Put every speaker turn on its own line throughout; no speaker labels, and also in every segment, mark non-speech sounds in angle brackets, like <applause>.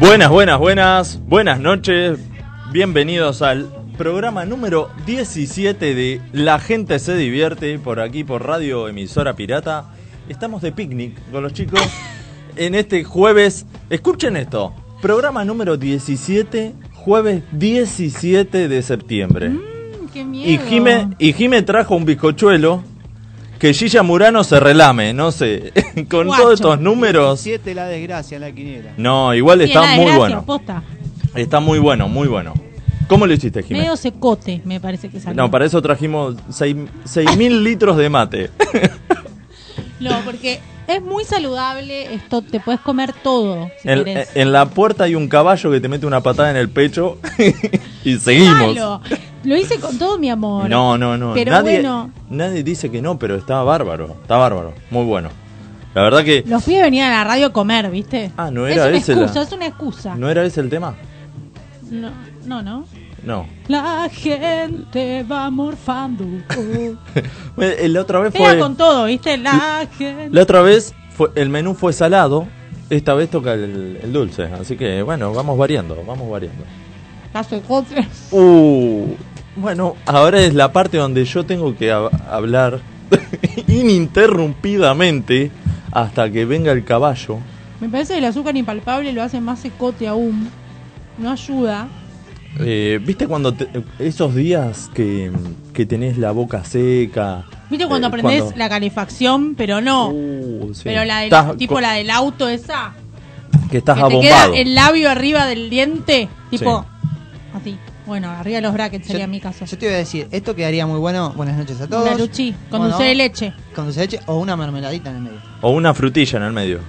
Buenas, buenas, buenas, buenas noches. Bienvenidos al programa número 17 de La gente se divierte por aquí por Radio Emisora Pirata. Estamos de picnic con los
<laughs>
chicos en este jueves. Escuchen esto. Programa número 17, jueves 17 de septiembre.
Qué
Y
Mm, miedo.
Jime, y Jime trajo un bizcochuelo que Gilla Murano se relame, no sé. <laughs> Con
Guacho.
todos estos números.
17 la desgracia en la quiniela.
No, igual
Bien,
está
ah,
muy
gracias,
bueno.
posta.
Está muy bueno, muy bueno. ¿Cómo lo hiciste, Jimé?
Medio secote, me parece que salió.
No, para eso trajimos seis-
<laughs>
6.000 litros de mate.
No, porque es muy saludable. Esto te puedes comer todo si
En,
querés.
en la puerta hay un caballo que te mete una patada en el pecho <laughs> y seguimos.
Malo. Lo hice con todo mi amor.
No, no, no.
Pero
nadie,
bueno.
nadie dice que no, pero está bárbaro. Está bárbaro. Muy bueno. La verdad que
Los pibes venían a la radio a comer, ¿viste?
eh, Ah, no era
es una
ese la-
excusa, es una excusa.
no era ese el tema.
No, no, no.
No.
La gente va
<laughs>
morfando. Oh.
Eh, La otra vez fue.
Era con todo, ¿viste? La gente.
La otra vez fue, el menú fue salado. Esta vez toca el- el dulce. Así que bueno, vamos variando, vamos variando.
La secote.
Uh, bueno, ahora es la parte donde yo tengo que hab- hablar <laughs> ininterrumpidamente hasta que venga el caballo.
Me parece que el azúcar impalpable lo hace más secote aún. No ayuda.
Eh, ¿Viste cuando te- esos días que, que tenés la boca seca?
¿Viste cuando
Eh,
aprendés
cuando-
la calefacción, pero no?
Uh, sí.
Pero la del,
Estás
tipo
co-
la del auto esa.
que estás
que te queda
abombado.
el labio arriba del diente. Tipo,
Sí.
así. Bueno, arriba de los brackets sería mi caso.
Yo te iba a decir, esto quedaría muy bueno. Buenas noches a todos.
Una luchi con
Bueno,
dulce de leche.
Con dulce de leche o una mermeladita en el medio.
O una frutilla en el medio.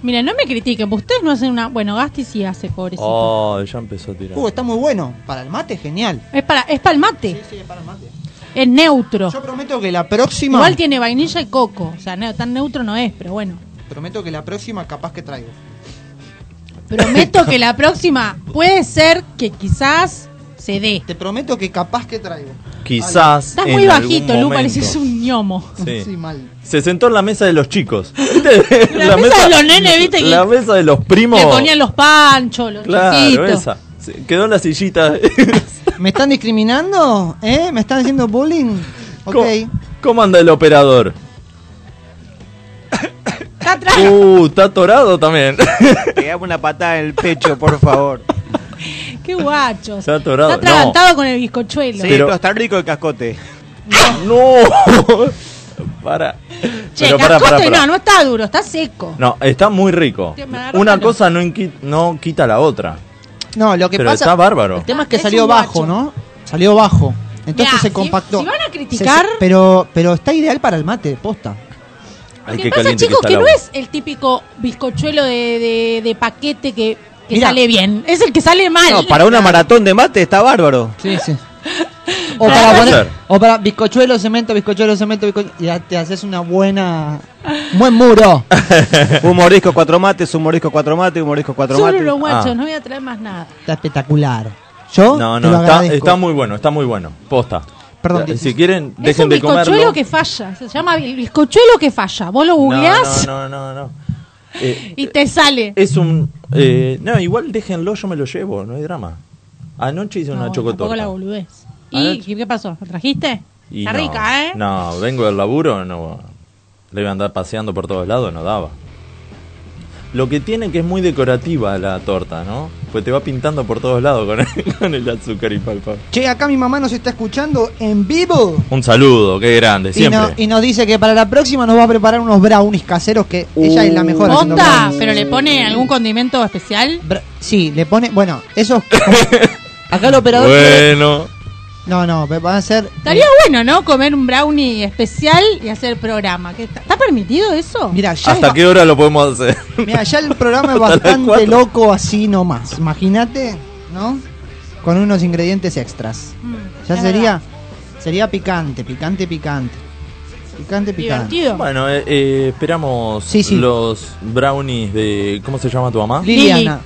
Miren, no me critiquen, porque ustedes no hacen una... Bueno, Gasti sí hace, pobrecito.
Oh, ya empezó a tirar.
Uh, está muy bueno. Para el mate, genial.
Es para es para el mate,
sí, es para el mate.
es neutro.
Yo prometo que la próxima.
Igual tiene vainilla y coco. O sea, ne- tan neutro no es, pero bueno.
Prometo que la próxima capaz que traigo.
Prometo que la próxima puede ser que quizás se dé.
Te prometo que capaz que traigo.
Quizás.
Estás
en
muy
algún
bajito, Lu,
momento.
pareces un ñomo.
Sí.
Sí, mal.
Se sentó
<laughs>
en la mesa de los chicos. ¿Viste?
La mesa de los nenes, ¿viste?
La mesa de los primos.
Le ponían los panchos, los
Claro,
chisitos.
esa. Se quedó en la sillita. <laughs>
¿Me están discriminando? ¿Eh? ¿Me están haciendo
<laughs>
bullying? Ok.
¿Cómo, cómo anda el operador?
Está atrás.
Uh, está atorado también. <laughs>
Pegame una patada en el pecho, por favor.
Qué guacho.
Está atorado.
Está atragantado con el bizcochuelo.
Sí,
Pero-
Costa Rica el cascote.
no. Oh, para.
Che,
Pero para,
cascote,
para, para.
no, no está duro, está seco.
No, está muy rico.
Te me agarró
Una
calor.
cosa no, inqui- no quita la otra.
No, lo que
Pero
pasa.
está bárbaro.
El tema es que
Es
salió
un
bajo,
guacho.
¿no? Salió bajo. Entonces
Mirá,
se
si-
compactó.
si van a
Se-
criticar-
pero, pero está ideal para el mate, posta.
Lo
Ay,
que
qué
pasa,
caliente
chicos,
está
que
el
no
agua.
es el típico bizcochuelo de, de- de paquete que, que
Mirá.
sale bien. Es el que sale mal.
No, para una maratón de mate está bárbaro.
Sí, sí. O
Pero
para
puede
poner,
ser.
o para bizcochuelo, cemento, bizcochuelo, cemento, bizcochuelo. Y ya te haces una buena. un buen muro.
<laughs> Un morisco cuatro mates, un morisco cuatro mates, un morisco cuatro
Solo
mates.
los guachos,
Ah.
no voy a traer más nada.
Está espectacular. Yo
No,
te lo
no, está,
agradezco.
está muy bueno, está muy bueno. Posta.
Perdón,
Ya,
que-
si quieren,
es
dejen
un
de
bizcochuelo
comerlo.
que falla. Se llama el bizcochuelo que falla. Vos lo
No,
googleás
No, no, no, no. Eh,
y te sale.
Es un. eh, no, igual déjenlo, yo me lo llevo, no hay drama. Anoche hice
No,
una
bueno, tampoco
chocotorta.
la boludez. ¿Y
Anoche-
qué pasó? ¿La trajiste?
Y
Está
no,
rica, ¿eh?
No, vengo del laburo, no. Le iba a andar paseando por todos lados, no daba. Lo que tiene que es muy decorativa la torta, ¿no? Pues te va pintando por todos lados con el, <laughs> con el azúcar y palpa.
Che, acá mi mamá nos está escuchando en vivo.
Un saludo, qué grande,
Y,
siempre.
no- y nos dice que para la próxima nos va a preparar unos brownies caseros que ella
Uh.
es la mejor haciendo
Onda,
brownies.
pero le pone algún condimento especial.
Bra- sí, le pone. Bueno, eso. acá el operador. quiere-
Bueno,
No, no, van a ser.
Estaría bueno, ¿no? Comer un brownie especial y hacer programa. ¿Qué está, ¿Está permitido eso?
Mira, ya es
¿hasta
ba-
qué hora lo podemos
<laughs>
hacer?
Mira, ya el programa es
Hasta las
bastante
cuatro.
loco así nomás. Imagínate, ¿no? Con unos ingredientes extras.
Mm,
Ya
es
sería
verdad.
sería picante, picante, picante. Picante, picante.
divertido.
Bueno, eh, eh, esperamos
Sí, sí.
los brownies de. ¿Cómo se llama tu mamá?
Liliana.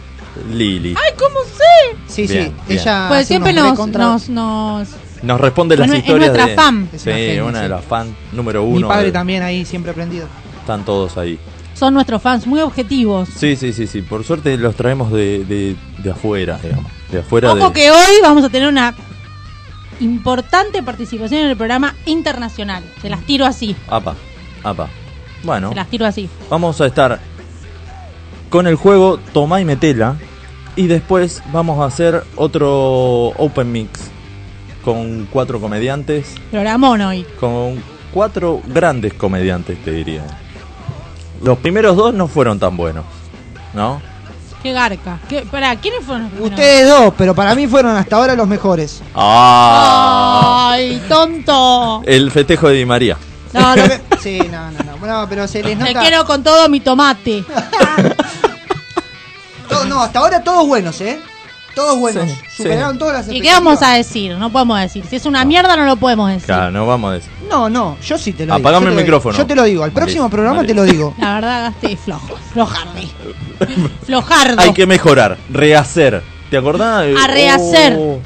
Lili.
Ay, ¿cómo sé?
Sí, sí.
Bien, bien.
Ella
Pues
hace
siempre
unos
nos,
recontra-
nos, nos-
Nos responde las
Es nue- es
historias
nuestra
de...
fan.
Es
Sí,
una genia,
una de
sí.
las fan número uno.
Mi padre
de-
también ahí siempre aprendido.
Están todos ahí.
son nuestros fans muy objetivos.
Sí, sí, sí, sí. Por suerte los traemos de, de, de afuera, digamos. De afuera
Ojo
de...
que hoy vamos a tener una importante participación en el programa internacional. Se las tiro así,
Apa, apa. Bueno,
se las tiro así.
vamos a estar con el juego Tomá y Metela. Y después vamos a hacer otro Open Mix con cuatro comediantes.
Programón hoy.
Con cuatro grandes comediantes, te diría. Los primeros dos no fueron tan buenos, ¿no?
Qué garca. ¿Qué, para, ¿quiénes fueron? los primeros?
Ustedes dos, pero para mí fueron hasta ahora los mejores.
¡Ah!
¡Ay, tonto!
El festejo de Di María.
No, no,
<laughs> Sí, no, no, no. Bueno, pero se les
te
nota.
quiero con todo mi tomate.
Todo- no, hasta ahora todos buenos, ¿eh? Todos buenos.
Sí,
Superaron
sí.
todas las
¿Y qué vamos a
expectativas.
decir? No podemos decir. Si es una mierda, no lo podemos decir.
Claro, no vamos a decir.
No, no, yo sí te lo
Apagame
digo. yo
el
te lo
micrófono.
digo. Yo te lo digo, al próximo
Vale,
programa
vale.
te lo digo.
La verdad, gasté flojo. Flojarde. Flojardo.
Hay que mejorar, rehacer. ¿Te acordás?
A rehacer.
Oh,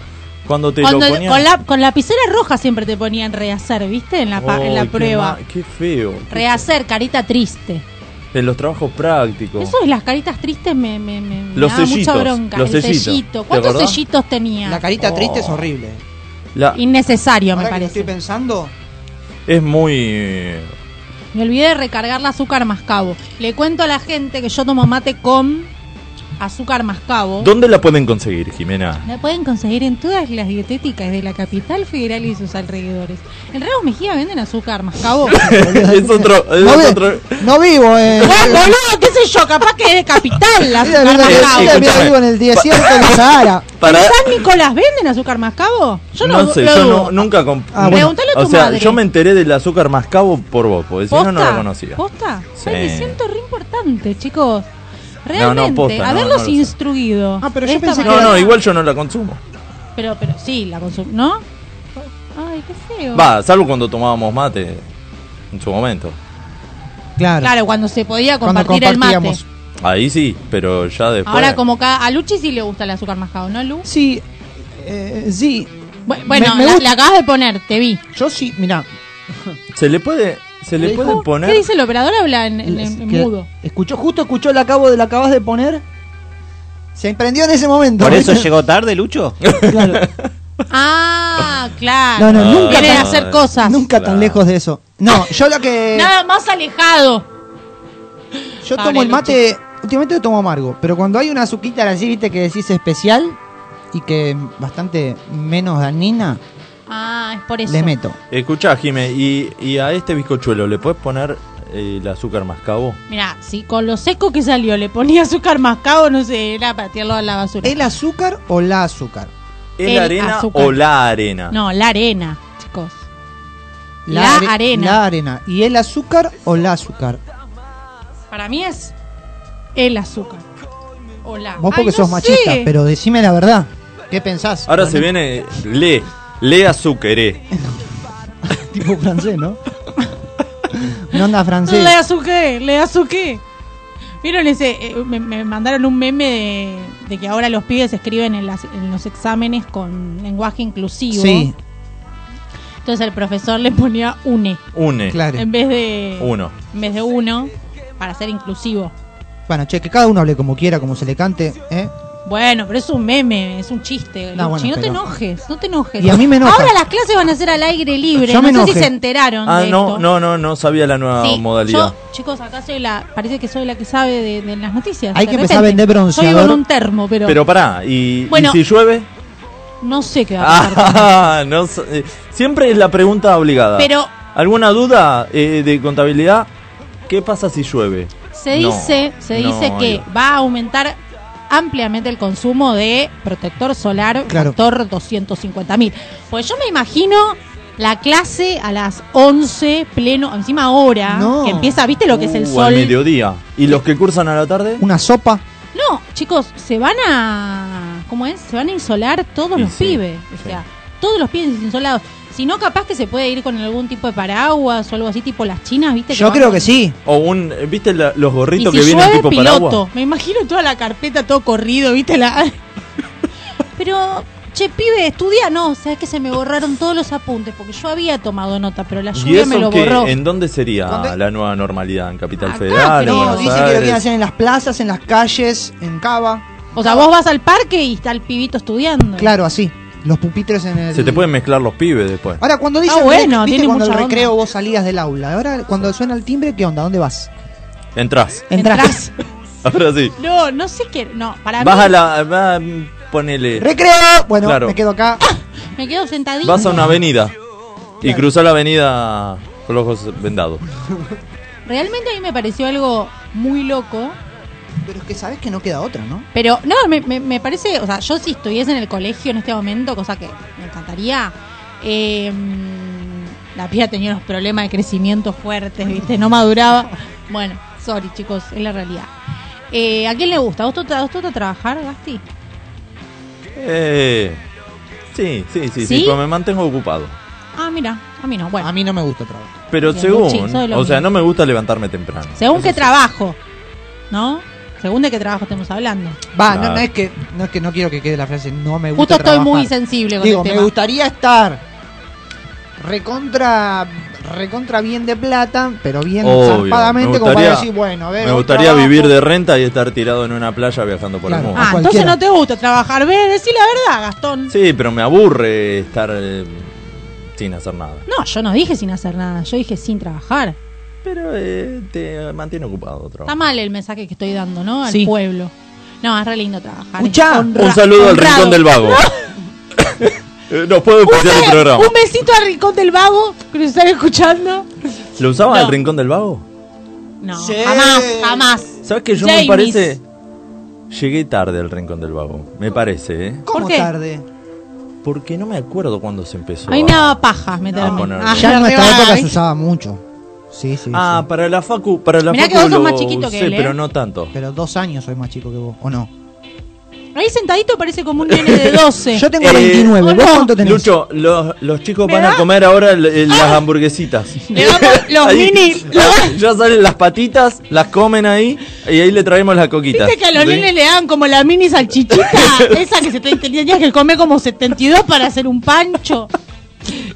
cuando te
Cuando-
lo ponían.
con, la, con lapicera roja siempre te ponían rehacer, ¿viste? En la, pa- en la
Ay, qué
prueba.
ma- Qué, feo.
Rehacer, carita triste.
De los trabajos prácticos.
Eso de las caritas tristes me, me, me- me
Los
daba mucha
sellitos,
bronca.
los
el
sellitos.
sellito.
¿Te
¿Cuántos
acordás?
sellitos tenía?
La carita
Oh.
triste es horrible.
La-
Innecesario, me
Ahora que lo
parece.
estoy pensando,
es muy. eh,
Me olvidé de recargar la azúcar mascabo. Le cuento a la gente que yo tomo mate con azúcar mascabo.
¿Dónde la pueden conseguir, Jimena?
La pueden conseguir en todas las dietéticas de la capital federal y sus alrededores. En Ramos Mejía venden
<laughs>
azúcar mascabo.
es
<laughs>
otro. Es
no, vi-
otro-
no vivo, eh.
Bueno, boludo, qué sé yo, capaz que es de capital la
Mira,
azúcar
mira,
Escúchame.
mascabo.
mira, mira, vivo en el desierto de Sahara.
Para.
¿En San Nicolás venden azúcar mascabo? Yo no,
No sé,
lo
yo
dudo.
no- nunca. comp-
Ah, bueno.
Preguntale a
O
tu
sea,
madre.
yo me enteré del azúcar mascabo por vos, porque si no, no lo
¿Posta?
conocía.
¿Posta?
Sí.
Ay, me siento re importante, chicos.
No,
Realmente,
no, posta, no,
haberlos
no lo sé.
instruido.
Ah, pero
de
yo
esta
pensé que
No,
manera.
no, igual yo no la consumo.
Pero, pero sí, la consumo. ¿No? Ay, qué feo.
Va, salvo cuando tomábamos mate en su momento.
Claro.
Claro, cuando se podía
Cuando
compartir el mate.
compartíamos.
Ahí sí, pero ya después.
Ahora, como cada, a Luchi sí le gusta el azúcar mascado, ¿no, Lu?
Sí, eh, sí.
Bu- Bueno,
Me- me
la,
gusta-
la acabas de poner, te vi.
Yo sí, mirá.
Se le puede, se le
¿Le
puede
¿Cómo?
poner.
¿Qué dice el operador? Habla en, en- en
que-
mudo.
Escuchó, justo escuchó la acabo de la acabas de poner. Se emprendió en ese momento.
¿Por eso llegó tarde,
<laughs>
Lucho?
Claro.
Ah,
No,
claro.
no,
Ah,
nunca,
Quiere
no,
tan,
hacer
no,
cosas.
nunca tan
Claro.
lejos de eso. No, yo lo que.
<laughs> Nada más alejado.
Yo
Pablo
tomo el
Lucho.
mate, últimamente lo tomo amargo, pero cuando hay una azuquita así, viste, que decís especial y que es bastante menos dañina,
Ah, es por eso.
le meto.
Escuchá, Jime, y, y a este bizcochuelo, ¿le puedes poner eh, el azúcar mascabo?
Mira, si con lo seco que salió le ponía azúcar mascabo, no sé, era para tirarlo a la basura.
¿El azúcar o la azúcar?
¿El,
El
arena
azúcar.
o la arena?
No, la arena, chicos. La
are-
arena.
La arena. ¿Y el azúcar o la azúcar?
Para mí es el azúcar. O la.
Vos porque
Ay, no
sos machista,
sé.
pero decime la verdad. ¿Qué pensás?
Ahora
Con
se
el
viene le, le azucaré.
<laughs> Tipo francés, ¿no? Una onda francés.
Le azuqué, le azuqué. Vieron ese, eh, me, me mandaron un meme de, de que ahora los pibes escriben en, las- en los exámenes con lenguaje inclusivo.
Sí,
Entonces el profesor le ponía une
Une.
claro.
en vez de
Uno.
en vez de uno para ser inclusivo.
Bueno, che, que cada uno hable como quiera, como se le cante, ¿eh?
Bueno, pero es un meme, es un chiste.
No,
Luchi, No, te
bueno, pero-
enojes, no te enojes.
Y a mí me enoja.
Ahora las clases van a ser al aire libre. no
Yo me
sé si
enojé.
se enteraron.
Ah,
de
no,
esto.
no, no, no sabía la nueva
Sí,
modalidad.
Yo, chicos, acá soy la. Parece que soy la que sabe de, de las noticias.
Hay
De
que empezar a
repente.
vender
Yo vivo en
bronceador.
un termo, pero,
Pero pará, ¿y, y
Bueno.
si llueve?
no sé qué va a pasar.
Ah, <laughs> no, sé. siempre es la pregunta obligada.
Pero-
¿Alguna duda eh, de contabilidad? ¿Qué pasa si llueve?
Se
No,
dice, se
no,
dice que
digo.
va a aumentar ampliamente el consumo de protector solar
Claro.
factor 250 mil. Pues yo me imagino la clase a las 11, pleno, encima hora,
No.
que empieza, ¿viste lo que es el
Uh, al
sol?
mediodía. ¿Y los que cursan a la tarde?
Una sopa.
No, chicos, se van a. ¿Cómo es? Se van a insolar todos
Y
los
sí,
pibes.
sí.
O sea, todos los pibes insolados. Si no, capaz que se puede ir con algún tipo de paraguas o algo así, tipo las chinas, ¿viste?
Yo
van
creo
con-
que sí.
O un, ¿viste la- los
Y
gorritos
si
que vienen
llueve,
tipo
piloto.
paraguas?
Me imagino toda la carpeta, todo corrido, ¿viste? La... <laughs> Pero che, pibe, estudia. No, sabes que se me borraron todos los apuntes, porque yo había tomado nota, pero la
¿Y
lluvia me
eso
lo
que,
borró.
en dónde sería
¿Dónde?
la nueva normalidad? ¿En Capital
Acá
Federal?
creo.
en
No,
Buenos
dice que lo quieren
Aires?
hacer en las plazas, en las calles, en Cava.
O sea, vos vas al parque y está el pibito estudiando.
Claro, así. Los pupitres en el.
Se te pueden mezclar los pibes después.
Ahora, cuando dicen.
Ah, bueno,
¿viste
tiene
cuando
mucha
el
onda.
recreo vos salías del aula. Ahora, cuando suena el timbre, ¿qué onda? ¿Dónde vas?
Entrás.
Entrás.
<laughs> Ahora sí.
No, no sé qué. No, para
Vas
mí.
a la. va- ponele.
¡Recreo! Bueno,
Claro.
me quedo acá.
<laughs> Me quedo sentadito.
Vas a una avenida y cruzás la avenida con los ojos vendados.
Realmente a mí me pareció algo muy loco.
Pero es que sabes que no queda otra, ¿no?
Pero no, me, me- me parece, o sea, yo si estuviese en el colegio en este momento, cosa que me encantaría, eh, la piba tenía unos problemas de crecimiento fuertes, ¿viste? No
<laughs>
maduraba. Bueno, sorry chicos, es la realidad. Eh, ¿A quién le gusta? ¿Vos te gusta trabajar, Gasti?
Eh, sí, sí, sí,
¿Sí?
sí, pero me mantengo ocupado.
Ah, mira, a mí no. Bueno,
A mí no me gusta trabajar.
Pero
Bien, Luchi,
según,
soy lo
o sea,
mismo.
no me gusta levantarme temprano.
según qué trabajo, ¿no? Según de qué trabajo estemos hablando.
Va, no,
Claro.
no es que no es que no quiero que quede la frase no me
Justo
gusta
estoy
trabajar.
muy sensible con
Digo,
el
me
tema.
gustaría estar recontra recontra bien de plata, pero bien
Obvio,
zarpadamente
me
como para
gustaría-
decir, bueno, a ver,
Me
hoy
gustaría
trabajo.
vivir de renta y estar tirado en una playa viajando por
Claro.
el mundo.
Ah, entonces
cualquiera.
no te gusta trabajar. Ve, decí la verdad, Gastón.
Sí, pero me aburre estar eh, sin hacer nada.
No, yo no dije sin hacer nada, yo dije sin trabajar.
Pero eh, te mantiene ocupado.
Está
trabajo.
mal el mensaje que estoy dando, ¿no? Al
Sí.
pueblo. No, es re lindo trabajar.
Escuchá,
Es honra-
Un saludo al
honrado.
Rincón del
<laughs>
Vago. Eh, Nos puede
Un,
escuchar el programa.
un besito al Rincón del Vago que nos están escuchando.
¿Lo usaba
No.
el Rincón del Vago?
No,
Sí.
jamás, jamás.
¿Sabes que yo
Jamies.
me parece? Llegué tarde al Rincón del Vago, me parece, ¿eh?
¿Cómo
¿Por qué?
tarde?
Porque no me acuerdo cuándo se empezó.
A mí me
a-
daba paja meterme.
ponerlo.
Ah,
Ya en
me
nuestra
reba-
época
¿eh?
se usaba mucho. Sí, sí,
Ah,
sí.
para la Facu, para la
Mirá que
Facu
vos sos
lo
más chiquito que
usé,
él, ¿eh?
pero no tanto.
Pero dos años soy más chico que vos, ¿o no?
Ahí sentadito parece como un nene de 12.
Yo tengo
Eh,
29, ¿vos
hola.
cuánto tenés?
Lucho, los, los chicos
¿Me
van
da? Ah.
a comer ahora el- el- las hamburguesitas.
Le damos los
Ahí-
mini-
Ya salen las patitas, las comen ahí y ahí le traemos las coquitas.
¿Viste que a los
¿Sí?
nenes le dan como la mini salchichita?
<laughs>
esa que se te- tenías que comer como 72 para hacer un pancho.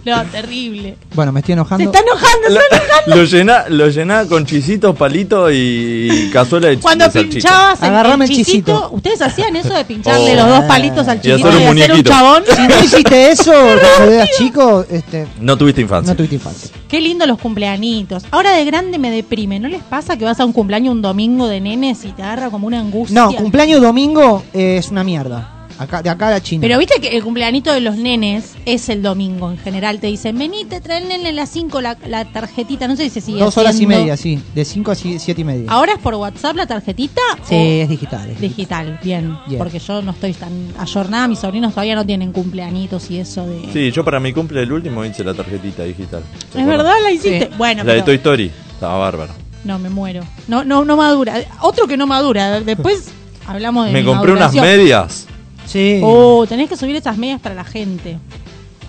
No, terrible.
Bueno, me estoy
Se
enojando.
está enojando, se está enojando.
Lo llena, lo llena con chisitos, palitos y cazuela de, ch-
Cuando
de salchicha.
pinchabas el,
Agarrame
el
el
chisito,
chisito. Ah.
¿ustedes hacían eso de pincharle
Oh.
los dos palitos al
Y hacer
chisito
un
y hacer un
muñequito.
chabón?
Si <laughs> no hiciste eso cuando eras chico, este,
No tuviste infancia.
no tuviste infancia.
Qué lindo los cumpleañitos. Ahora de grande me deprime. ¿No les pasa que vas a un cumpleaños un domingo de nenes y te agarra como una angustia?
No, cumpleaños domingo eh, es una mierda. Acá, de acá a la China.
Pero viste que el cumpleañito de los nenes es el domingo en general. Te dicen, vení, te traen nene a las 5 la, la tarjetita. No sé si se sigue
Dos horas y
haciendo.
media, sí. De 5 a 7 y media.
¿Ahora es por WhatsApp la tarjetita?
sí,
o-
es digital. es digital.
digital, bien.
Bien.
Porque yo no estoy tan ayornada. Mis sobrinos todavía no tienen cumpleañitos y eso de...
Sí, yo para mi cumple el último hice la tarjetita digital. ¿Se
¿Es
acuerdan?
verdad? ¿La hiciste? Bueno,
La de
pero-
Toy Story. Estaba bárbara.
no, me muero. No, no, no madura. Otro que no madura. Después hablamos de
Me
mi
compré unas
maduración.
medias.
Sí.
Oh, tenés que subir esas medias para la gente.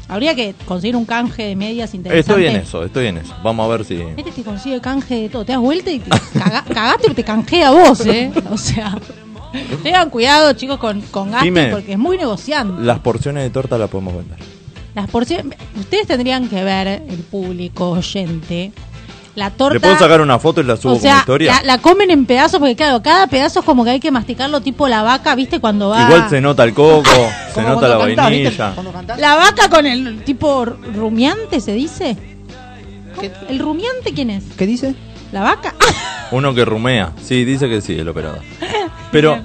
Habría que conseguir un canje de medias interesante.
Estoy en eso, estoy en eso. Vamos a ver si.
Este te consigue canje de todo. Te das vuelta y te caga- <laughs> cagaste o te canjea vos, ¿eh? O sea, <laughs> tengan cuidado, chicos, con, con gasto
Dime.
porque es muy negociante.
Las porciones de torta las podemos vender.
Las porciones. Ustedes tendrían que ver, el público oyente, la
¿Le
torta.
puedo sacar una foto y la subo
O
como
sea,
historia?
la, la comen en pedazos porque claro, cada pedazo es como que hay que masticarlo tipo la vaca, ¿viste? Cuando va
Igual se nota el
<laughs>
coco, se
Como
nota la
cuando cantás, ¿viste?
vainilla.
Cuando cantás.
la vaca con el tipo rumiante se dice. ¿El rumiante quién es?
¿Qué dice?
¿La vaca?
Uno que rumea. Sí, dice que sí, el
<laughs>
operador. Pero,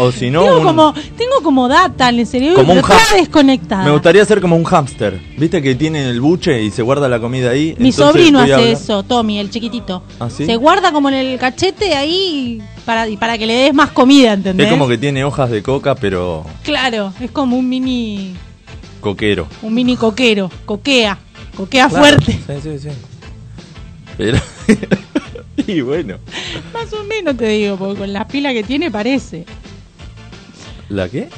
o si no,
tengo,
un-
como, tengo como data en el cerebro,
Como un
pero está
hack.
desconectada.
me gustaría ser como un hámster. ¿Viste que tiene el buche y se guarda la comida ahí?
Mi
Entonces
sobrino
voy a
hace
hablar-
eso, Tommy, el chiquitito.
¿Ah, sí?
Se guarda como en el cachete ahí para, y para que le des más comida, ¿entendés?
Es como que tiene hojas de coca, pero
Claro, es como un mini,
coquero.
un mini coquero, coquea, coquea
Claro,
fuerte. <laughs>
Sí, sí, sí. Pero- <laughs> y bueno.
Más o menos te digo, porque con las pilas que tiene parece.
¿La qué?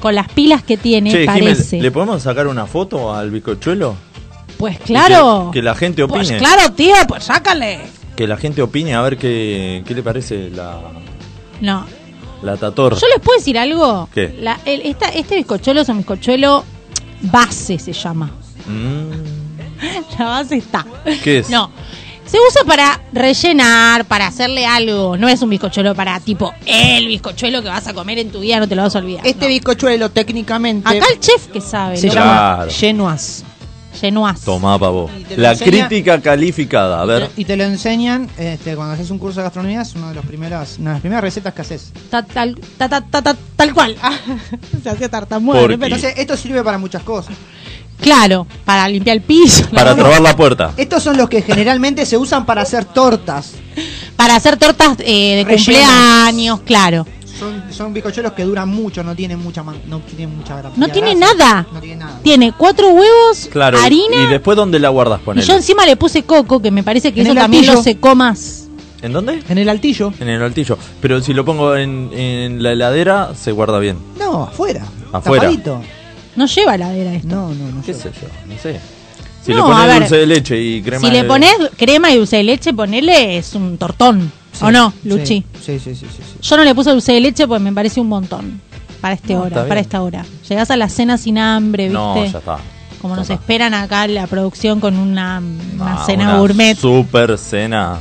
Con las pilas que tiene
Che, Jimé,
parece.
¿le podemos sacar una foto al bizcochuelo?
Pues claro.
Que, que la gente opine.
Pues claro, tío, pues sácale.
Que la gente opine a ver qué, qué le parece la.
No.
La Tator.
Yo les puedo decir algo.
¿Qué?
La- el- esta- este bizcochuelo es un bizcochuelo base, se llama.
Mm,
<laughs> La base está.
¿Qué es?
No. Se usa para rellenar, para hacerle algo. No es un bizcochuelo para tipo el bizcochuelo que vas a comer en tu vida, no te lo vas a olvidar.
Este
No.
bizcochuelo técnicamente
Acá el chef que sabe.
se
¿no?
Claro.
llama Genoas.
Genoise.
Tomá pa' vos.
Y te lo
La
enseña-
crítica calificada, a ver.
Y te lo enseñan este, cuando haces un curso de gastronomía, es una de, los primeras, una de las primeras recetas que haces.
Ta- tal, ta- ta- ta- ta- tal cual.
<laughs>
Ah, se hacía tartamudo.
Porque-
pero-
Entonces, esto sirve para muchas cosas.
Claro, para limpiar el piso.
Para
¿no?
trabar la puerta.
Estos son los que generalmente se usan para hacer tortas.
Para hacer tortas eh, de
Rellenos.
cumpleaños, claro.
Son, son bizcochuelos que duran mucho, no tienen mucha man- no tienen mucha gra-
No
grasa.
tiene nada.
No tiene nada.
Tiene cuatro huevos,
Claro.
harina.
¿Y después dónde la guardas,
Y
ponele?
yo encima le puse coco, que me parece que
En
eso
el
también lo
altillo.
secó más.
¿En dónde?
En el altillo.
En el altillo. Pero si lo pongo en, en la heladera, se guarda bien.
No, afuera.
Afuera.
Tapadito.
No lleva heladera esto.
No, no, no.
¿Qué
sé.
sé yo? No sé. Si
No,
le
a
pones
ver,
dulce de leche y crema
si
de...
le pones crema y dulce de leche, ponele es un tortón. ¿O no, Luchi?
Sí, sí, sí, sí. sí.
Yo no le puse dulce de leche porque me parece un montón. Para este
No, está
hora,
bien.
para esta hora. Llegás a la cena sin hambre, ¿viste?
No, ya está.
Como
Ya
nos
está.
esperan acá la producción con una, una
Ah,
cena
una
gourmet.
Super cena.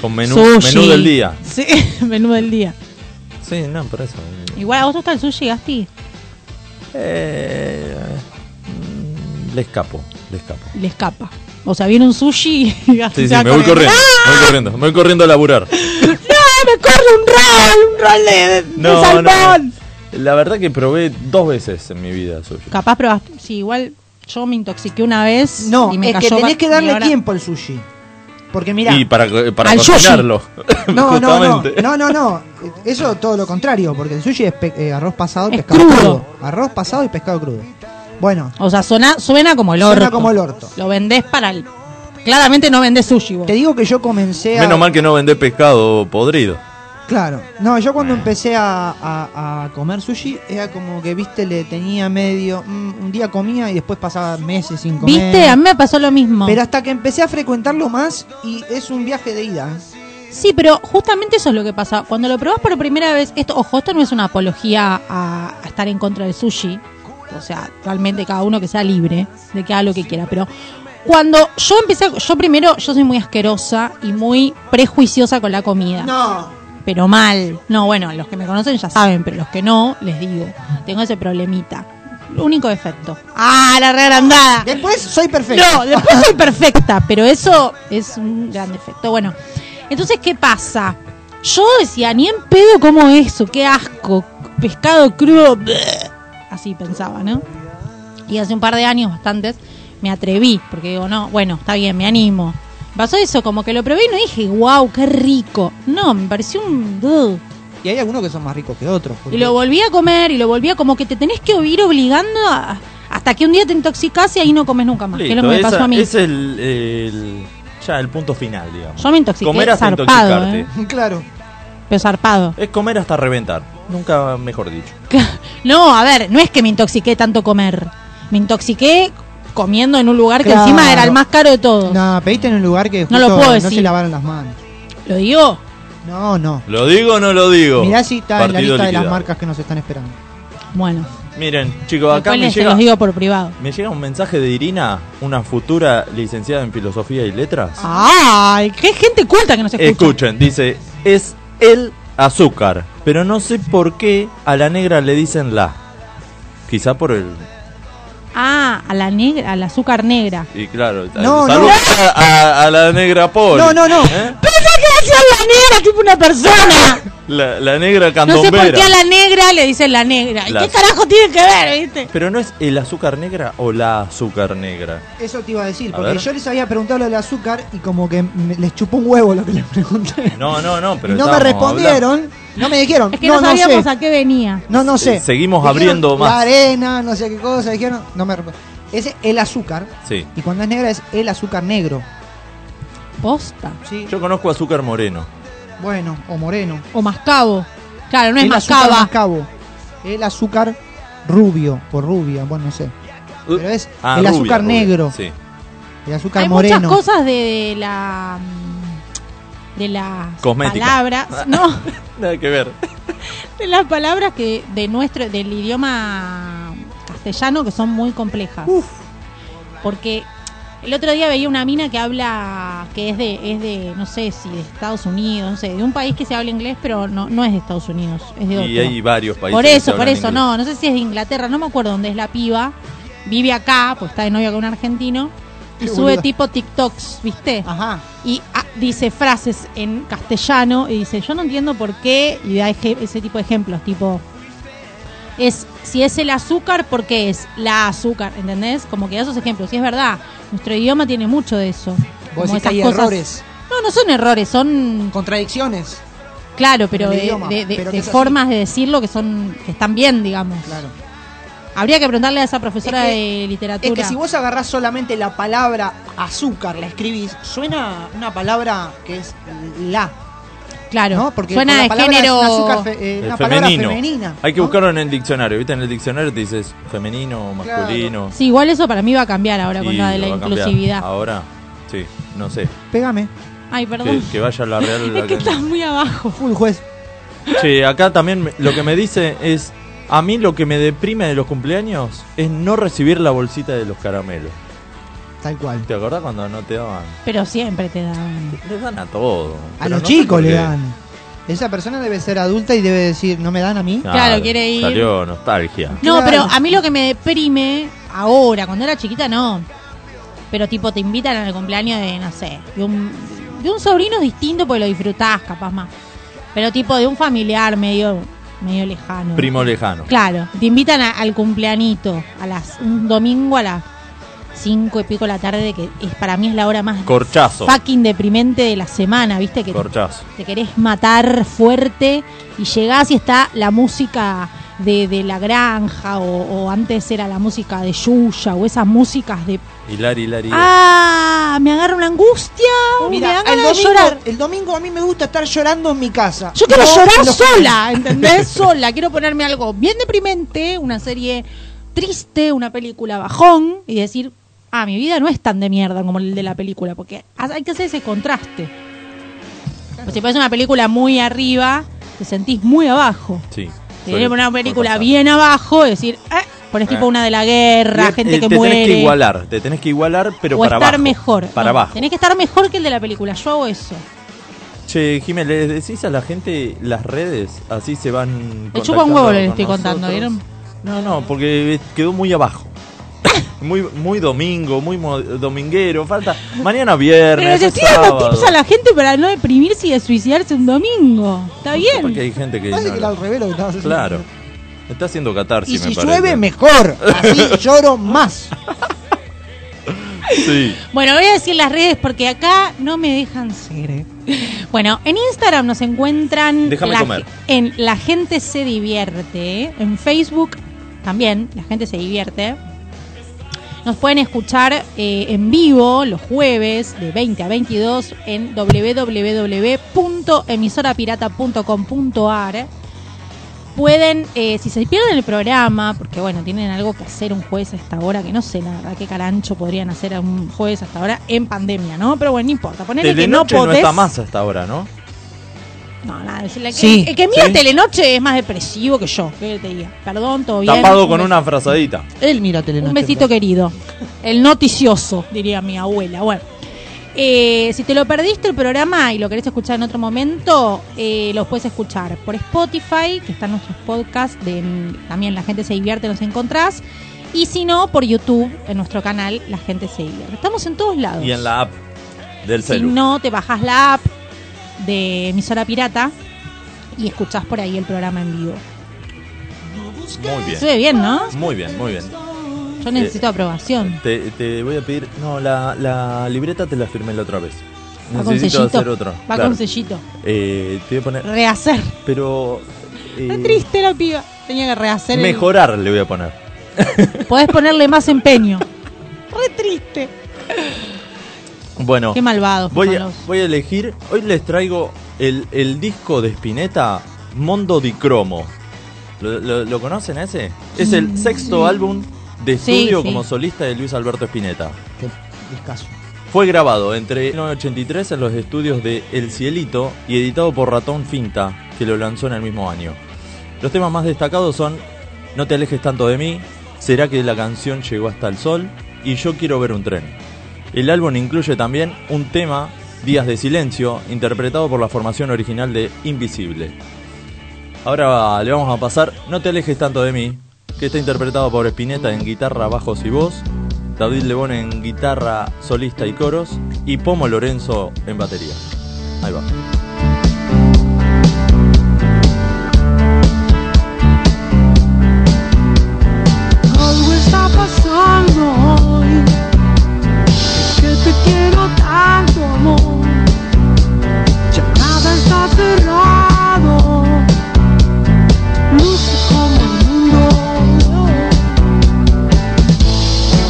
Con menú,
Sushi.
menú del día.
Sí, <laughs> menú del día.
Sí, no, por eso.
Igual, ¿a vos te gusta el sushi, Gasti?
Eh, mm, le escapo, le escapo.
Le escapa. O sea, viene un sushi y <laughs> Gasti
Sí,
se
sí,
va
me voy corriendo,
¡Ah!
me voy corriendo, me voy corriendo a laburar.
¡Ah, me corre un rol! ¡Un rol de, de
No, no,
salmón!
no. La verdad que probé dos veces en mi vida sushi.
Capaz probaste. Sí, igual yo me intoxiqué una vez.
No,
y me
es que
cayó
tenés
ba-
que
y
darle
ahora-
tiempo al sushi. Porque mira,
y para, co- para
al sushi. <laughs>
cocinarlo.
no, no, no,
justamente.
no, no, no. Eso todo lo contrario, porque el sushi es pe- eh, arroz pasado y
Es
pescado
crudo.
crudo. Arroz pasado y pescado crudo. Bueno,
O sea, suena, suena como el
Suena
orto.
como el orto.
Lo vendés para el. Claramente no vendés sushi vos.
te digo que yo comencé a...
Menos mal que no vendé pescado podrido.
Claro. No, yo cuando empecé a, a- a comer sushi, era como que, viste, le tenía medio... mm, un día comía y después pasaba meses sin comer.
¿Viste? A mí me pasó lo mismo.
Pero hasta que empecé a frecuentarlo más y es un viaje de ida. ¿eh?
Sí, pero justamente eso es lo que pasa. Cuando lo probás por primera vez, esto, ojo, esto no es una apología a, a estar en contra del sushi. O sea, realmente cada uno que sea libre de que haga lo que quiera. Pero cuando yo empecé, a- yo primero, yo soy muy asquerosa y muy prejuiciosa con la comida.
No.
Pero mal. No, bueno, los que me conocen ya saben, pero los que no, les digo, tengo ese problemita. Único defecto. Ah, la reagrandada.
Después soy perfecto.
No, después soy perfecta, pero eso es un gran defecto. Bueno, entonces, ¿qué pasa? Yo decía, ni en pedo como eso, qué asco, pescado crudo, bleh. así pensaba, ¿no? Y hace un par de años, bastantes, me atreví, porque digo, no, bueno, está bien, me animo. Pasó eso, como que lo probé y no dije, wow, qué rico. No, me pareció un... ugh.
Y hay algunos que son más ricos que otros. porque-
Y lo volví a comer y lo volví a como que te tenés que ir obligando a- hasta que un día te intoxicás y ahí no comes nunca más. que es lo que me
Listo,
pasó
esa-
a mí.
Es el, el- ya el punto final, digamos.
Yo me intoxiqué
Comer hasta
zarpado,
intoxicarte.
eh.
<laughs> Claro.
pero zarpado.
Es comer hasta reventar. Nunca mejor dicho.
No, a ver, no es que me intoxiqué tanto comer. Me intoxiqué comiendo en un lugar que
Claro.
encima era el más caro de todos.
No, pediste en un lugar que justo
lo puedo
no
decir.
se lavaron las manos.
Lo digo,
No, no.
¿Lo digo o no lo digo?
Mirá si está en la lista
Partido
de las
liquidado.
marcas que nos están esperando.
bueno.
Miren, chicos, acá
Después
me
les- se
llega,
los digo por privado.
me llega un mensaje de Irina, una futura licenciada en filosofía y letras.
Ah,
Ay, qué gente culta que nos escucha.
Escuchen, dice, es el azúcar, pero no sé por qué a la negra le dicen la. Quizá por el...
Ah, a la negra, al azúcar negra.
Y claro,
No,
saludos
no.
A, a la negra Poli.
No, no, no.
¿eh?
Pensá que le decían la negra, tipo una persona.
La, la negra
No sé
candombera.
por qué a la negra le dicen la negra. ¿Y
La-
qué carajo tiene que ver, viste?
Pero no es el azúcar negra o la azúcar negra.
Eso te iba a decir,
A
porque
ver.
yo les había preguntado lo del azúcar y como que me- les chupó un huevo lo que les pregunté.
No, no, no, pero
y no me
estábamos
respondieron, no me dijeron.
Es que no,
no, no
sabíamos
sé.
a qué venía.
No, no
Se-
sé.
Eh, seguimos
Dijeron
abriendo más.
La arena, no sé qué cosa, dijeron, no me resp- Ese es el azúcar.
hablando. Sí.
Y cuando es negra es el azúcar negro.
Posta.
Sí.
Yo conozco azúcar moreno.
Bueno, o moreno.
O mascabo. Claro, no es
el azúcar
mascaba.
mascabo. El azúcar rubio, o rubia, bueno, no sé.
Uh,
Pero es
ah,
el
rubia,
azúcar
rubia,
negro,
Sí.
el azúcar
Hay
moreno.
muchas cosas de, de la mm, de las
Cosmética. <laughs>
palabras, no,
Nada que ver.
existen las palabras que de nuestro del idioma castellano que son muy complejas.
Uf.
Porque el otro día veía una mina que habla que es de es de no sé si de Estados Unidos, no sé, de un país que se habla inglés, pero no no es de Estados Unidos, es de otro.
Y hay varios países.
Por
que
eso, por
hablan
eso,
inglés.
no, no sé si es de Inglaterra, no me acuerdo dónde es la piba. Vive acá, pues está de novia con un argentino. Y
Qué
sube
boluda.
tipo TikToks, ¿viste?
Ajá.
Y ah, dice frases en castellano y dice, yo no entiendo por qué, y da eje- ese tipo de ejemplos, tipo, es, si es el azúcar, ¿por qué es la azúcar? ¿Entendés? Como que da esos ejemplos, y es verdad, nuestro idioma tiene mucho de eso.
Vos
Como esas
decís que hay
cosas-
errores,
No, no son errores, son
contradicciones.
Claro, pero
El
de,
idioma,
de- de-
pero
de
que es así.
formas de decirlo que son que están bien, digamos.
Claro.
Habría que preguntarle a esa profesora
Es que-
de literatura.
Es que si vos agarrás solamente la palabra azúcar, la escribís, suena una palabra que es la,
claro,
¿no? Porque
suena
por la
de
palabra
género.
es una, azúcar fe- eh,
El
una palabra
femenino.
femenina.
Hay que
¿no?
buscarlo en el diccionario, ¿viste? En el diccionario te dices femenino,
Claro.
masculino.
Sí, igual eso para mí va a cambiar ahora con
y
la de la
lo va a cambiar.
inclusividad.
Ahora, sí, no sé.
Pégame.
Ay,
Que,
perdón.
que vaya la Real.
<laughs> es que estás muy abajo.
Full juez.
Sí, acá también me- lo que me dice es, a mí lo que me deprime de los cumpleaños es no recibir la bolsita de los caramelos.
Tal cual.
¿Te acordás cuando no te daban?
Pero siempre te dan.
Les dan a todo.
A
Pero
los
no sé
chicos
por
le
qué.
dan. Esa persona debe ser adulta y debe decir, ¿no me dan a mí?
Claro, quiere ir.
Salió nostalgia.
No,
Claro.
pero a mí lo que me deprime ahora, cuando era chiquita no. Pero tipo te invitan al cumpleaños de, no sé, de un, de un sobrino es distinto porque lo disfrutás capaz más. Pero tipo de un familiar medio, medio lejano.
Primo lejano.
Claro, te invitan a- al cumpleañito, a las, un domingo a las cinco y pico de la tarde, que es para mí es la hora más
Corchazo.
fucking deprimente de la semana, viste que te
Corchazo.
te querés matar fuerte y llegás y está la música de, de la granja o, o antes era la música de Yuya o esas músicas de
Hilar, hilar, hilar.
¡Ah! Me agarra una angustia,
Mira,
me dan
el
ganas de
domingo,
llorar.
el domingo a mí me gusta estar llorando en mi casa.
Yo quiero
No,
llorar
no.
sola,
<laughs>
¿entendés? sola, quiero ponerme algo bien deprimente, una serie triste, una película bajón y decir, ah, mi vida no es tan de mierda como el de la película, porque ha- hay que hacer ese contraste. Pues si pones una película muy arriba, te sentís muy abajo.
Sí.
Te
Soy-
poner una
soy
película
corchazo.
bien abajo y decir, eh, pones tipo
Eh.
una de la guerra, gente
Eh, te
que
tenés que
muere.
igualar, te tenés que igualar, pero
o
para
estar
abajo.
mejor.
Para
No,
abajo.
Tenés que estar mejor que el de la película. Yo hago eso.
Che, Jiménez, ¿les decís a la gente las redes? Así se van.
Le chupa un huevo, le
contactando
estoy
con
contando,
nosotros.
¿vieron?
No, no, porque eh, quedó muy abajo. Muy, muy domingo, muy mo- dominguero. Falta mañana
Pero
viernes.
les
es
estoy dando
sábado.
tips a la gente para no deprimirse y de suicidarse un domingo. Está
Porque
bien.
hay gente que.
Parece
no
que
la-
era al revés lo que estabas haciendo.
Claro. Está haciendo
Y
catarsis,
si
me parece.
llueve, mejor.
<laughs>
Así lloro más.
Sí.
Bueno, voy a decir las redes porque acá no me dejan ser. eh. Bueno, en Instagram nos encuentran
Déjame
la
comer.
ge- en La gente se divierte. eh. En Facebook también, La gente se divierte. Nos pueden escuchar eh, en vivo los jueves de 20 a 22 en www.emisorapirata.com.ar. Pueden, eh, si se pierden el programa, porque bueno, tienen algo que hacer un jueves a esta hora, que no sé la verdad qué carancho podrían hacer a un jueves hasta ahora en pandemia, ¿no? Pero bueno, no importa. Ponele que no
Telenoche no,
podés.
está más hasta ahora, ¿no?
No, nada, el que,
Sí.
el que mira
Sí.
Telenoche es más depresivo que yo, que te diga. Perdón, todo bien.
Tapado con
Un
una frazadita.
Él mira telenoche.
un besito querido. El noticioso, diría mi abuela. Bueno, eh, si te lo perdiste el programa y lo querés escuchar en otro momento, eh, los puedes escuchar por Spotify, que están nuestros podcasts. De, mm, también la gente se divierte, nos encontrás. Y si no, por YouTube, en nuestro canal, la gente se divierte. Estamos en todos lados.
Y en la app del
Si
celu.
no, te bajas la app de emisora pirata y escuchás por ahí el programa en vivo.
Muy bien.
Sube bien, ¿no?
Muy bien, muy bien. Eh,
Yo necesito aprobación.
Te, te voy a pedir. No, la, la libreta te la firmé la otra vez.
Va con
Necesito
sellito.
hacer otra.
Va
claro.
con sellito.
Eh, te voy a poner.
Rehacer.
Pero. eh,
Está triste la piba. Tenía que rehacer. el-
mejorar le voy a poner.
Podés ponerle más empeño. Re triste.
Bueno,
Qué malvado.
voy a, voy a elegir. Hoy les traigo el, el disco de Spinetta, Mondo di Cromo. ¿Lo, lo- lo conocen ese? Es el sexto álbum de
Mm, Sí,
estudio
sí.
como solista de Luis Alberto Spinetta.
Qué discazo.
Fue grabado entre 1983 en los estudios de El Cielito y editado por Ratón Finta, que lo lanzó en el mismo año. Los temas más destacados son No te alejes tanto de mí, Será que la canción llegó hasta el sol y Yo quiero ver un tren. El álbum incluye también un tema, Días de Silencio, interpretado por la formación original de Invisible. Ahora le vamos a pasar No te alejes tanto de mí, que está interpretado por Spinetta en guitarra, bajos y voz, David Lebón en guitarra solista y coros, y Pomo Lorenzo en batería. Ahí va.
Algo está pasando hoy Que te quiero tanto amor Ya nada está cerrado Luce como el mundo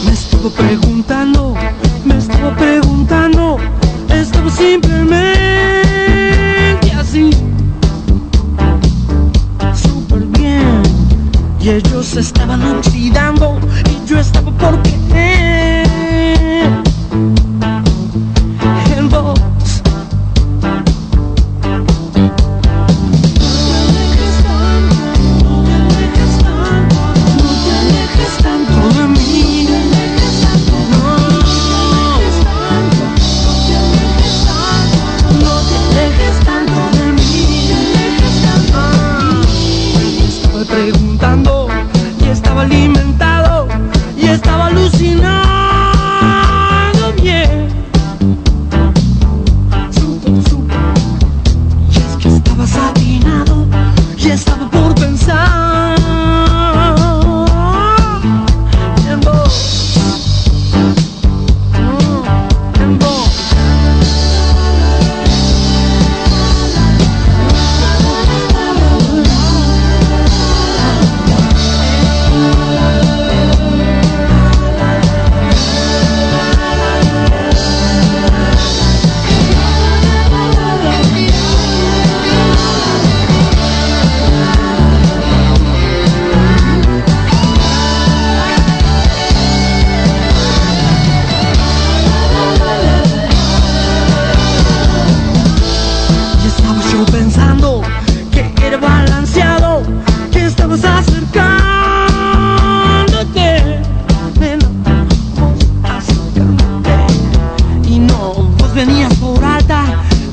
Me estuvo preguntando Me estuvo preguntando Estuvo simplemente así Súper bien y ellos estaban oxidando y yo estaba por querer en vos. No de mí. No. No te alejes tanto de mí. Estaba preguntando y estaba alimentado y estaba alucinado bien. Súper, súper. Y es que estaba satinado y estaba por pensar en vos. Mm, en vos. Y estaba yo pensando que era balanceado, que estabas acercándote, nena, vos acercándote. Y no, vos venías por alta,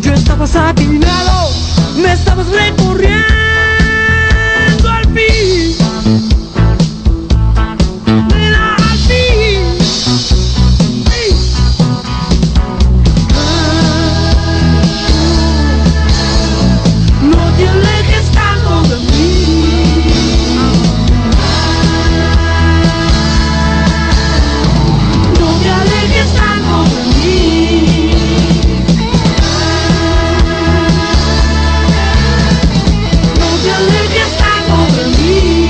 yo estaba satinado, me estabas recorriendo al fin. Nena, al fin. Sí. No te alejes tanto de mí. No te alejes tanto de mí. No te alejes tanto de mí. No te alejes tanto de mí.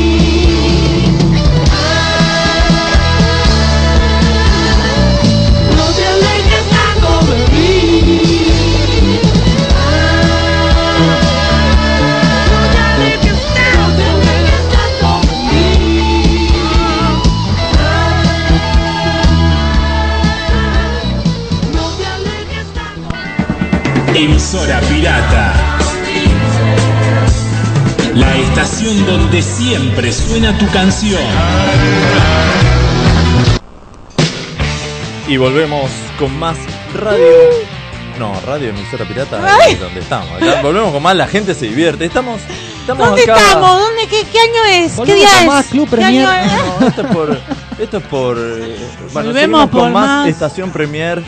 Emisora Pirata. La estación donde siempre suena tu canción.
Y volvemos con más radio.
Uh.
No, radio emisora pirata es donde estamos. Acá volvemos con más, la gente se divierte. Estamos, estamos
¿Dónde
acá.
estamos? ¿Dónde, qué, qué año es? ¿Qué
Volvemos
día
a
es?
más Club
¿Qué
Premier.
año es?
No, esto es por. Esto es por. eh, Bueno,
Volvemos
seguimos con
por
más,
más.
estación Premier.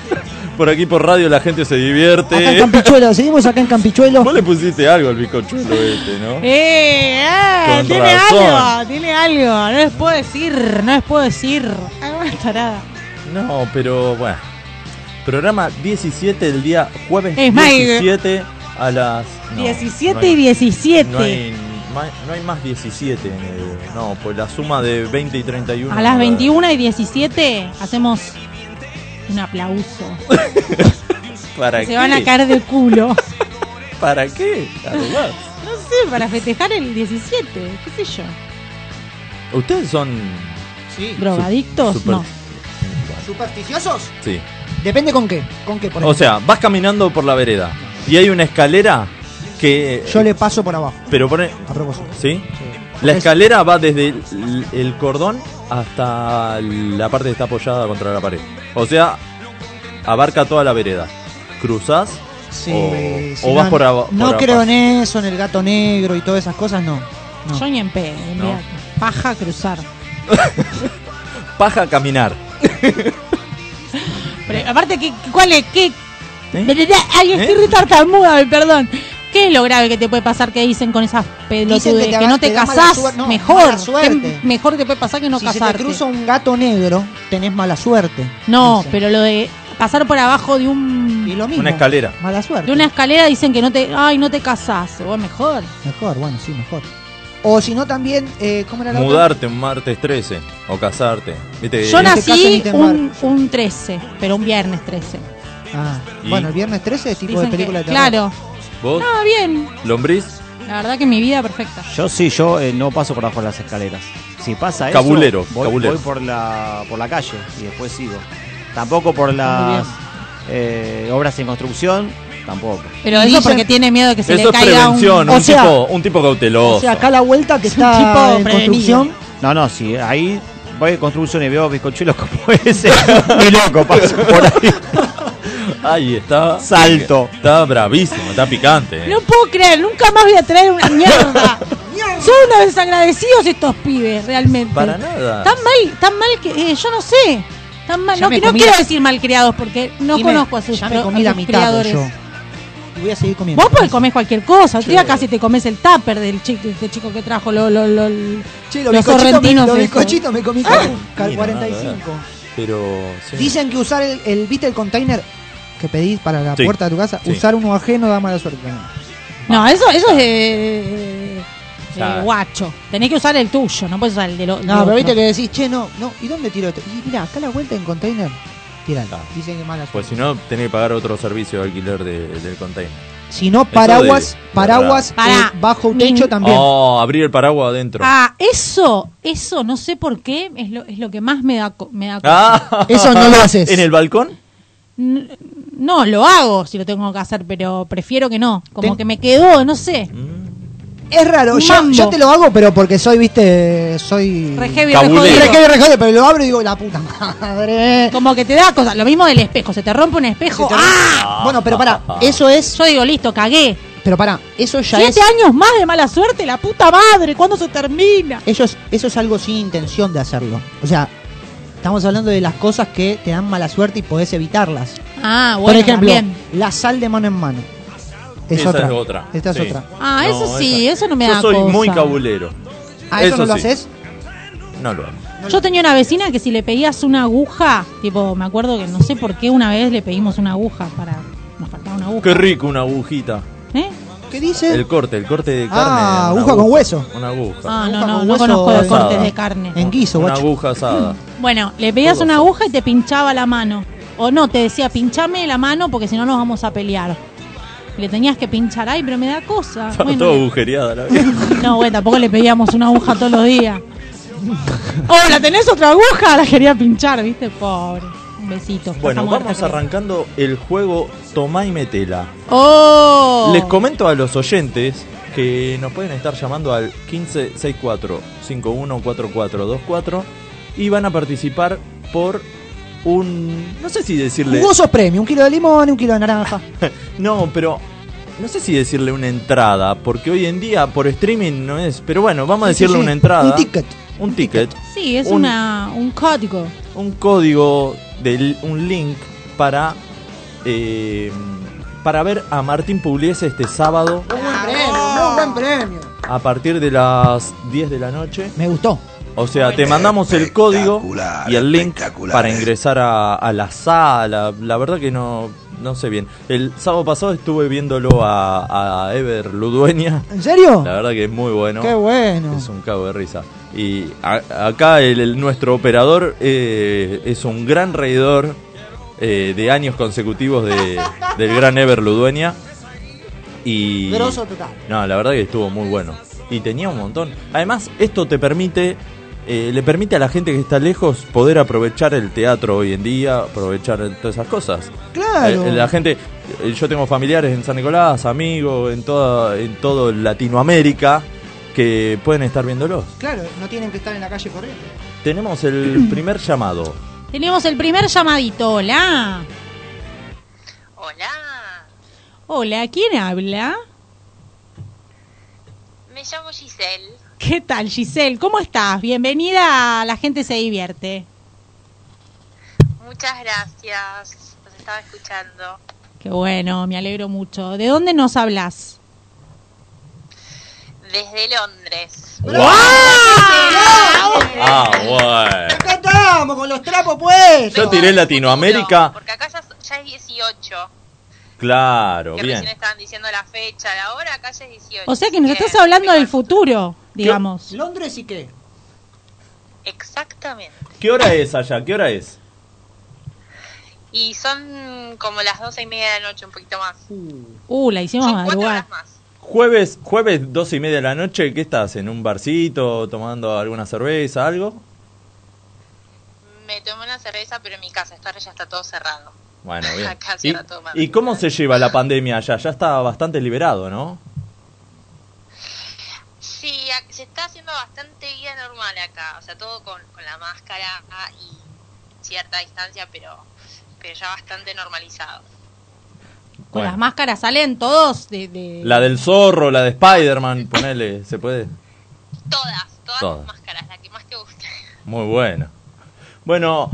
<laughs> por aquí por radio la gente se
Acá en
divierte.
Campichuelo, seguimos acá en Campichuelo.
Vos le pusiste algo al bicochuelo este, ¿no?
Eh, eh,
Con
tiene
razón.
algo, tiene algo. No les puedo decir, no les puedo decir. Alguna tarada.
No, pero bueno. Programa 17 del día jueves
Es más,
17 a las. no,
17
no hay-
y 17.
No hay, ma- no hay más 17 en el- No, pues la suma de 20 y 31.
A las 21 y 17 hacemos un aplauso.
¿Para
Se van a
qué?
caer de culo.
¿Para qué?
<laughs>
Además.
No sé, para festejar el 17, qué sé yo.
Ustedes son.
Sí.
¿Drogadictos?
super-
No.
¿Supersticiosos?
Sí.
Depende con qué. ¿Con qué, por
O sea, vas caminando por la vereda y hay una escalera que.
Yo le paso por abajo,
Pero pone.
a propósito.
¿Sí?
Sí.
La
Es-
escalera va desde el, el cordón hasta la parte que está apoyada contra la pared. O sea, abarca toda la vereda. Cruzás.
Sí,
o-
sí,
o
no,
vas por
No,
aba-
no
por
creo
abajo.
en eso, en el gato negro y todas esas cosas, no. No.
Yo ni en pedo,
No.
mirá, paja cruzar.
Paja a caminar.
Pero, aparte, ¿qué, ¿cuál es? ¿Qué?
¿Eh?
Ay, es que
¿Eh?
retartamuda, perdón. ¿Qué es lo grave que te puede pasar que dicen con esas pelotudes?
te
Que,
va-
no te,
te da mala
casás,
suer- no,
mejor.
mala suerte.
¿Qué mejor te puede pasar que no
si se
casarte?
te cruza un gato negro, tenés mala suerte.
No,
Dicen.
pero lo de pasar por abajo de
Y
un
lo mismo.
Una escalera.
Mala suerte.
de una escalera dicen que no te, ay, no te casás, o mejor.
Mejor, bueno, sí, mejor. O si no también, eh, ¿cómo era la otra?
Mudarte un martes 13 o casarte. ¿Viste?
Yo
Eh,
na- casas ni
nací
te
un,
embarcas.
un 13, pero un viernes 13.
Ah,
Y-
bueno, el viernes 13 es tipo
Dicen
de película
que-
de terror.
claro.
¿Vos?
No, bien.
¿Lombriz?
La verdad que mi vida perfecta.
Yo sí, yo eh, no paso por abajo de las escaleras. Si pasa eso,
Cabulero,
voy,
cabulero.
voy por la por la calle y después sigo. Tampoco por las eh, obras en construcción, tampoco.
Pero
Y
eso
dicen-
porque tiene miedo que se
Eso es
le caiga un...
prevención,
o
un,
sea-
tipo, un tipo cauteloso.
O sea, acá a la vuelta que
Es un
está
tipo
en
prevenido.
construcción.
No, no, sí, ahí voy a construcción y veo bizcochuelos como <laughs> ese.
<laughs>
Ni loco paso por ahí.
Ahí está.
Salto.
Está bravísimo, está picante. eh.
No puedo creer, nunca más voy a traer una mierda. Son unos desagradecidos estos pibes, realmente.
Para nada.
Tan mal, tan mal que eh, yo no sé. Tan mal,
Ya
no,
me
que no
comí
quiero
la-
decir malcriados porque no
y me-
conozco a sus,
Ya
pro-
me
a
comí la
sus
mitad
creadores.
yo. Y voy a seguir comiendo.
Vos podés comer cualquier cosa, otro día casi te comes el tupper del chico, este chico que trajo lo- lo- lo-
Che,
los sorrentinos.
Me, los
esos.
bizcochitos me comí
Mira,
cal 45.
nada. Pero. sí.
Dicen que usar el, el- ¿viste el container que pedís para la
Sí.
puerta de tu casa?
Sí.
Usar uno ajeno da mala suerte. también. Ah.
No, eso, eso es de, de- de
Ya.
guacho. Tenés que usar el tuyo, no puedes usar el de lo.
No,
lo
pero viste
otro.
que decís, che, no, no, ¿y dónde tiro esto? Y mirá, acá a la vuelta en container, tiran.
Claro.
Dicen que mala suerte.
Pues si no, tenés que pagar otro servicio de alquiler de- del container.
Si no, paraguas,
de- de
paraguas eh,
Pará.
bajo un
Ni-
techo también.
Oh, abrir el paraguas adentro.
Ah, eso, eso, no sé por qué, es lo, es lo que más me da, co- me da cosa.
Ah.
Eso no lo haces.
¿En el balcón?
N- No, lo hago si lo tengo que hacer, pero prefiero que no. Como
Ten-
que me quedó, no sé.
Es raro, yo,
Mambo.
yo te lo hago, pero porque soy, viste, soy.
Re heavy, re
Cabulero.
jodido.
Re heavy, re jodido, pero lo abro y digo, la puta madre.
Como que te da cosas. Lo mismo del espejo, se te rompe un espejo.
Se te-
¡Ah!
Bueno, pero pará, eso es.
Yo digo, listo, cagué.
Pero pará, eso ya es.
Siete años más de mala suerte, la puta madre, ¿cuándo se termina?
Ellos, eso es algo sin intención de hacerlo. O sea, estamos hablando de las cosas que te dan mala suerte y podés evitarlas.
Ah, bueno,
Por ejemplo,
también.
la sal de mano en mano. Es
Esa
otra.
es otra.
Esta
Sí.
es otra.
Ah,
No,
eso sí, eso no me
Yo
da
soy
cosa.
muy cabulero.
¿A Ah, eso, no lo
sí.
haces?
No lo hago.
Yo tenía una vecina que si le pedías una aguja, tipo, me acuerdo que no sé por qué una vez le pedimos una aguja para. Nos faltaba una aguja.
Qué rico una agujita.
¿Eh?
¿Qué dice?
El corte, el corte de carne. una
Ah, aguja con hueso.
Una aguja.
Ah, no,
Aguja
no,
con
no
hueso
conozco de
asada.
cortes de carne.
En guiso,
una
guacho.
aguja
<laughs>
asada.
Bueno, le pedías
Todo.
una aguja y te pinchaba la mano. O no, te decía, pinchame la mano porque si no nos vamos a pelear. Y Le tenías que pinchar, ay, pero me da cosa.
Está
Bueno,
todo agujereada
<laughs>
la vieja.
no, bueno, tampoco le pedíamos una aguja todos los días. Hola, ¿tenés otra aguja? La quería pinchar, ¿viste? Pobre. Un besito.
Bueno,
Está muerta,
vamos
creo.
arrancando el juego Tomá y Metela.
¡Oh!
Les comento a los oyentes que nos pueden estar llamando al 1564-514424 y van a participar por un... No sé si decirle...
Jugosos premios, un kilo de limón y un kilo de naranja.
<laughs> No, pero... No sé si decirle una entrada, porque hoy en día por streaming no es... Pero bueno, vamos a
Sí, sí,
decirle
sí.
una entrada.
Un ticket.
Un ticket.
Sí, es
un-
una, un código.
un código de un link para eh, para ver a Martín Pugliese este sábado a partir de las 10 de la noche.
Me gustó.
O sea, te mandamos el código
Espectacular,
y el link
espectacular,
para
eh.
ingresar a, a la sala. La verdad que no no sé bien. El sábado pasado estuve viéndolo a, a Ever Ludueña.
¿En serio?
La verdad que es muy bueno.
Qué bueno.
Es un cago de risa. Y a- acá el, el- nuestro operador eh, es un gran reidor eh, de años consecutivos
<laughs>
de, del gran Ever Ludueña. Y.
Grosso total.
No, la verdad que estuvo muy bueno. Y tenía un montón. Además, esto te permite. eh, le permite a la gente que está lejos poder aprovechar el teatro hoy en día, aprovechar todas esas cosas.
<laughs> Claro.
Eh, la gente, eh, yo tengo familiares en San Nicolás, amigos, en toda en todo Latinoamérica que pueden estar viéndolos.
Claro, no tienen que estar en la calle corriendo.
Tenemos
<clears throat>
el primer llamado.
Tenemos el primer llamadito. Hola.
Hola,
Hola, ¿quién habla?
me llamo Giselle.
¿Qué tal, Giselle? ¿Cómo estás? Bienvenida a La Gente Se Divierte.
Muchas gracias. Los estaba escuchando
Qué bueno, me alegro mucho. ¿De dónde nos hablas?
desde Londres.
Ah, bueno.
Acá estamos con los trapos, pues.
Yo tiré Latinoamérica.
Porque acá ya, ya es 18.
Claro,
que
bien.
recién estaban diciendo la fecha, la hora, acá ya es 18.
O sea que nos
así
estás hablando del
igual.
futuro, digamos.
¿Londres y
Eh,
qué?
Exactamente.
¿Qué hora es allá? ¿Qué hora es?
Y son como las 12 y media de la noche, un poquito más.
Uh, la hicimos
Son cuatro
madrugar.
horas más.
Jueves, jueves dos y media de la noche, ¿qué estás? ¿En un barcito, tomando alguna cerveza, algo?
Me tomé una cerveza, pero en mi casa, esta hora ya está todo cerrado.
Bueno,
<laughs>
bien.
Acá se
¿Y,
la toman.
y cómo se lleva la pandemia allá? Ya está bastante liberado, ¿no?
Sí, ac- se está haciendo bastante vida normal acá, o sea, todo con, con la máscara ah, y cierta distancia, pero, pero ya bastante normalizado.
Con
Bueno.
las máscaras salen todos de... de-
La del zorro, la de
<laughs>
Spider-Man, ponele, se puede.
Todas, todas, las
Todas.
máscaras, la que más te guste.
Muy bueno. Bueno,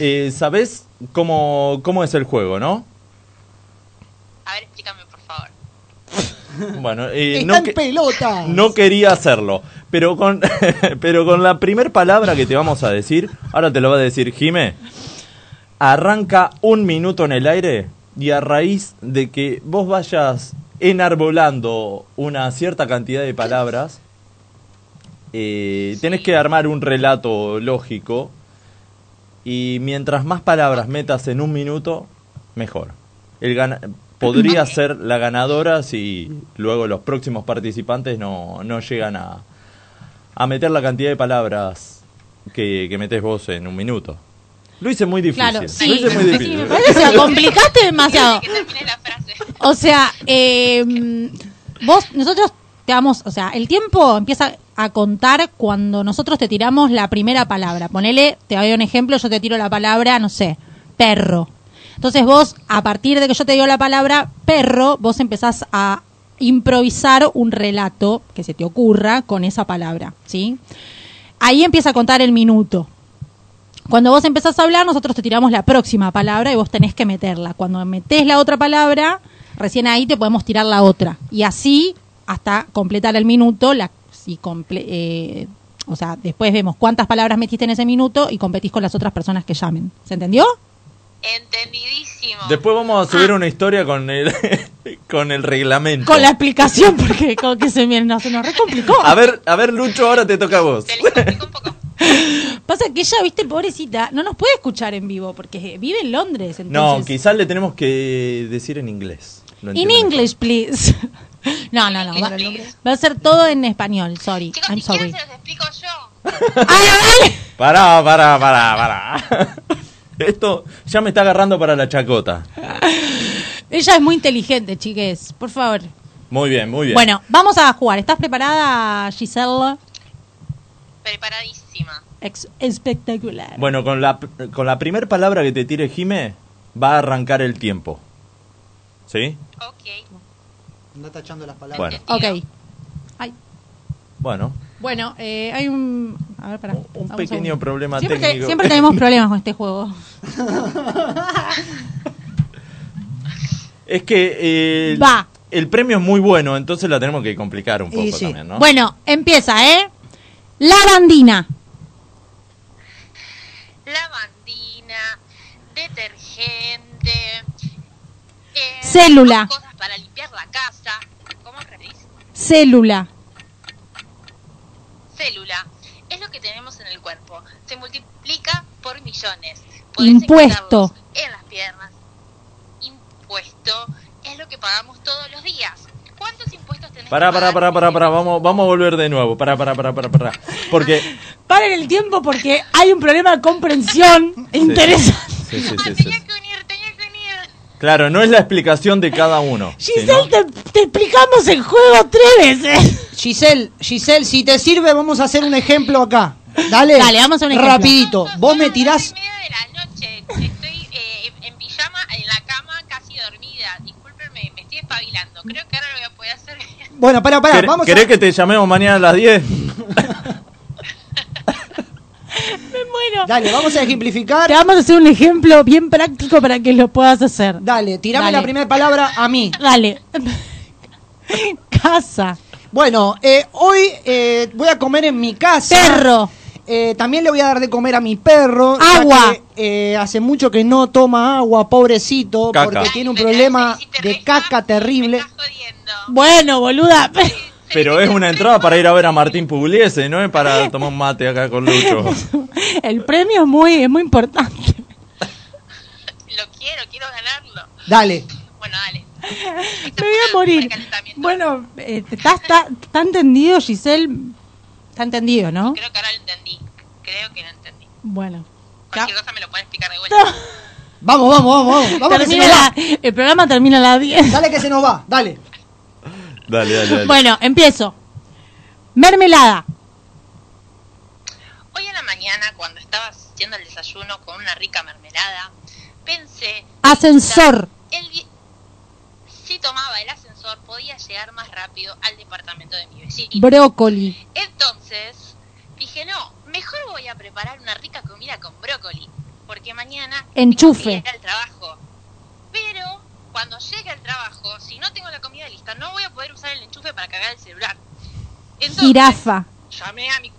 eh, ¿sabés cómo, cómo es el juego, no?
A ver, explícame, por favor.
Bueno, eh,
Está
no,
en
que- <laughs>
pelota.
no quería hacerlo, pero con, <laughs> pero con la primer palabra que te vamos a decir, ahora te lo va a decir Jime, arranca un minuto en el aire y a raíz de que vos vayas enarbolando una cierta cantidad de palabras, eh, tenés que armar un relato lógico y mientras más palabras metas en un minuto, mejor. El gana- podría ser la ganadora si luego los próximos participantes no, no llegan a, a meter la cantidad de palabras que, que metes vos en un minuto. Lo hice muy difícil.
Claro,
Lo
sí,
hice muy
sí,
difícil.
me parece
<laughs>
que se la
<laughs>
complicaste demasiado.
Que termine la frase.
O sea, eh, vos, nosotros te damos, o sea, el tiempo empieza a contar cuando nosotros te tiramos la primera palabra. Ponele, te doy un ejemplo, yo te tiro la palabra, no sé, perro. Entonces vos, a partir de que yo te digo la palabra perro, vos empezás a improvisar un relato que se te ocurra con esa palabra, ¿sí? Ahí empieza a contar el minuto. Cuando vos empezás a hablar, nosotros te tiramos la próxima palabra y vos tenés que meterla. Cuando metés la otra palabra, recién ahí te podemos tirar la otra. Y así hasta completar el minuto, la, si comple- eh, o sea, después vemos cuántas palabras metiste en ese minuto y competís con las otras personas que llamen. ¿Se entendió?
Entendidísimo.
Después vamos a subir una historia con el, <laughs> con el reglamento.
Ah. Con la explicación, porque como que se, me, no, se nos recomplicó.
A ver, a ver, Lucho, ahora te toca a vos.
Te lo explico un poco.
Pasa que ella, viste, pobrecita, no nos puede escuchar en vivo porque vive en Londres. Entonces...
No, quizás le tenemos que decir en inglés. Lo
In
entiendo mejor.
English, please. <laughs> No, no, no. Va,
English, please.
va a ser todo en español. Sorry.
Chicos,
I'm
si quieren
sorry.
se los explico yo.
Ay, ay,
Pará, pará, pará, pará. <laughs> Esto ya me está agarrando para la chacota.
ay. Ella es muy inteligente, chiques. Por favor.
Muy bien, muy bien.
Bueno, vamos a jugar. ¿Estás preparada, Giselle?
Preparadísima.
Ex- espectacular.
Bueno, con la, con la primera palabra que te tire Jime, va a arrancar el tiempo. ¿Sí?
Ok.
Anda tachando las palabras.
Bueno,
Ok. Ay,
bueno.
bueno, eh, hay un. A ver, pará.
Un- un
Dame
pequeño
segundo.
problema
siempre te-
técnico. <laughs>
siempre tenemos problemas con este <laughs> juego.
Es que eh,
Va.
el premio es muy bueno, entonces la tenemos que complicar un
Y
poco
sí.
también, ¿no?
Bueno, empieza, ¿eh? Lavandina.
Lavandina, detergente. eh,
Célula.
Cosas para limpiar la casa. ¿Cómo repetís?
Célula.
Célula es lo que tenemos en el cuerpo. Se multiplica por millones.
Impuesto.
encontrarlos En las piernas. Impuesto es lo que pagamos todos los días. ¿Cuántos impuestos tenemos?
Pará, pará, pará, pará, pará, vamos, vamos a volver de nuevo. Pará, pará, pará, pará, pará. Porque.
Paren el tiempo porque hay un problema de comprensión
<laughs> Sí.
<laughs> interesante.
Sí, sí,
Ah,
sí, sí.
tenía que unir, tenía que unir.
Claro, no es la explicación de cada uno.
Giselle,
sino-
te, te explicamos el juego tres veces.
Giselle, Giselle, si te sirve, vamos a hacer un ejemplo acá. Dale.
Dale, vamos a un ejemplo.
Rapidito. Vos me tirás.
En media de la noche, estoy eh, en pijama, en la cama, casi dormida. Discúlpenme, me estoy espabilando. Creo que ahora lo voy a poder hacer.
Bueno, pará, pará.
¿Quer-
Vamos a...
¿Querés que te llamemos mañana a las 10?
Me muero.
Dale, vamos a
Te
ejemplificar.
vamos a hacer un ejemplo bien práctico para que lo puedas hacer.
Dale, tirame
Dale.
la primera palabra a mí.
Dale. <laughs> Casa.
Bueno, eh, hoy eh, voy a comer en mi casa.
Perro.
Eh, también le voy a dar de comer a mi perro. ya
Agua.
que, eh, hace mucho que no toma agua, pobrecito,
Caca.
porque tiene un
Ay, me
problema
parece que si te
de
rezas,
caca
Me
terrible.
estás jodiendo.
Bueno, boluda. <laughs>
Pero es una entrada para ir a ver a Martín Pugliese, no es para tomar un mate acá con Lucho.
<laughs> El premio es muy, es muy importante.
<laughs> Lo quiero, quiero ganarlo.
Dale.
Bueno, dale.
<laughs> Me voy a morir. Bueno, eh, está, está- está entendido, Giselle. Está entendido, ¿no?
Creo que ahora lo entendí. Creo que lo entendí.
Bueno.
Cualquier cosa me lo pueden explicar de
<laughs>
vuelta.
Vamos, vamos, vamos, vamos. Vamos que se
Termina
nos va.
la- el programa termina a las 10.
Dale que se nos va. Dale.
Dale, dale, dale.
Bueno, empiezo. Mermelada.
Hoy en la mañana, cuando estaba haciendo el desayuno con una rica mermelada, pensé...
Ascensor.
El vi- si tomaba el ascensor, podía llegar más rápido al departamento de mi vecino.
Brócoli.
Entonces, dije, no, mejor voy a preparar una rica comida con brócoli, porque mañana
Enchufe.
tengo que ir al trabajo. Pero cuando llegue al trabajo, si no tengo la comida lista, no voy a poder usar el enchufe para cargar el celular. Entonces,
Jirafa.
llamé a mi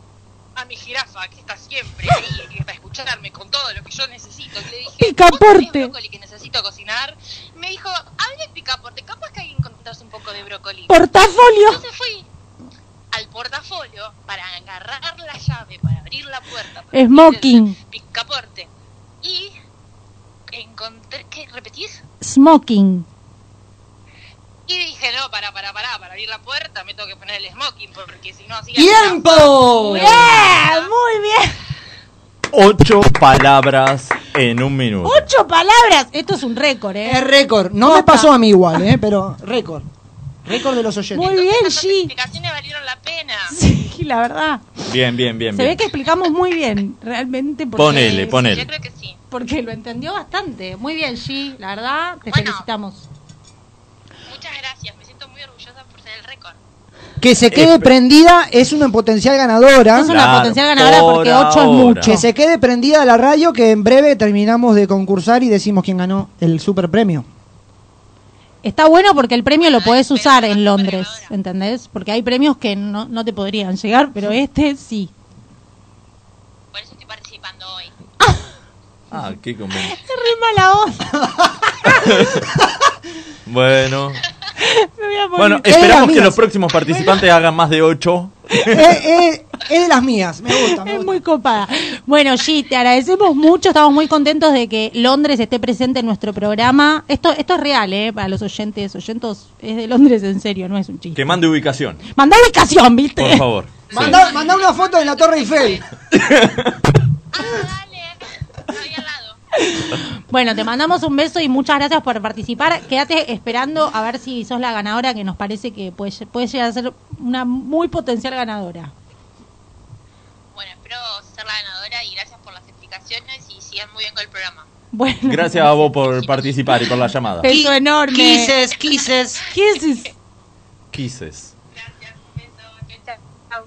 a mi jirafa que está siempre ahí eh, para escucharme con todo lo que yo necesito. Y Le dije,
Picaporte.
"¿Vos tenés brócoli que necesito cocinar?" Me dijo, "Hable picaporte, capaz que hay que encontrarse un poco de brócoli."
Portafolio.
Entonces fui al portafolio para agarrar la llave, para abrir la puerta. para abrir
Smoking.
el Picaporte. Y encontré. ¿Qué? ¿Repetís?
Smoking.
Y dije, no, para, para, para, para abrir la puerta me tengo que poner el smoking, porque si no, así.
¡Tiempo!
Bien, muy bien.
Ocho palabras en un minuto.
Ocho palabras. Esto es un récord, ¿eh?
Es récord. No me
Posta.
pasó a mí igual, ¿eh? Pero récord. Récord de los oyentes.
Muy bien,
Esas
G.
explicaciones valieron la pena.
Sí, <laughs> la verdad.
Bien, bien, bien.
Se
bien.
ve que explicamos muy bien, realmente. Porque,
Ponele, ponele.
Yo creo que sí.
Porque lo entendió bastante. Muy bien, G. La verdad, te
Bueno.
felicitamos.
Muchas gracias, me siento muy orgullosa por ser el récord.
Que
Eh,
se quede
Espe-
prendida es una potencial ganadora.
Es una
Claro,
potencial ganadora porque
hora,
ocho es
hora.
mucho.
Que se quede prendida la radio que en breve terminamos de concursar y decimos quién ganó el super premio.
Está bueno porque el premio lo podés
pero
usar
no
en
es
Londres,
superadora.
¿entendés? Porque hay premios que no, no te podrían llegar, pero este sí.
Por eso estoy participando hoy.
Ah, qué conveniente.
Es re mala onda.
<laughs>
Bueno.
Me voy a morir.
Bueno,
Quedan
esperamos que
amigas.
los próximos participantes hagan más de ocho.
Eh, eh, es de las mías, me gusta. me
Es
gusta.
muy copada. Bueno, G, te agradecemos mucho. Estamos muy contentos de que Londres esté presente en nuestro programa. Esto, esto es real, ¿eh? Para los oyentes. Oyentos es de Londres en serio, no es un chiste.
Que mande ubicación,
Mandá ubicación, ¿viste?
por favor. Sí.
Mandá, mandá una foto de la Torre
<laughs>
Eiffel.
Ah, dale, estoy al lado.
Bueno, te mandamos un beso y muchas gracias por participar. Quédate esperando a ver si sos la ganadora, que nos parece que puede, puede llegar a ser una muy potencial ganadora.
Bueno, espero ser la ganadora y gracias por las explicaciones y sigan muy bien con el programa.
Bueno,
Gracias a vos por participar y por la llamada.
beso enorme.
Kisses, kisses.
Kisses.
Quises.
Gracias, un beso. Chao, chao.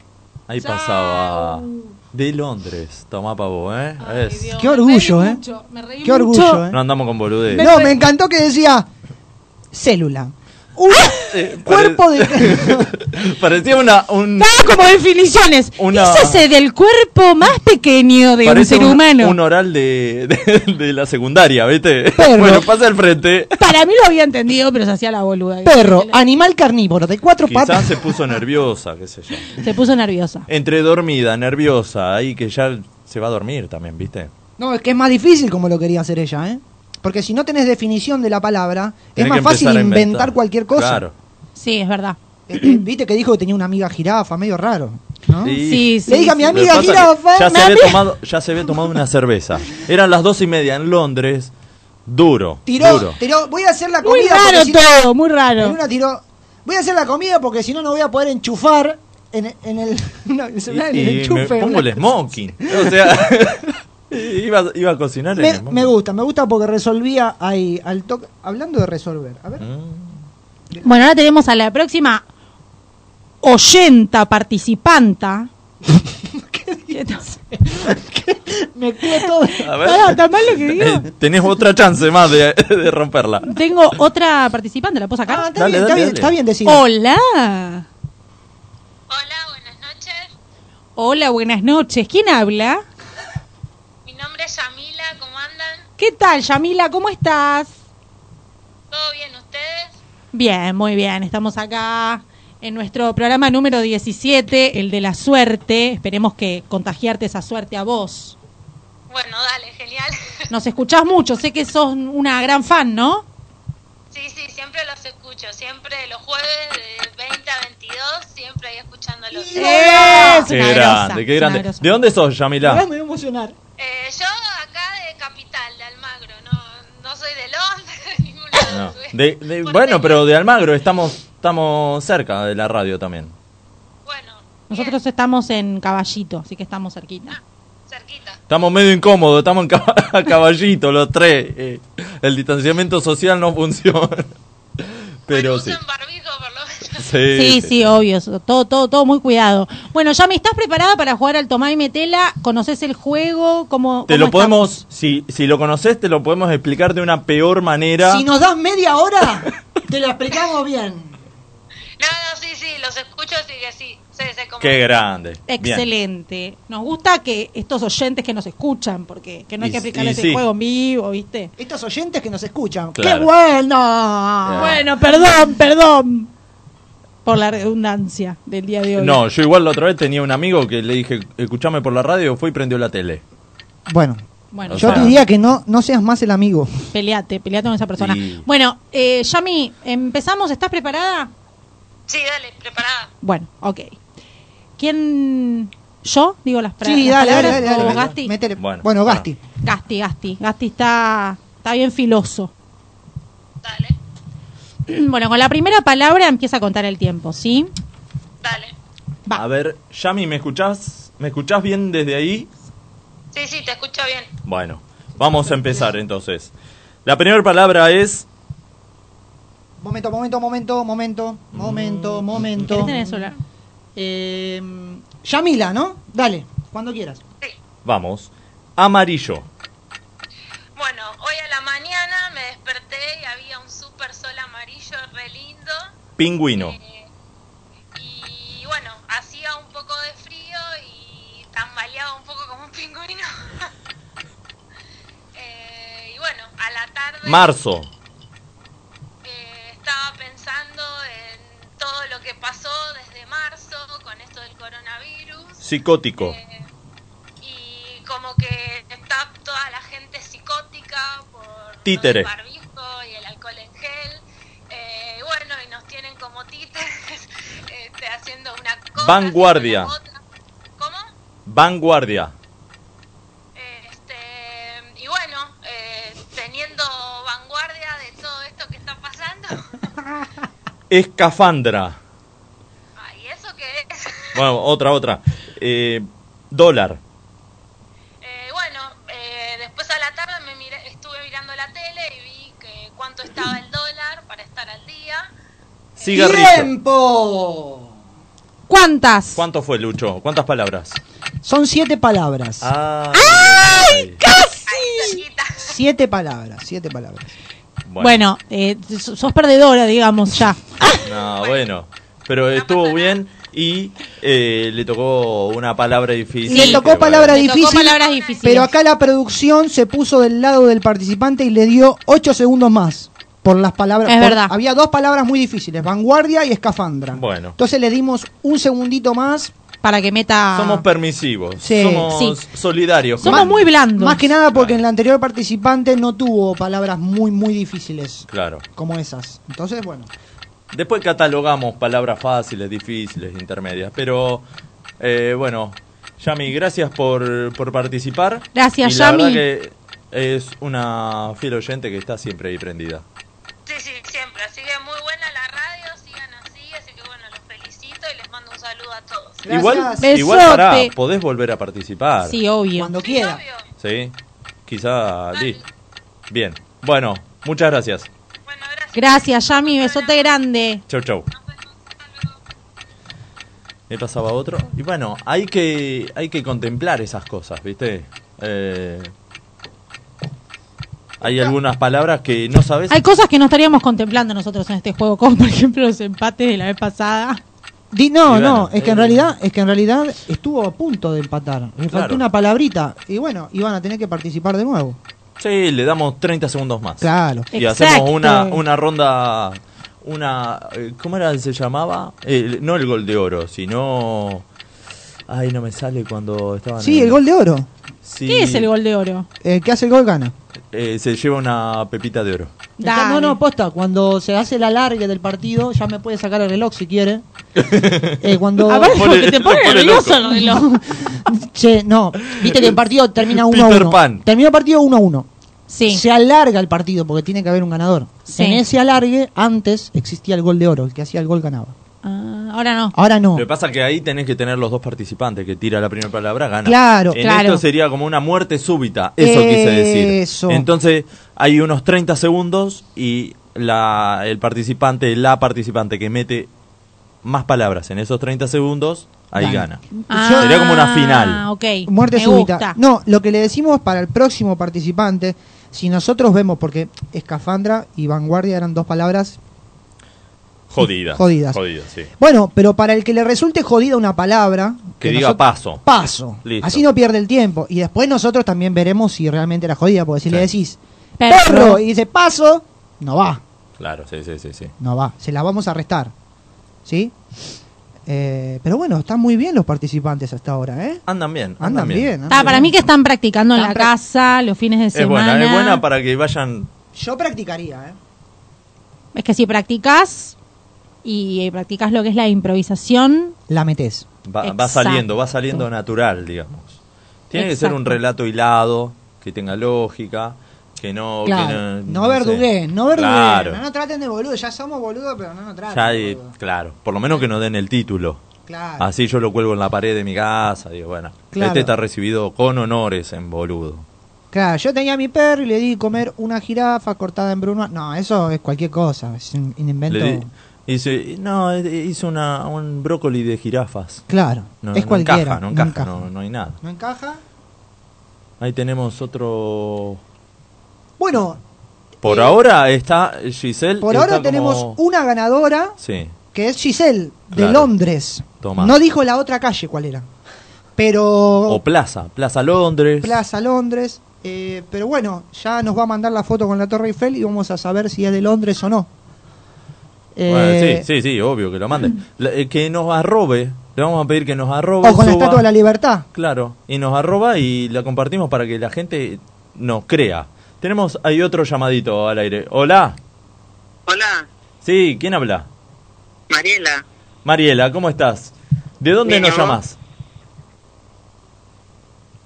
Ahí
Chao.
pasaba. De Londres. Tomá pa' vos, ¿eh? Es-
Qué orgullo, ¿eh?
Me reí
Qué
mucho.
orgullo, ¿eh?
No andamos con boludez.
No, me encantó que decía célula. Un cuerpo de...
Parecía una. Un,
Estaba como definiciones.
Una-
Hízase del cuerpo más pequeño de un
parece
ser humano.
un oral de, de, de la secundaria, ¿viste?
Perro.
<laughs> Bueno, pasa al frente.
Para mí lo había entendido, pero se hacía la boluda.
Perro, animal carnívoro de cuatro
Quizás
patas.
se puso nerviosa, qué sé yo.
Se puso nerviosa.
Entre dormida, nerviosa, ahí que ya se va a dormir también, ¿viste?
No, es que es más difícil como lo quería hacer ella, ¿eh? Porque si no tenés definición de la palabra,
Tenés
es más
que
fácil
empezar a
inventar. cualquier cosa.
Claro.
Sí, es verdad.
Este, Viste que dijo que tenía una amiga jirafa, medio raro, ¿no?
Sí.
Sí, sí.
Le dije a mi
sí.
Lo que
amiga
pasa es que
jirafa,
Ya se,
mi
había
amiga-
tomado, ya se había tomado una cerveza. Eran las dos y media en Londres. Duro.
Tiró,
Duro.
tiró, voy a hacer la comida.
Muy
porque
raro
si no-
todo, muy
En
raro.
una tiró, voy a hacer la comida porque si no, no voy a poder enchufar en, en el, <laughs> no, el celular, en
Y-
el
y me
enchufe.
pongo el smoking. O sea, <laughs> iba, iba a cocinar en el
Me,
smoking.
me gusta, me gusta porque resolvía ahí, al toque. Hablando de resolver, a ver.
Mm.
Bueno, ahora tenemos a la próxima oyenta
<laughs>
participanta. ¿Qué dices?
Me quedé todo.
A ver.
Pará, ¿está mal
<laughs>
lo que digo?
Eh, tenés otra chance más de, de romperla.
Tengo otra participante, ¿la puedo
Ah,
sacar?
está
Dale, dale,
bien, está bien,
dale.
está bien decirlo.
Hola.
Hola, buenas noches.
Hola, buenas noches. ¿Quién habla?
Mi nombre es Yamila, ¿cómo andan?
¿Qué tal, Yamila? ¿Cómo estás?
¿Todo bien ustedes?
Bien, muy bien. Estamos acá en nuestro programa número 17, el de la suerte. Esperemos que contagiarte esa suerte a vos.
Bueno, dale, genial.
Nos escuchás mucho, sé que sos una gran fan, ¿no?
Sí, sí, siempre los escucho, siempre los jueves de 20 a 22, siempre ahí escuchándolos.
Y-
Eh,
Es
Qué
una grosa,
grande, qué
es una
grande.
grosa.
¿De dónde sos,
<laughs>
Ahora
Yamila?
me voy a emocionar.
yo acá de Capital, de Almagro, no, no soy de Londres, de ningún lado.
No.
soy
De- de-
porteña.
bueno, pero de Almagro estamos, estamos cerca de la radio también.
Bueno,
Nosotros estamos en Caballito, así que estamos
Ah.
cerquita.
bien, cerquita.
Estamos medio incómodos, estamos en cab- <laughs> a caballito los tres. eh. el distanciamiento social no funciona. Pero
Bueno,
sí.
usen barbijo por lo menos.
Sí,
Sí, sí, obvio, eso, todo, todo, todo muy cuidado. Bueno, ya me estás preparada para jugar al Tomá y Metela, conoces el juego, cómo...
Te
cómo
lo
está?
podemos, si, si lo conoces, te lo podemos explicar de una peor manera.
Si nos das media hora, te lo explicamos bien.
No, no, sí, sí, los escucho, así que sí, sé, sé cómo.
Qué grande. Bien.
Excelente. Nos gusta que estos oyentes que nos escuchan, porque que no hay
Y-
que
y
explicarles
sí.
el juego en vivo, ¿viste?
Estos oyentes que nos escuchan.
Claro.
¡Qué bueno!
Bueno, perdón, perdón. Por la redundancia del día de hoy.
No, yo igual la otra vez tenía un amigo que le dije, escuchame por la radio, fue y prendió la tele.
Bueno,
Bueno,
O
yo
sea-
diría que no, no seas más el amigo.
peleate, peleate con esa persona.
Sí.
Bueno, eh, Yami, empezamos. ¿Estás preparada?
Sí, dale, preparada.
Bueno, ok. ¿Quién? ¿Yo? Digo las, pra-
Sí,
las
dale, dale,
palabras.
dale.
¿O
dale.
Gasti?
Métele.
Bueno,
Bueno,
bueno.
Gasti.
Gasti, Gasti. Gasti está, está bien filoso.
Dale,
<clears throat> Bueno, con la primera palabra empieza a contar el tiempo, ¿sí?
dale.
Va.
A ver, Yami, ¿me escuchás? ¿Me escuchás bien desde ahí?
Sí, sí, te escucho bien.
Bueno, vamos a empezar entonces. La primera palabra es
Momento, momento, momento, momento,
Mm.
momento,
¿Querés
momento.
tener el celular?
Eh, Yamila, ¿no? Dale, cuando quieras.
Sí.
Vamos. Amarillo.
Bueno, hoy a la mañana me desperté y había un super sol amarillo re lindo.
Pingüino.
Eh, y bueno, hacía un poco de frío y tambaleaba un poco como un pingüino. Eh, y bueno, a la tarde
Marzo.
eh, estaba pensando en todo lo que pasó desde marzo con esto del coronavirus.
Psicótico.
Eh, y como que está toda la gente psicótica por lo
Títere.
del barbijo y el alcohol en gel. Eh, bueno, y nos tienen como títeres <laughs> este, haciendo una cosa.
Vanguardia.
haciendo otra. ¿Cómo?
Vanguardia.
Este, y bueno, eh, teniendo vanguardia de todo esto que está pasando.
Escafandra.
Ay, ¿eso qué es?
Bueno, otra, otra. Eh, dólar.
Eh, bueno, eh, después a la tarde me miré- estuve mirando la tele y vi que cuánto estaba el dólar para estar al día.
Cigarrillo.
¡Tiempo!
¿Cuántas?
¿Cuánto fue, Lucho? ¿Cuántas palabras?
Son siete palabras.
Ah,
Ahí cerquita.
Siete palabras, siete palabras.
Bueno, eh, so- sos perdedora, digamos, ya.
No, bueno. Pero estuvo bien y eh, le tocó una palabra difícil.
Le tocó
que,
palabra
bueno,
Te tocó
difícil,
palabras difíciles.
Pero acá la producción se puso del lado del participante y le dio ocho segundos más por las palabras.
Es
por-
verdad.
Había dos palabras muy difíciles, vanguardia y escafandra.
Bueno.
Entonces le dimos un segundito más.
Para que meta...
Somos permisivos.
Sí.
somos
Ah. Sí.
solidarios.
Somos
con-
muy blandos.
Más que nada porque
Claro.
en la anterior participante no tuvo palabras muy, muy difíciles
Claro.
como esas. Entonces, bueno.
Después catalogamos palabras fáciles, difíciles, intermedias. Pero eh, bueno, Yami, gracias por, por participar.
Gracias,
Y la
Yami.
verdad que Es una fiel oyente que está siempre ahí prendida.
Sí, sí, siempre. Así que muy buena la radio, sigan así. Así que bueno, los felicito y les mando un saludo a todos.
Gracias.
Igual, igual pará,
Besote.
podés volver a participar.
Sí, obvio.
Cuando quiera.
Obvio.
¿Sí? Quizá di. Bien. Bueno, muchas gracias.
Bueno, gracias.
Gracias, Yami. Besote grande.
Chau, chau. Me pasaba otro. Y bueno, hay que, hay que contemplar esas cosas, ¿viste? Eh, hay algunas palabras que no sabes.
Hay cosas que no estaríamos contemplando nosotros en este juego, como por ejemplo los empates de la vez pasada.
Di-
Y
no,
bueno,
no, es que en
eh.
realidad, es que en realidad estuvo a punto de empatar. Le faltó
Claro.
una palabrita. Y bueno, iban a tener que participar de nuevo.
Sí, le damos 30 segundos más.
Claro.
Y
Exacto.
hacemos una, una ronda. Una. eh, ¿Cómo era? que ¿Se llamaba? El- no el gol de oro, sino. Ay, no me sale cuando estaban.
Sí,
en-
el gol de oro.
Sí,
¿Qué es el gol de oro?
El que hace el gol gana.
eh, se lleva una pepita de oro.
Dale.
Ah, No, no, posta. Cuando se hace el alargue del partido, ya me puede sacar el reloj
<laughs>
si quiere. Eh, cuando.
A ver,
Lo pone-
porque te pone
lo pone
nervioso
loco.
el reloj.
<laughs> Che, no. Viste que el partido termina 1 a
Peter
1.
Pan.
Terminó el partido 1 a 1.
Sí.
Se alarga el partido porque tiene que haber un ganador.
Sí.
En ese alargue, antes existía el gol de oro. El que hacía el gol ganaba.
Ah, ahora no.
Ahora no.
Lo que pasa es que ahí tenés que tener los dos participantes, que tira la primera palabra, gana.
Claro,
en
claro.
Esto sería como una muerte súbita, eso quise decir.
Eso.
Entonces, hay unos 30 segundos y la, el participante, la participante que mete más palabras en esos 30 segundos, ahí
Gana.
gana.
Ah,
Sería como una final.
ok.
Muerte
Me
súbita.
gusta.
No, lo que le decimos para el próximo participante, si nosotros vemos, porque escafandra y vanguardia eran dos palabras.
Jodida.
Jodidas.
Jodida, sí.
Bueno, pero para el que le resulte jodida una palabra.
Que diga
nosotros-
paso.
Paso.
Listo.
Así no pierde el tiempo. Y después nosotros también veremos si realmente era jodida, porque si
Sí.
le decís
Perro.
perro y dice paso, no va,
Claro, sí, sí, sí. sí.
no va. Se la vamos a restar. ¿Sí? Eh, pero bueno, están muy bien los participantes hasta ahora, ¿eh?
Andan bien. Andan,
Andan bien. andan
Está, Ah, para
bien.
mí que están practicando en la
Están prac-
casa los fines de
Es
semana.
buena, es buena para que vayan.
Yo practicaría, ¿eh?
Es que si practicas y practicas lo que es la improvisación,
La metés.
Va, va
Exacto.
saliendo, va saliendo natural, digamos. Tiene que ser un
Exacto.
relato hilado, que tenga lógica, que no. que
Claro.
Ah, no,
No, verdugué,
sé.
no verdugué.
Claro.
No nos traten de boludo, ya somos boludos, pero no nos traten.
Ya
de
hay-
boludo.
claro, por lo menos que no den el título.
Claro.
Así yo lo cuelgo en la pared de mi casa. Digo, bueno,
Claro.
este está recibido con honores en boludo.
Claro, yo tenía a mi perro y le di comer una jirafa cortada en bruma. No, eso es cualquier cosa, es un, un invento.
Le di- dice, no, eh, hizo una, un brócoli de jirafas.
Claro,
No,
es
no
cualquiera.
encaja, no encaja, No, no hay nada.
¿No encaja?
Ahí tenemos otro.
Bueno,
Por ahora está Giselle.
Eh, por
está
ahora
como-
tenemos una ganadora
Sí.
que es Giselle, de
Claro.
Londres.
Tomá.
No dijo la otra calle cuál era. Pero
O E Plaza, Plaza Londres.
Plaza Londres. eh, pero bueno, ya nos va a mandar la foto con la Torre Eiffel y vamos a saber si es de Londres o no.
Bueno,
Eh,
sí, sí, sí, obvio que lo mande. La- eh, que nos arrobe, le vamos a pedir que nos arrobe.
O con la
suba-
Estatua de la Libertad.
Claro, y nos arroba y la compartimos para que la gente nos crea. Tenemos ahí otro llamadito al aire. Hola.
Hola,
Sí, ¿quién habla?
Mariela.
Mariela, ¿cómo estás? ¿De dónde
Bien,
nos
¿y vos?
llamas?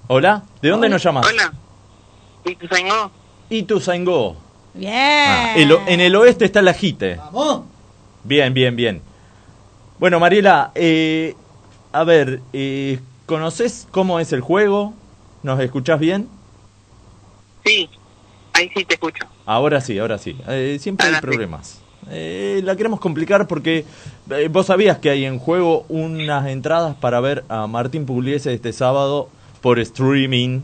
Hola, ¿de dónde nos llamas?
Hola. ¿Y tu sango?
Ituzaingó.
bien.
Ah, el o- en el oeste está la Jite.
Vamos.
Bien, bien, bien. Bueno, Mariela, eh, a ver, eh, ¿conoces cómo es el juego? ¿Nos escuchás bien?
Sí, ahí sí te escucho.
Ahora sí, ahora sí. Eh, siempre hay
Ahora sí.
problemas. Eh, la queremos complicar porque eh, vos sabías que hay en juego unas entradas para ver a Martín Pugliese este sábado por streaming.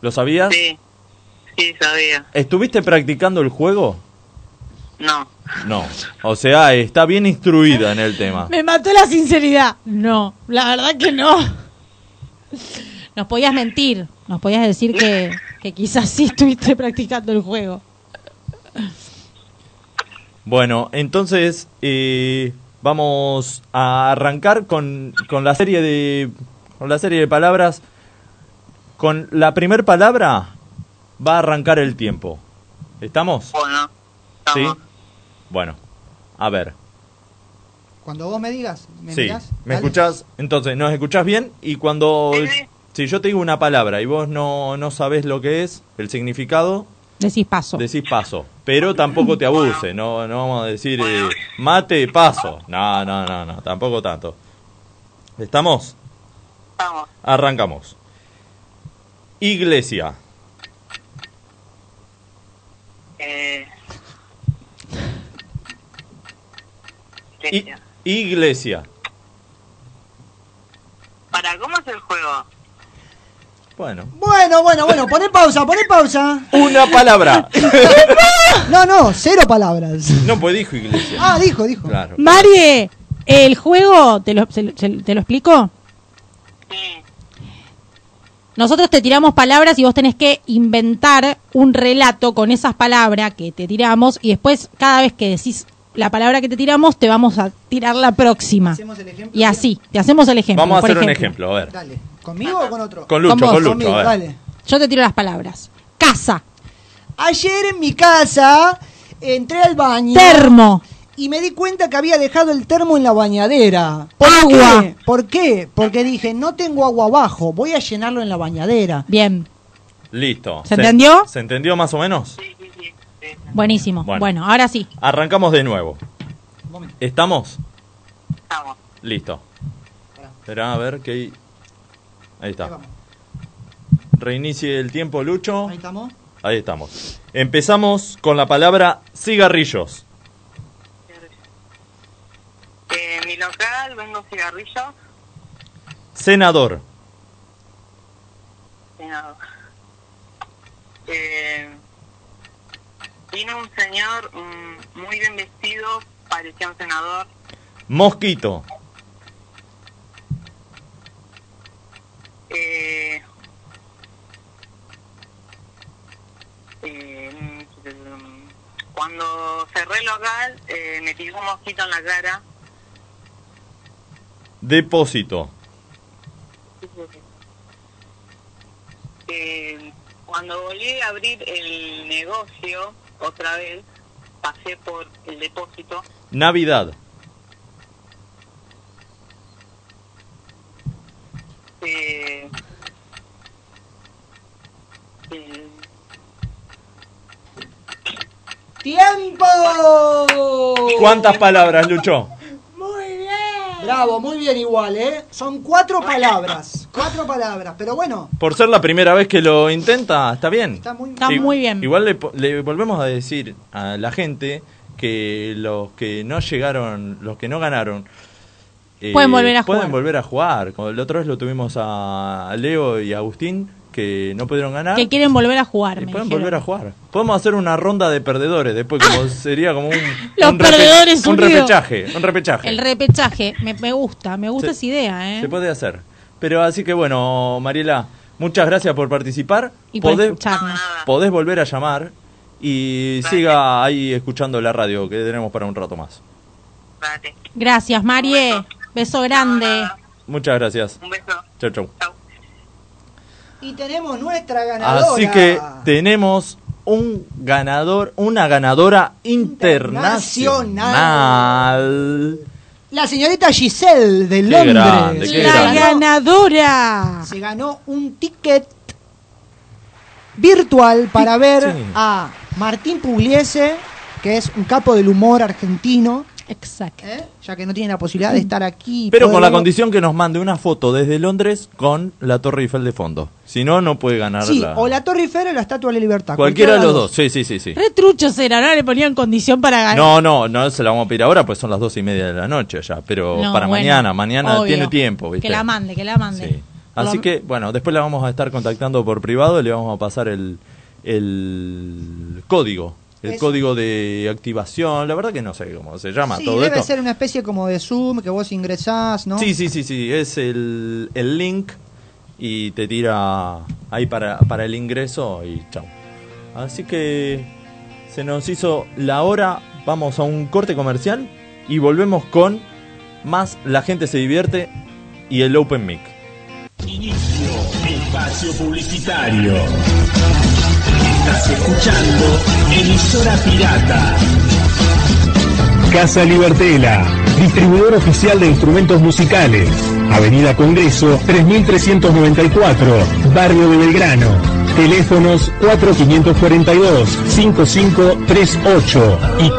¿Lo sabías?
Sí, sí, sabía.
¿Estuviste practicando el juego?
No,
No. O sea, está bien instruida en el tema.
Me mató la sinceridad. No, la verdad que no. Nos podías mentir, nos podías decir que, que quizás sí estuviste practicando el juego.
Bueno, entonces eh, vamos a arrancar con, con la serie de con la serie de palabras. Con la primer palabra va a arrancar el tiempo. ¿Estamos?
bueno,
Sí.
estamos.
Bueno, a ver.
Cuando vos me digas, ¿me
sí,
mirás?
¿me
Dale.
escuchás? Entonces, ¿nos escuchás bien? Y cuando
Sí, sí.
Si yo te digo una palabra y vos no, no sabés lo que es, el significado,
Decís paso.
decís paso. Pero tampoco te abuse, no, no vamos a decir eh, mate, paso. No, no, no, no, tampoco tanto. ¿Estamos?
Vamos.
Arrancamos. Iglesia.
Eh...
I-
Iglesia.
iglesia.
¿Para cómo es el juego?
Bueno.
Bueno, bueno, bueno, poné pausa, poné
<laughs>
pausa.
Una palabra.
No, no, cero palabras.
No, pues dijo iglesia.
Ah, dijo, dijo.
Claro.
Marie, el juego, ¿te lo, se- se- ¿te lo explico?
Sí.
Nosotros te tiramos palabras y vos tenés que inventar un relato con esas palabras que te tiramos y después cada vez que decís la palabra que te tiramos te vamos a tirar la próxima.
Hacemos el ejemplo.
Y así, te hacemos el ejemplo.
Vamos a
por
hacer un ejemplo, a ver.
Dale. ¿Conmigo o con otro?
Con Lucho,
Con vos.
con Lucho,
Conmigo,
a ver.
dale.
Yo te tiro las palabras. Casa,
Ayer en mi casa entré al baño.
termo,
Y me di cuenta que había dejado el termo en la bañadera.
Agua.
Qué? ¿Por qué? Porque dije, no tengo agua abajo, voy a llenarlo en la bañadera.
bien,
Listo.
¿Se entendió?
¿Se entendió más o menos?
Sí, sí, sí. sí.
buenísimo.
Bueno.
Bueno, ahora sí.
Arrancamos de nuevo.
Momento.
¿Estamos?
Vamos.
Listo.
Pará.
Esperá a ver qué. hay. Ahí
Ahí
está.
vamos.
Reinicie el tiempo, Lucho.
Ahí estamos.
Ahí estamos. Empezamos con la palabra cigarrillos.
Eh, en mi local vengo cigarrillo.
Senador.
y nada. Eh, vino un señor mm, muy bien vestido, parecía un senador.
Mosquito.
Eh, eh, mm, cuando cerré el local, eh, me tiró un mosquito en la cara.
Depósito.
Eh, cuando volví a abrir el negocio otra vez, pasé por el depósito.
Navidad.
Eh, eh,
¡Tiempo!
¿Cuántas palabras, Lucho?
Bravo, muy bien igual, ¿eh? Son cuatro palabras. Cuatro palabras, pero bueno.
Por ser la primera vez que lo intenta, está bien.
Está muy...
Está
Sí,
muy bien.
Igual le, po- le volvemos a decir a la gente que los que no llegaron, los que no ganaron, eh,
Pueden volver a
pueden
jugar.
volver a jugar. Como el otro vez lo tuvimos a Leo y a Agustín que no pudieron ganar.
Que quieren volver a jugar.
y
me
pueden
dijeron.
volver a jugar. Podemos hacer una ronda de perdedores después, como sería
<laughs>
como un,
Ah. Los
un
perdedores
un
unidos.
repechaje, un repechaje.
El repechaje, me, me gusta, me gusta
Se-
esa idea, ¿eh?
Se puede hacer. Pero así que bueno, Mariela, muchas gracias por participar.
Y por
Podés-
escucharnos.
podés volver a llamar y siga ahí escuchando la radio que tenemos para un rato más.
dale.
Gracias, Marie. Beso grande.
Muchas gracias.
Un beso.
Chau, chau.
Chau.
Y tenemos nuestra ganadora.
Así que tenemos un ganador, una ganadora internacional.
La señorita Giselle de Londres.
grande, qué
Se
La
grande.
ganó-
ganadora.
Se ganó un ticket virtual para ver
Sí.
a Martín Pugliese, que es un capo del humor argentino,
Exacto.
¿eh? ya que no tiene la posibilidad de estar aquí. y
Pero
poder
con la
verlo.
condición que nos mande una foto desde Londres con la Torre Eiffel de fondo. Si no, no puede ganar
Sí,
la...
o la Torre Eiffel o la Estatua de la Libertad.
Cualquiera de los
las
dos. Sí, sí, sí, sí.
Re truchos eran, ahora le ponían condición para ganar.
No, no, no se la vamos a pedir ahora, pues son las dos y media de la noche ya. Pero
No,
para
bueno,
mañana, mañana
obvio.
tiene tiempo, ¿viste?
Que la mande, que la mande.
Sí. Así
Por lo-
que, bueno, después la vamos a estar contactando por privado, le vamos a pasar el, el código. El
Eso.
código de activación, la verdad que no sé cómo se llama
Sí,
todo
debe
esto.
ser una especie como de Zoom que vos ingresás, ¿no?
Sí, sí, sí, sí, es el, el link y te tira ahí para, para el ingreso y chao. Así que se nos hizo la hora, vamos a un corte comercial y volvemos con más La gente se divierte y el Open Mic.
Inicio espacio publicitario. Estás escuchando Emisora Pirata. Casa Libertela, distribuidor oficial de instrumentos musicales.
Avenida Congreso 3394, Barrio de Belgrano. Teléfonos 4542-5538 y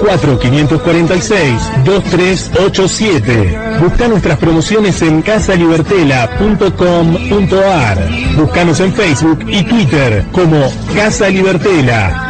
4546-2387. Busca nuestras promociones en casalibertela.com.ar. Búscanos en Facebook y Twitter como Casa Libertela.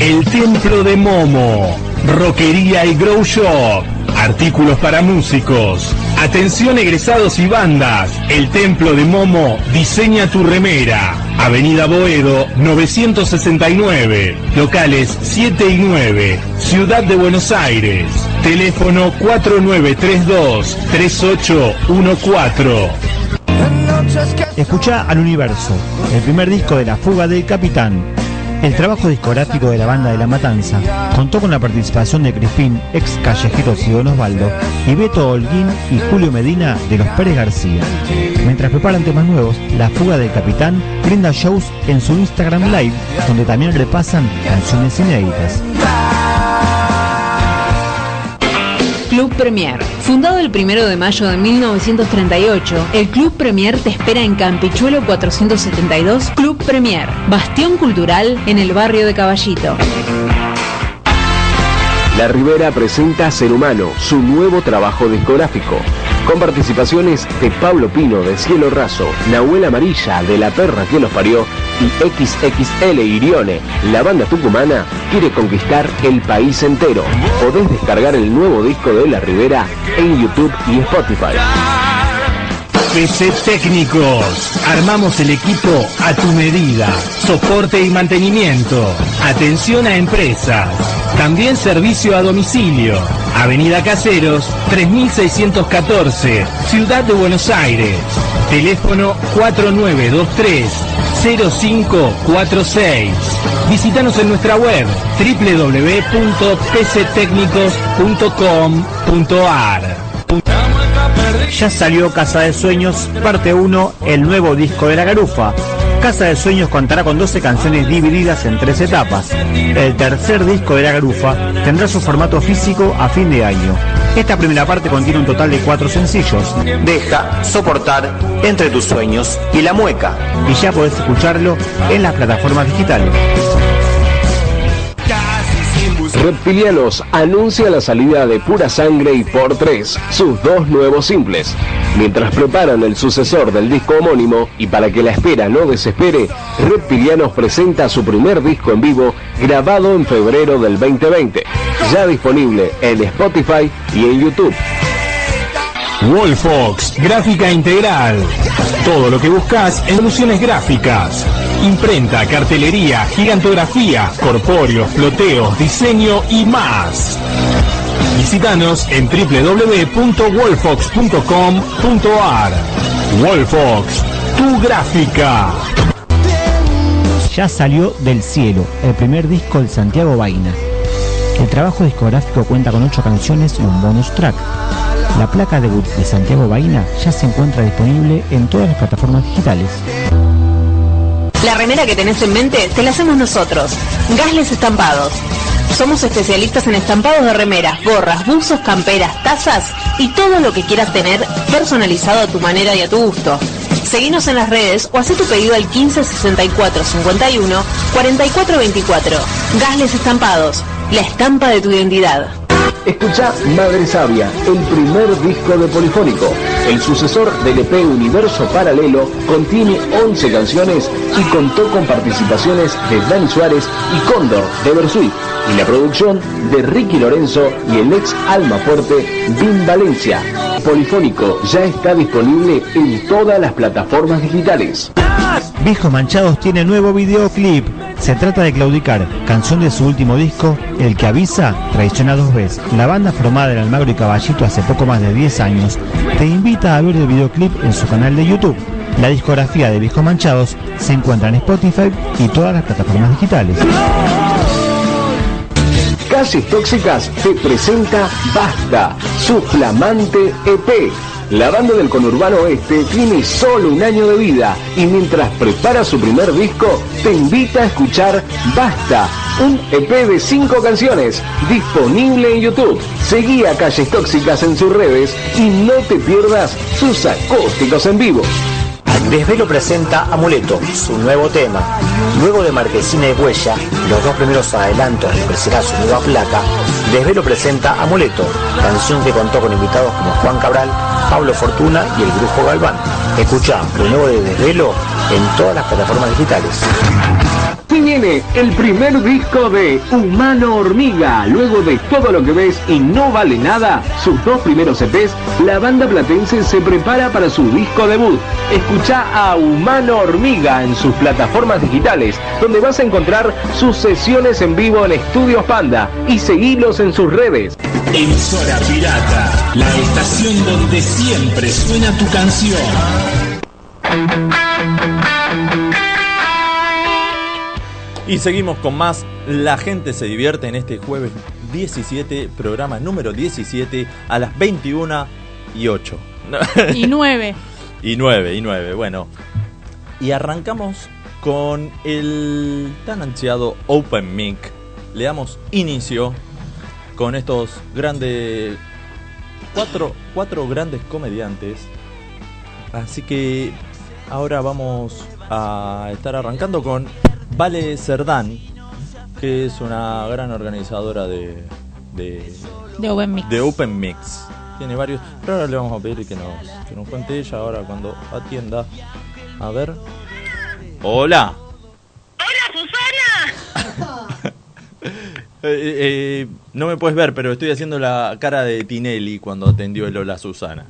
El Templo de Momo, Roquería y Grow Shop, artículos para músicos. Atención egresados y bandas, El Templo de Momo diseña tu remera. Avenida Boedo 969, locales 7 y 9, Ciudad de Buenos Aires. Teléfono 4932 3814.
Escucha al universo, el primer disco de La Fuga del Capitán. El trabajo discográfico de la banda de La Matanza contó con la participación de Crispín, ex callejeros y Don Osvaldo, y Beto Holguín y Julio Medina de los Pérez García. Mientras preparan temas nuevos, La Fuga del Capitán brinda shows en su Instagram Live, donde también repasan canciones inéditas.
Club Premier. Fundado el 1 de mayo de 1938, el Club Premier te espera en Campichuelo 472 Club Premier, bastión cultural en el barrio de Caballito.
La Rivera presenta Ser Humano, su nuevo trabajo discográfico, con participaciones de Pablo Pino de Cielo Raso, Nahuel Amarilla de La Perra que los parió y XXL Irione. La banda tucumana quiere conquistar el país entero. Podés descargar el nuevo disco de La Rivera en YouTube y Spotify.
PC Técnicos. Armamos el equipo a tu medida. Soporte y mantenimiento. Atención a empresas. También servicio a domicilio. Avenida Caseros, 3614, Ciudad de Buenos Aires. Teléfono 4923-0546. Visítanos en nuestra web www.pctecnicos.com.ar.
Ya salió Casa de Sueños, parte 1, el nuevo disco de la garufa. Casa de Sueños contará con 12 canciones divididas en tres etapas. El tercer disco de la garufa tendrá su formato físico a fin de año. Esta primera parte contiene un total de cuatro sencillos. Deja, soportar, entre tus sueños y la mueca. Y ya podés escucharlo en las plataformas digitales.
Reptilianos anuncia la salida de Pura Sangre y Por 3, sus dos nuevos simples. Mientras preparan el sucesor del disco homónimo y para que la espera no desespere, Reptilianos presenta su primer disco en vivo grabado en febrero del 2020, ya disponible en Spotify y en YouTube.
Wolfox, gráfica integral. Todo lo que buscas en soluciones gráficas. Imprenta, cartelería, gigantografía, corpóreos, floteos, diseño y más. Visítanos en www.wolfox.com.ar. Wolfox, tu gráfica.
Ya salió del cielo, el primer disco del Santiago Vaina. El trabajo discográfico cuenta con ocho canciones y un bonus track. La placa debut de Santiago Vaina ya se encuentra disponible en todas las plataformas digitales.
La remera que tenés en mente te la hacemos nosotros. Gasles Estampados. Somos especialistas en estampados de remeras, gorras, buzos, camperas, tazas y todo lo que quieras tener personalizado a tu manera y a tu gusto. Seguinos en las redes o haz tu pedido al 15 64 51 44 24. Gasles Estampados, la estampa de tu identidad.
Escucha Madre Sabia, el primer disco de Polifónico. El sucesor del EP Universo Paralelo contiene 11 canciones y contó con participaciones de Dani Suárez y Cóndor de Bersuit y la producción de Ricky Lorenzo y el ex alma fuerte Vin Valencia. Polifónico ya está disponible en todas las plataformas digitales.
Viejos Manchados tiene nuevo videoclip. Se trata de Claudicar, canción de su último disco, El que avisa, traiciona dos veces. La banda formada en Almagro y Caballito hace poco más de 10 años te invita a ver el videoclip en su canal de YouTube. La discografía de Viejos Manchados se encuentra en Spotify y todas las plataformas digitales.
Casis Tóxicas te presenta Basta, su flamante EP. La banda del conurbano oeste tiene solo un año de vida y mientras prepara su primer disco, te invita a escuchar Basta, un EP de 5 canciones, disponible en YouTube. Seguí a Calles Tóxicas en sus redes y no te pierdas sus acústicos en vivo.
Desvelo presenta Amuleto, su nuevo tema. Luego de Marquesina y Huella, los dos primeros adelantos que ofrecerá su nueva placa, Desvelo presenta Amuleto, canción que contó con invitados como Juan Cabral, Pablo Fortuna y el Brujo Galván. Escucha lo nuevo de Desvelo en todas las plataformas digitales.
Tiene el primer disco de Humano Hormiga. Luego de todo lo que ves y no vale nada, sus dos primeros EPs, la banda platense se prepara para su disco debut. Escucha a Humano Hormiga en sus plataformas digitales, donde vas a encontrar sus sesiones en vivo en Estudios Panda y seguilos en sus redes.
Emisora Pirata, la estación donde siempre suena tu canción.
Y seguimos con más. La gente se divierte en este jueves 17, programa número 17, a las 21 y 8.
<laughs> Y nueve.
y 9, y 9, bueno. Y arrancamos con el tan ansiado Open Mic. Le damos inicio con estos grandes. Cuatro, cuatro grandes comediantes. Así que ahora vamos a estar arrancando con Vale Cerdán, que es una gran organizadora de. de,
De Open Mix.
de Open Mix. Tiene varios. Pero ahora le vamos a pedir que nos, que nos cuente ella ahora cuando atienda. A ver. Hola. Eh, eh, no me puedes ver, pero estoy haciendo la cara de Tinelli cuando atendió el Hola Susana.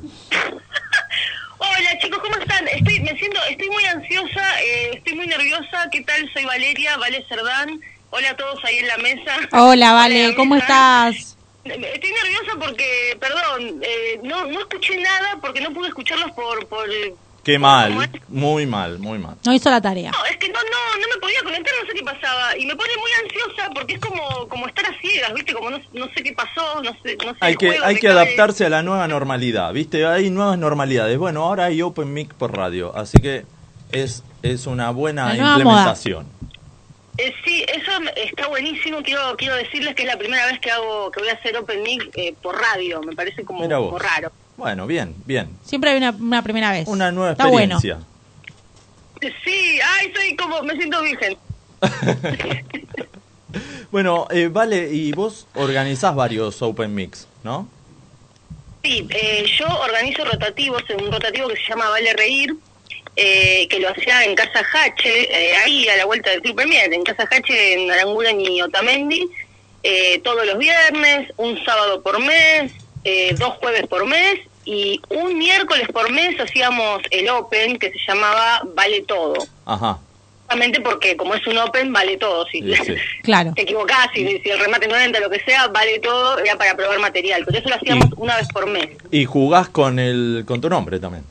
Hola chicos, ¿cómo están? Estoy, me siento, estoy muy ansiosa, eh, estoy muy nerviosa. ¿Qué tal? Soy Valeria, Vale Cerdán. Hola a todos ahí en la mesa.
Hola, Vale, ¿cómo estás?
Estoy nerviosa porque, perdón, eh, no, no escuché nada porque no pude escucharlos por... por no,
Qué mal, muy mal, muy mal.
No hizo la tarea.
es que no, no, no me podía conectar, no sé qué pasaba. Y me pone muy ansiosa porque es como, como estar a ciegas, ¿viste? Como no, no sé qué pasó, no sé, no sé
Hay
el
que,
juego
hay que
cabe.
adaptarse a la nueva normalidad, ¿viste? Hay nuevas normalidades. Bueno, ahora hay Open Mic por radio, así que es, es una buena
La nueva
implementación.
Eh, sí, eso m- está buenísimo. Quiero quiero decirles que es la primera vez que hago que voy a hacer Open Mic eh, por radio. Me parece como,
Mira vos.
como raro.
Bueno, bien, bien.
Siempre hay una, una primera vez. Una
Nueva
Está bueno.
experiencia.
Eh, Sí, ay, soy como, me siento virgen.
Bueno, eh, vale, y vos organizás varios Open Mix, ¿no?
Sí, eh, yo organizo rotativos, en un rotativo que se llama Vale Reír, eh, que lo hacía en Casa Hache, eh, ahí a la vuelta del Club Premier, en Casa Hache, en Aranguren y Otamendi, eh, todos los viernes, un sábado por mes, eh, dos jueves por mes, y un miércoles por mes hacíamos el Open, que se llamaba Vale Todo.
Ajá.
Justamente porque como es un Open, vale todo. Si <laughs>
Claro.
te equivocás, si, si el remate no entra, lo que sea, vale todo, era para probar material. Pero eso lo hacíamos una vez por mes.
Y jugás con, el, con tu nombre también.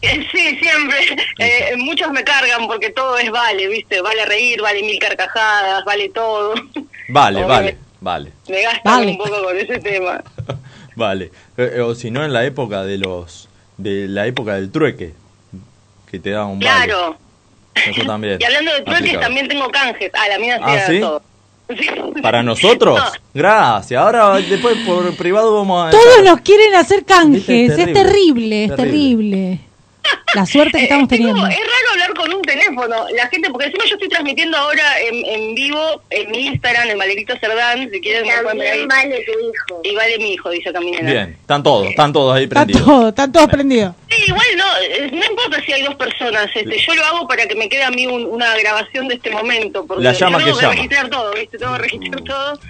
Eh, <laughs> Sí, siempre. Eh, muchos me cargan porque todo es vale, ¿viste? Vale reír, vale mil carcajadas, vale todo. <laughs>
Vale,
Obvio.
vale, vale.
Me gastan
Vale.
un poco con ese tema.
Vale. Eh, eh, o si no en la época de los de la época del trueque que te da un vale.
Claro.
Eso también.
<laughs> Y hablando de trueques,
Aplicable.
también tengo canjes. Ah, la mina se
Ah,
da
¿sí?
todo.
<laughs> Para nosotros.
No.
Gracias. Ahora después por privado vamos a
Todos nos quieren hacer canjes,
Viste, es
es terrible, es terrible. La suerte
Eh,
que estamos teniendo.
Es raro hablar con un teléfono, la gente, porque encima yo estoy transmitiendo ahora en, en vivo en mi Instagram, en Valerito Cerdán, si quieren me pueden ver ahí. vale tu hijo. Y vale mi hijo, dice Caminera.
Bien, están todos, están todos ahí
Está
prendidos.
todo, están todos prendidos.
Sí, igual no, eh, no importa si hay dos personas, este, yo lo hago para que me quede a mí un- una grabación de este momento, porque
La llama
yo
que
tengo que,
llama. Mm.
registrar todo, ¿viste? Tengo que registrar todo.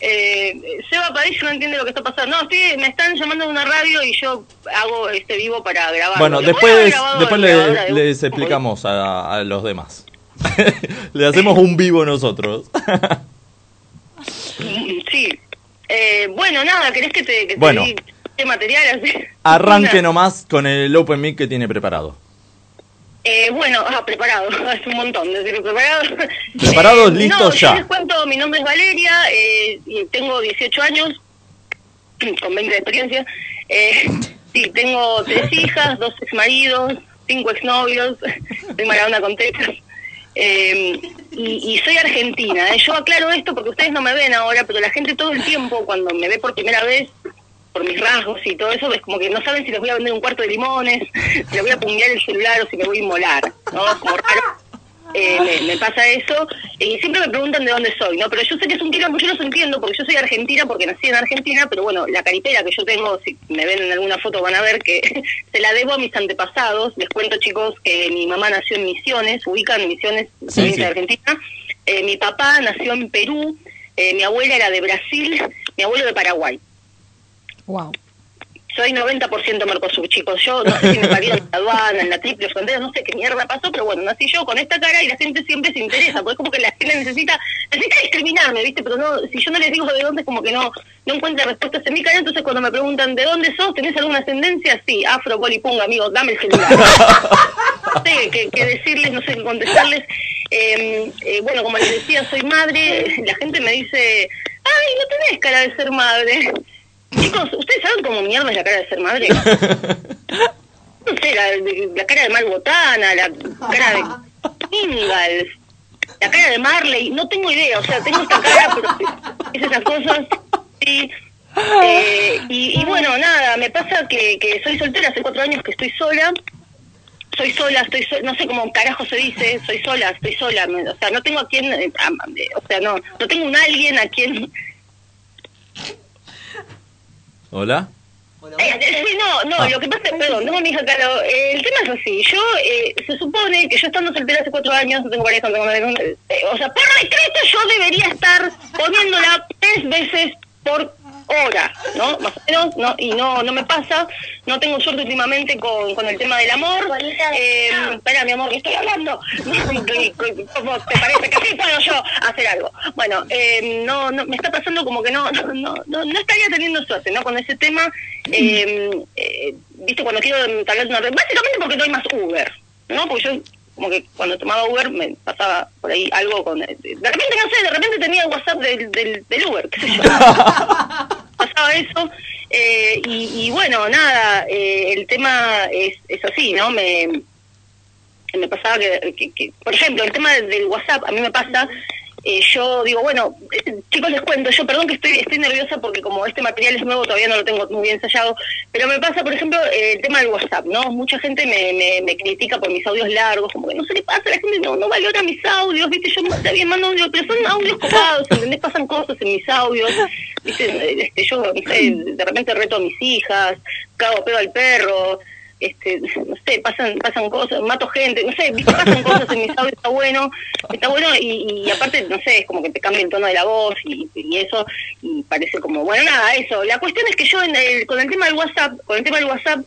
Eh, eh, Seba Padillo no entiende lo que está pasando. No, estoy- me están llamando de una radio y yo hago este vivo para grabar.
Bueno,
Lo podría haber
después,
grabado ¿eh?
después
en la grabadora
le-
de
les explicamos a, a los demás. <laughs> Le hacemos un vivo nosotros.
Mm, Sí. Eh, bueno, nada, ¿querés que te, que te
Bueno.
di este material <laughs> así?
Arranque
Una-
nomás con el Open Mic que tiene preparado.
Eh, bueno, ah, preparado, <laughs> es un montón decir preparado. Eh,
Preparados, listos
no,
ya.
Yo les cuento, mi nombre es Valeria, eh, y tengo 18 años, <clears throat> con 20 de experiencia. Eh, <laughs> sí, tengo tres hijas, dos exmaridos, cinco exnovios, <laughs> soy maradona con tetas. Eh, y, y soy argentina. eh. Yo aclaro esto porque ustedes no me ven ahora, pero la gente todo el tiempo, cuando me ve por primera vez, por mis rasgos y todo eso, es como que no saben si les voy a vender un cuarto de limones, si les voy a punguear el celular o si me voy a inmolar. ¿no? Como raro. Eh, me, me pasa eso. Y siempre me preguntan de dónde soy, ¿no? Pero yo sé que es un quilombo, yo los entiendo, porque yo soy argentina, porque nací en Argentina, pero bueno, la caritera que yo tengo, si me ven en alguna foto van a ver que <laughs> se la debo a mis antepasados. Les cuento, chicos, que mi mamá nació en Misiones, ubican Misiones, la
Sí,
provincia
sí.
de Argentina. Eh, mi papá nació en Perú, eh, mi abuela era de Brasil, mi abuelo de Paraguay.
Wow.
Soy 90% Mercosur, chicos. Yo no sé si me parieron en la aduana, en la triple frontera, no sé qué mierda pasó, pero bueno, nací yo con esta cara y la gente siempre se interesa, porque es como que la gente necesita, necesita discriminarme, ¿viste? Pero no, si yo no les digo de dónde, es como que no, no encuentra respuestas en mi cara, entonces cuando me preguntan, ¿de dónde sos? ¿Tenés alguna ascendencia? Sí, afro, polipunga, amigo, dame el celular. no sé qué, qué decirles, no sé qué contestarles. Eh, eh, bueno, como les decía, soy madre, la gente me dice, ay, no tenés cara de ser madre. Chicos, ¿ustedes saben cómo mierda es la cara de ser madre? No sé, la, la cara de Mar Botana, la cara de Ingalls, la cara de Marley, no tengo idea, o sea, tengo esta cara, pero es esas cosas. sí. Eh, y, y bueno, nada, me pasa que, que soy soltera, hace cuatro años que estoy sola. Soy sola, estoy so- no sé cómo carajo se dice, soy sola, estoy sola, me- o sea, no tengo a quien, eh, a- a- o sea, no, no tengo un alguien a quien
¿Hola?
Eh, eh, sí, no, no,
Ah.
lo que pasa, perdón, tengo a mi hija acá, lo- eh, el tema es así, yo, eh, se supone que yo estando soltera hace cuatro años, no tengo pareja, no tengo pareja, no- eh, o sea, por decreto yo debería estar poniéndola tres veces por hora, ¿no? Más o menos, ¿no? Y no, no me pasa, no tengo suerte últimamente con, con el tema del amor, eh, espera mi amor, que estoy hablando, <laughs> ¿Cómo te parece que sí puedo yo hacer algo? Bueno, eh, no, no, me está pasando como que no, no, no, no, no estaría teniendo suerte, ¿no? Con ese tema, eh, eh, viste, cuando quiero entablar una red, básicamente porque no hay más Uber, ¿no? Porque yo como que cuando tomaba Uber me pasaba por ahí algo con... eh, De repente, no sé, de repente tenía el WhatsApp del, del, del Uber, qué sé yo. pasaba eso. eh, y, y bueno, nada, eh, el tema es, es así, ¿no? Me, me pasaba que, que- que- por ejemplo, el tema del WhatsApp, a mí me pasa, eh, yo digo, bueno, eh, chicos, les cuento, yo perdón que estoy, estoy nerviosa porque como este material es nuevo, todavía no lo tengo muy bien ensayado, pero me pasa, por ejemplo, eh, el tema del WhatsApp, ¿no? Mucha gente me, me, me critica por mis audios largos, como que no sé qué pasa, la gente no, no valora mis audios, ¿viste? Yo está bien mando audios, pero son audios copados, ¿entendés? Pasan cosas en mis audios, ¿viste? Este, yo, no sé, de repente reto a mis hijas, cago a pedo al perro, este, no sé, pasan, pasan cosas, mato gente, no sé, viste, pasan cosas en mi audios, está bueno, está bueno y, y aparte, no sé, es como que te cambia el tono de la voz y, y eso, y parece como, bueno, nada, eso. La cuestión es que yo en el- con el tema del WhatsApp, con el tema del WhatsApp,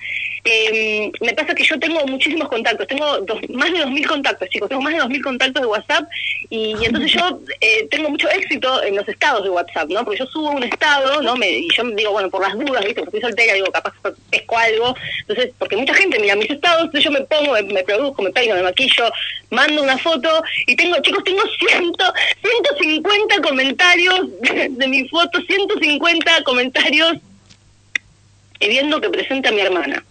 eh, me pasa que yo tengo muchísimos contactos, tengo dos- más de 2.000 contactos, chicos, tengo más de 2.000 contactos de WhatsApp y, y entonces yo eh, tengo mucho éxito en los estados de WhatsApp, ¿no? Porque yo subo un estado, ¿no? Me, y yo digo, bueno, por las dudas, ¿viste? Porque estoy soltera, digo, capaz pesco algo, entonces, porque mucha gente mira mis estados, entonces yo me pongo, me, me produzco, me peino, me maquillo, mando una foto y tengo, chicos, tengo 100, 150 comentarios <laughs> de, de mi foto, 150 comentarios y viendo que presenta a mi hermana.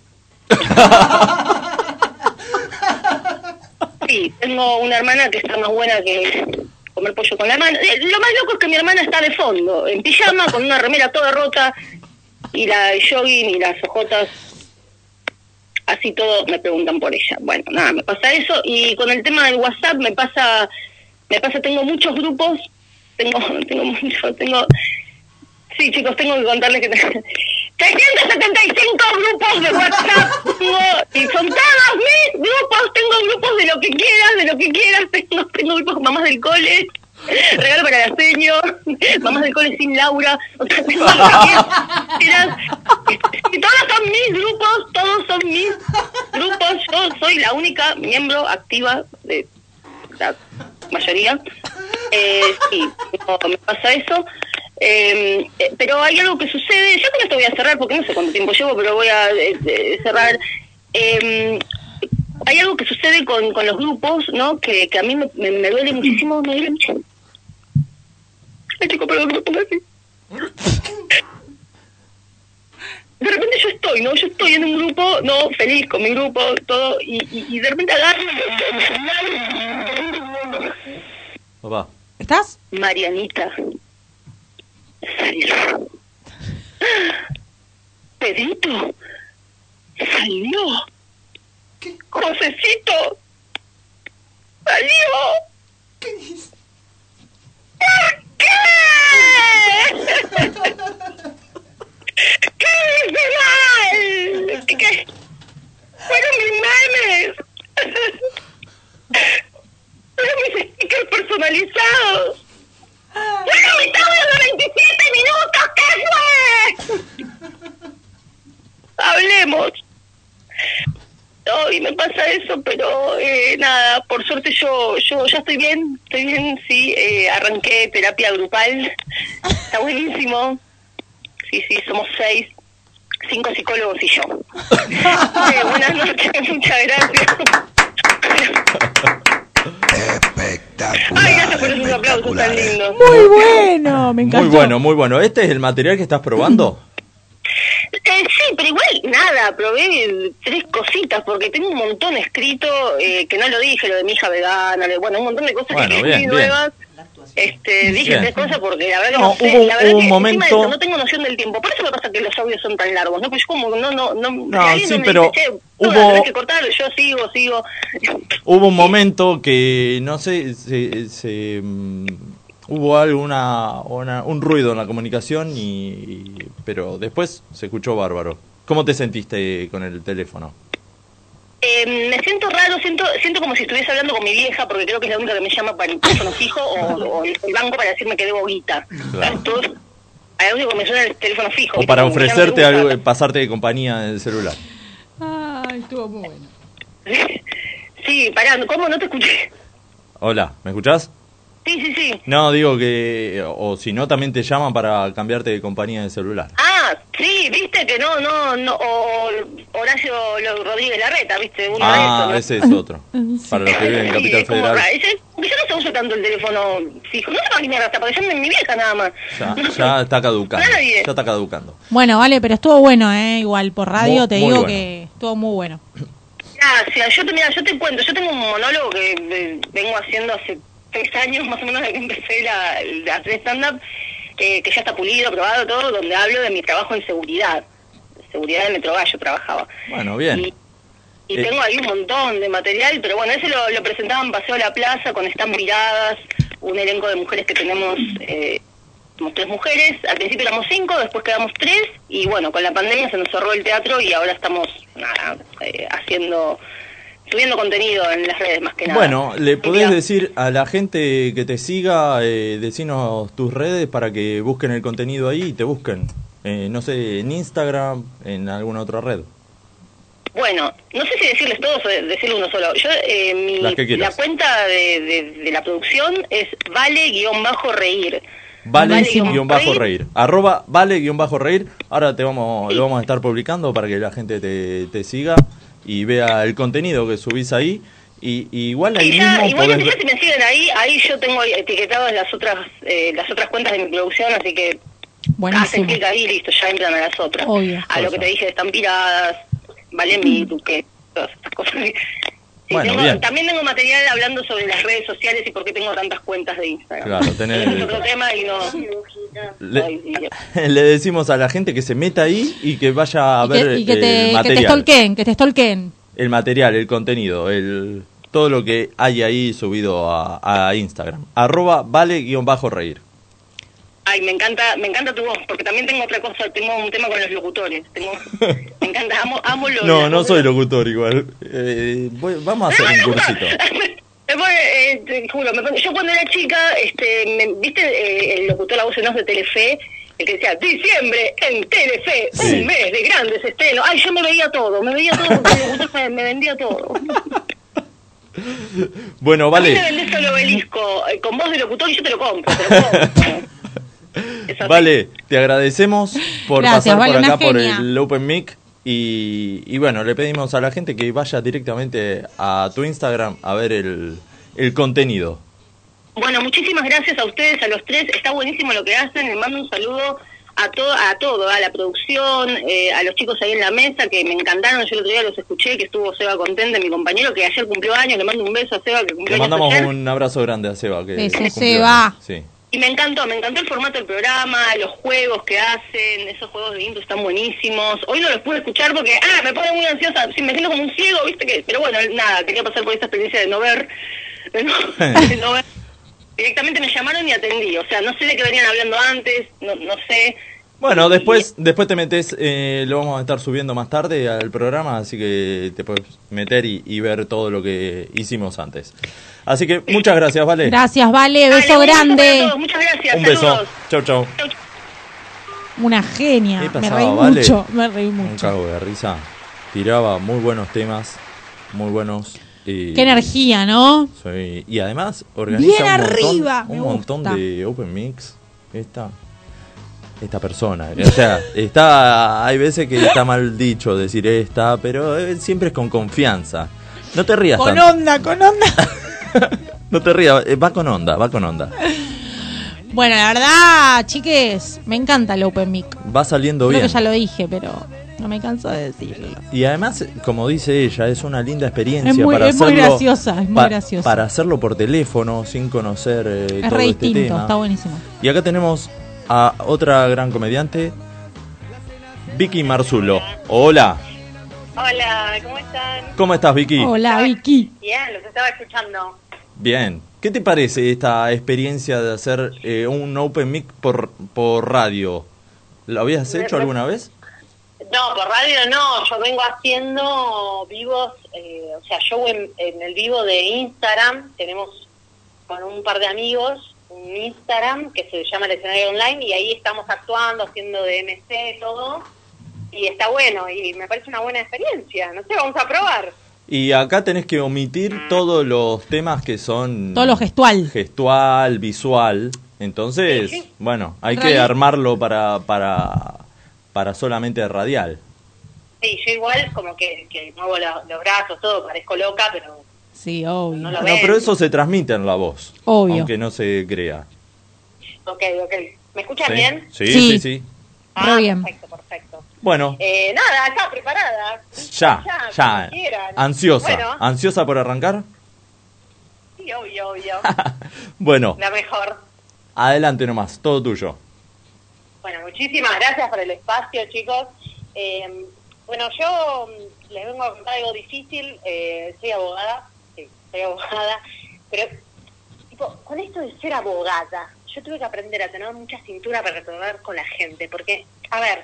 Sí, tengo una hermana que está más buena que comer pollo con la hermana. Eh, Lo más loco es que mi hermana está de fondo, en pijama, con una remera toda rota y la jogging y las ojotas. casi todo me preguntan por ella. Bueno, nada, me pasa eso. Y con el tema del WhatsApp me pasa, me pasa, tengo muchos grupos, tengo, <laughs> tengo muchos, tengo... Sí, chicos, tengo que contarles que tengo 375 grupos de WhatsApp tengo, y son todos mis grupos, tengo grupos de lo que quieras, de lo que quieras, tengo, tengo grupos con mamás del cole, regalo para la seño, mamás del cole sin Laura, o sea, tengo lo que quieras, y todos son mis grupos, todos son mis grupos, yo soy la única miembro activa de la mayoría, eh, sí, no, me pasa eso. Eh, eh, pero hay algo que sucede, yo con esto voy a cerrar porque no sé cuánto tiempo llevo, pero voy a eh, eh, cerrar. Eh, hay algo que sucede con, con los grupos, ¿no? Que, que a mí me, me, me duele muchísimo, me duele mucho. Ay, chico, perdón, no me pongas así. De repente yo estoy, ¿no? Yo estoy en un grupo, ¿no? Feliz con mi grupo, todo, y, y, y de repente agarro...
Papá.
¿Estás?
Marianita. Salió. Pedrito. Salió. Josecito. Salió. ¿Qué ¿Por qué? ¿Qué hice mal? ¿Qué- qué? Fueron mis memes. Fueron mis stickers personalizados. ¡Bueno, mi tabla de 27 minutos! ¿Qué fue? Hablemos. Hoy me pasa eso, pero eh, nada, por suerte yo yo ya estoy bien, estoy bien, sí, eh, arranqué terapia grupal, está buenísimo, sí, sí, somos seis, cinco psicólogos y yo. Eh, buenas noches, muchas gracias. Ay, gracias por esos aplausos tan lindos.
Muy bueno, me
Muy
encantó.
bueno, muy bueno. ¿Este es el material que estás probando?
Eh, sí, pero igual nada, probé tres cositas porque tengo un montón escrito eh, que no lo dije, lo de mi hija vegana, lo de- bueno, un montón de cosas
Bueno,
que
bien,
escribí
bien.
nuevas. Este, dije
Bien.
tres cosas porque <laughs> la verdad que
No,
no sé,
hubo
la verdad
un
que encima de
momento-
eso no tengo noción del tiempo, por eso me pasa que los audios son tan largos, ¿no? Pues yo como no, no, no, si alguien
sí,
me
pero
dice, "Che, no,
hubo-
la tenés que cortar, yo sigo, sigo.
Hubo un momento que, no sé, se, se, mm, hubo alguna, una- un ruido en la comunicación, y, y- pero después se escuchó bárbaro. ¿Cómo te sentiste con el teléfono?
Eh, me siento raro, siento siento como si estuviese hablando con mi vieja, porque creo que es la única que me llama para el teléfono fijo o, o el banco para decirme que debo guita. Todo, a la única que me suena el teléfono fijo.
O
¿viste?
para
Como que ya no
ofrecerte
Eh, me gusta.
algo, eh, pasarte de compañía del celular.
Ay, estuvo muy bueno.
<laughs> Sí, pará, ¿cómo no te escuché?
Hola, ¿me escuchás?
Sí, sí, sí.
No, digo que, o si no, también te llaman para cambiarte de compañía del celular.
Ah, sí, viste que no, no, no, o o Horacio Lo- Rodríguez Larreta, viste, uno
Ah,
de esos.
ese es otro. Para los que viven en
Sí,
Capital
es como
Federal.
raro. Es- porque yo no se uso tanto el teléfono fijo, no sé para qué mierda está, porque yo mi vieja nada más.
Ya, ya está caducando.
Nadie.
Ya está caducando.
Bueno, vale, pero estuvo bueno, ¿eh? Igual por radio
Muy-
te
muy
digo
bueno.
que estuvo muy bueno.
Gracias, yo te, mira, yo te cuento, yo tengo un monólogo que eh, vengo haciendo hace tres años <laughs> más o menos desde que empecé la, la- a hacer stand-up, eh, que ya está pulido, aprobado todo, donde hablo de mi trabajo en seguridad, seguridad en Metrogallo trabajaba.
Bueno, bien.
Y, y
Eh.
tengo ahí un montón de material, pero bueno, ese lo, lo presentaba en Paseo a la Plaza con Están Miradas, un elenco de mujeres que tenemos, eh, somos tres mujeres, al principio éramos cinco, después quedamos tres, y bueno, con la pandemia se nos cerró el teatro y ahora estamos nada, eh, haciendo, subiendo contenido en las redes más que nada.
Bueno, ¿le podés decir a la gente que te siga, eh, decinos tus redes para que busquen el contenido ahí y te busquen? Eh, no sé, en Instagram, en alguna otra red.
Bueno, no sé si decirles todos o decirle uno solo. Yo, eh, mi,
Las que quieras.
la cuenta de, de- de la producción es vale-reír.
Vale-reír. Arroba vale-reír. Ahora te vamos, lo vamos a estar publicando para que la gente te, te siga y vea el contenido que subís ahí. Y, y igual ahí
Y ya,
mismo podés
igualmente
ver-
ya si me siguen ahí, ahí yo tengo etiquetadas las otras eh, las otras cuentas de mi producción, así que hacen clic ahí y listo, ya entran a las otras.
Obvio.
A lo que te dije, estampiradas, vale mi duque, todas estas cosas. Sí,
Mm. Bueno,
<laughs> tengo-
bien.
También tengo material hablando sobre las redes sociales y por qué tengo tantas cuentas de Instagram.
Claro,
<laughs>
tenés-
Ese es otro tema y no.
Le, <laughs> le decimos a la gente que se meta ahí y que vaya a
que-
ver
y que
el
te, que te
material.
stalkeen, que te stalkeen.
el material, el contenido, el todo lo que hay ahí subido a, a Instagram. Arroba vale-reír.
Ay, me encanta, me encanta tu voz, porque también tengo otra cosa, tengo un tema con los locutores.
<laughs>
Tengo, me encanta, amo, amo los
No, no soy locutor igual. Eh, voy- vamos a hacer un cursito.
Eh, bueno, eh, te juro, me pon- yo cuando era chica, este, me- ¿viste eh, el locutor La Voz en Off de Telefe? El que decía, diciembre en Telefe, un mes de grandes estrenos. Ay, yo me veía todo, me veía todo porque el locutor me, me vendía todo.
Bueno,
A mí me
vale,
vendés el obelisco eh, con voz de locutor y yo te lo compro, te lo compro.
vale, te agradecemos por
Gracias,
pasar
Vale,
por
una
acá por
genia.
el Open Mic. Y, y bueno, le pedimos a la gente que vaya directamente a tu Instagram a ver el, el contenido.
Bueno, muchísimas gracias a ustedes, a los tres. Está buenísimo lo que hacen. Les mando un saludo a todo, a todo, a la producción, eh, a los chicos ahí en la mesa que me encantaron. Yo el otro día los escuché, que estuvo Seba contente, mi compañero que ayer cumplió años. Le mando un beso a Seba que cumplió
Le
años
mandamos
ayer.
un abrazo grande a Seba. Que
Beso,
cumplió
Seba.
años. Sí.
Y me encantó, me encantó el formato del programa, los juegos que hacen, esos juegos de Indus están buenísimos. Hoy no los pude escuchar porque, ah, me pone muy ansiosa, sí, me siento como un ciego, ¿viste? que Pero bueno, nada, quería pasar por esta experiencia de no ver. de no- de no ver. Directamente me llamaron y atendí, o sea, no sé de qué venían hablando antes, no, no sé.
Bueno, después, después te metes, eh, lo vamos a estar subiendo más tarde al programa, así que te puedes meter y, y ver todo lo que hicimos antes. Así que muchas gracias, Vale.
Gracias, Vale, beso
un beso
grande.
para todos, muchas gracias,
Un beso.
saludos.
Chau, chau.
Una genia.
¿Qué
Me
pasaba,
reí
Vale?
mucho, me reí mucho.
Un cago de risa. Tiraba muy buenos temas, muy buenos. eh,
Qué energía, ¿no?
sí. Y además organiza
Bien
un montón,
arriba,
un
me
montón
gusta.
de open mix. Esta, esta persona, eh, o
<laughs>
sea, está, hay veces que está mal dicho decir esta, pero eh, siempre es con confianza. No te rías
Con
tanto.
onda, con onda.
No te rías, eh, va con onda, va con onda.
Bueno, la verdad, chiques, me encanta el Open Mic.
Va saliendo
Creo
bien.
que ya lo dije, pero no me canso de decirlo.
Y además, como dice ella, es una linda experiencia
Es muy-
para
es muy
hacerlo-
graciosa, es muy graciosa.
Para hacerlo por teléfono, sin conocer eh,
Es
todo
re
este
distinto,
tema.
está buenísimo.
Y acá tenemos a otra gran comediante, Vicky Marzulo. Hola,
Hola, ¿cómo están?
¿cómo estás, Vicky?
Hola, Vicky.
Bien, los estaba escuchando.
Bien. ¿Qué te parece esta experiencia de hacer eh, un open mic por, por radio? ¿Lo habías hecho alguna vez?
No, por radio no, yo vengo haciendo vivos, eh, o sea, yo en, en el vivo de Instagram tenemos con un par de amigos un Instagram que se llama el escenario online y ahí estamos actuando, haciendo de MC, todo, y está bueno y me parece una buena experiencia, no sé, vamos a probar.
Y acá tenés que omitir todos los temas que son...
Todo lo gestual.
gestual, visual. Entonces, bueno, hay que
Radial.
armarlo para, para, para solamente radial.
Sí, yo igual como que, que muevo lo- los brazos, todo, parezco loca, pero
Sí, obvio. <laughs>
no lo
Bueno,
ven.
pero eso se transmite en la voz.
Obvio.
Aunque no se crea.
Ok, ok. ¿Me escuchan
¿Sí?
bien? Ah,
Sí, sí, sí,
Re bien.
Bueno,
Eh, nada, acá preparada. ya,
ya, ya.
como quieran.
Ansiosa.
Bueno.
¿Ansiosa por arrancar?
Sí, obvio, obvio.
<laughs> Bueno,
La mejor.
adelante nomás, todo tuyo.
Bueno, muchísimas gracias por el espacio, chicos. Eh, bueno, yo mm, les vengo a contar algo difícil. Eh, soy abogada, sí, soy <laughs> abogada, pero tipo, con esto de ser abogada, yo tuve que aprender a tener mucha cintura para resolver con la gente, porque, a ver,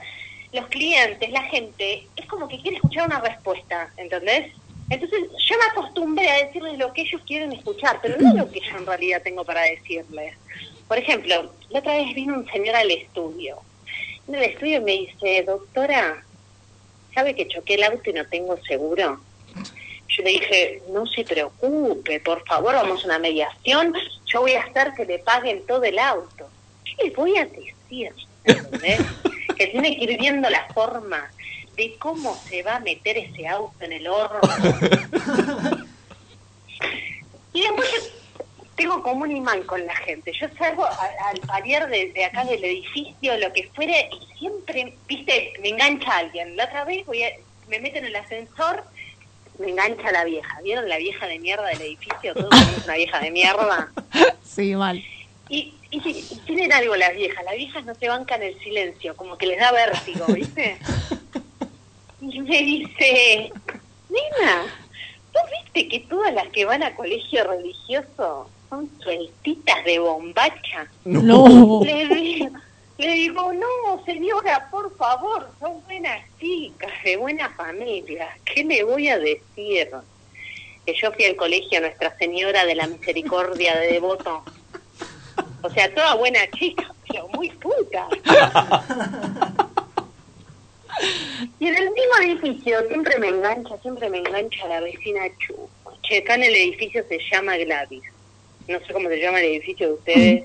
los clientes, la gente, es como que quiere escuchar una respuesta, ¿entendés? Entonces yo me acostumbré a decirles lo que ellos quieren escuchar, pero no lo que yo en realidad tengo para decirles. Por ejemplo, la otra vez vino un señor al estudio. En el estudio me dice, doctora, ¿sabe que choqué el auto y no tengo seguro? Yo le dije, no se preocupe, por favor, vamos a una mediación, yo voy a hacer que le paguen todo el auto. ¿Qué le voy a decir? ¿Entendés? que tiene que ir viendo la forma de cómo se va a meter ese auto en el horno. y después yo tengo como un imán con la gente. Yo salgo a- al parier de, de acá del edificio, lo que fuere, y siempre, viste, me engancha alguien. La otra vez voy a- me meto en el ascensor
me engancha la vieja. ¿Vieron la vieja de mierda del edificio? Todos somos una vieja de mierda.
Sí, mal.
Y, y, y tienen algo las viejas. Las viejas no se bancan el silencio, como que les da vértigo, ¿viste? Y me dice, nena, ¿tú viste que todas las que van a colegio religioso son sueltitas de bombacha?
No.
Le, di- le digo, no, señora, por favor, son buenas chicas, de buena familia. ¿Qué le voy a decir? Que yo fui al colegio Nuestra Señora de la Misericordia de Devoto. O sea, toda buena chica, <laughs> pero muy puta. Y en el mismo edificio siempre me engancha, siempre me engancha la vecina Chu. Che, acá en el edificio se llama Gladys. No sé cómo se llama el edificio de ustedes.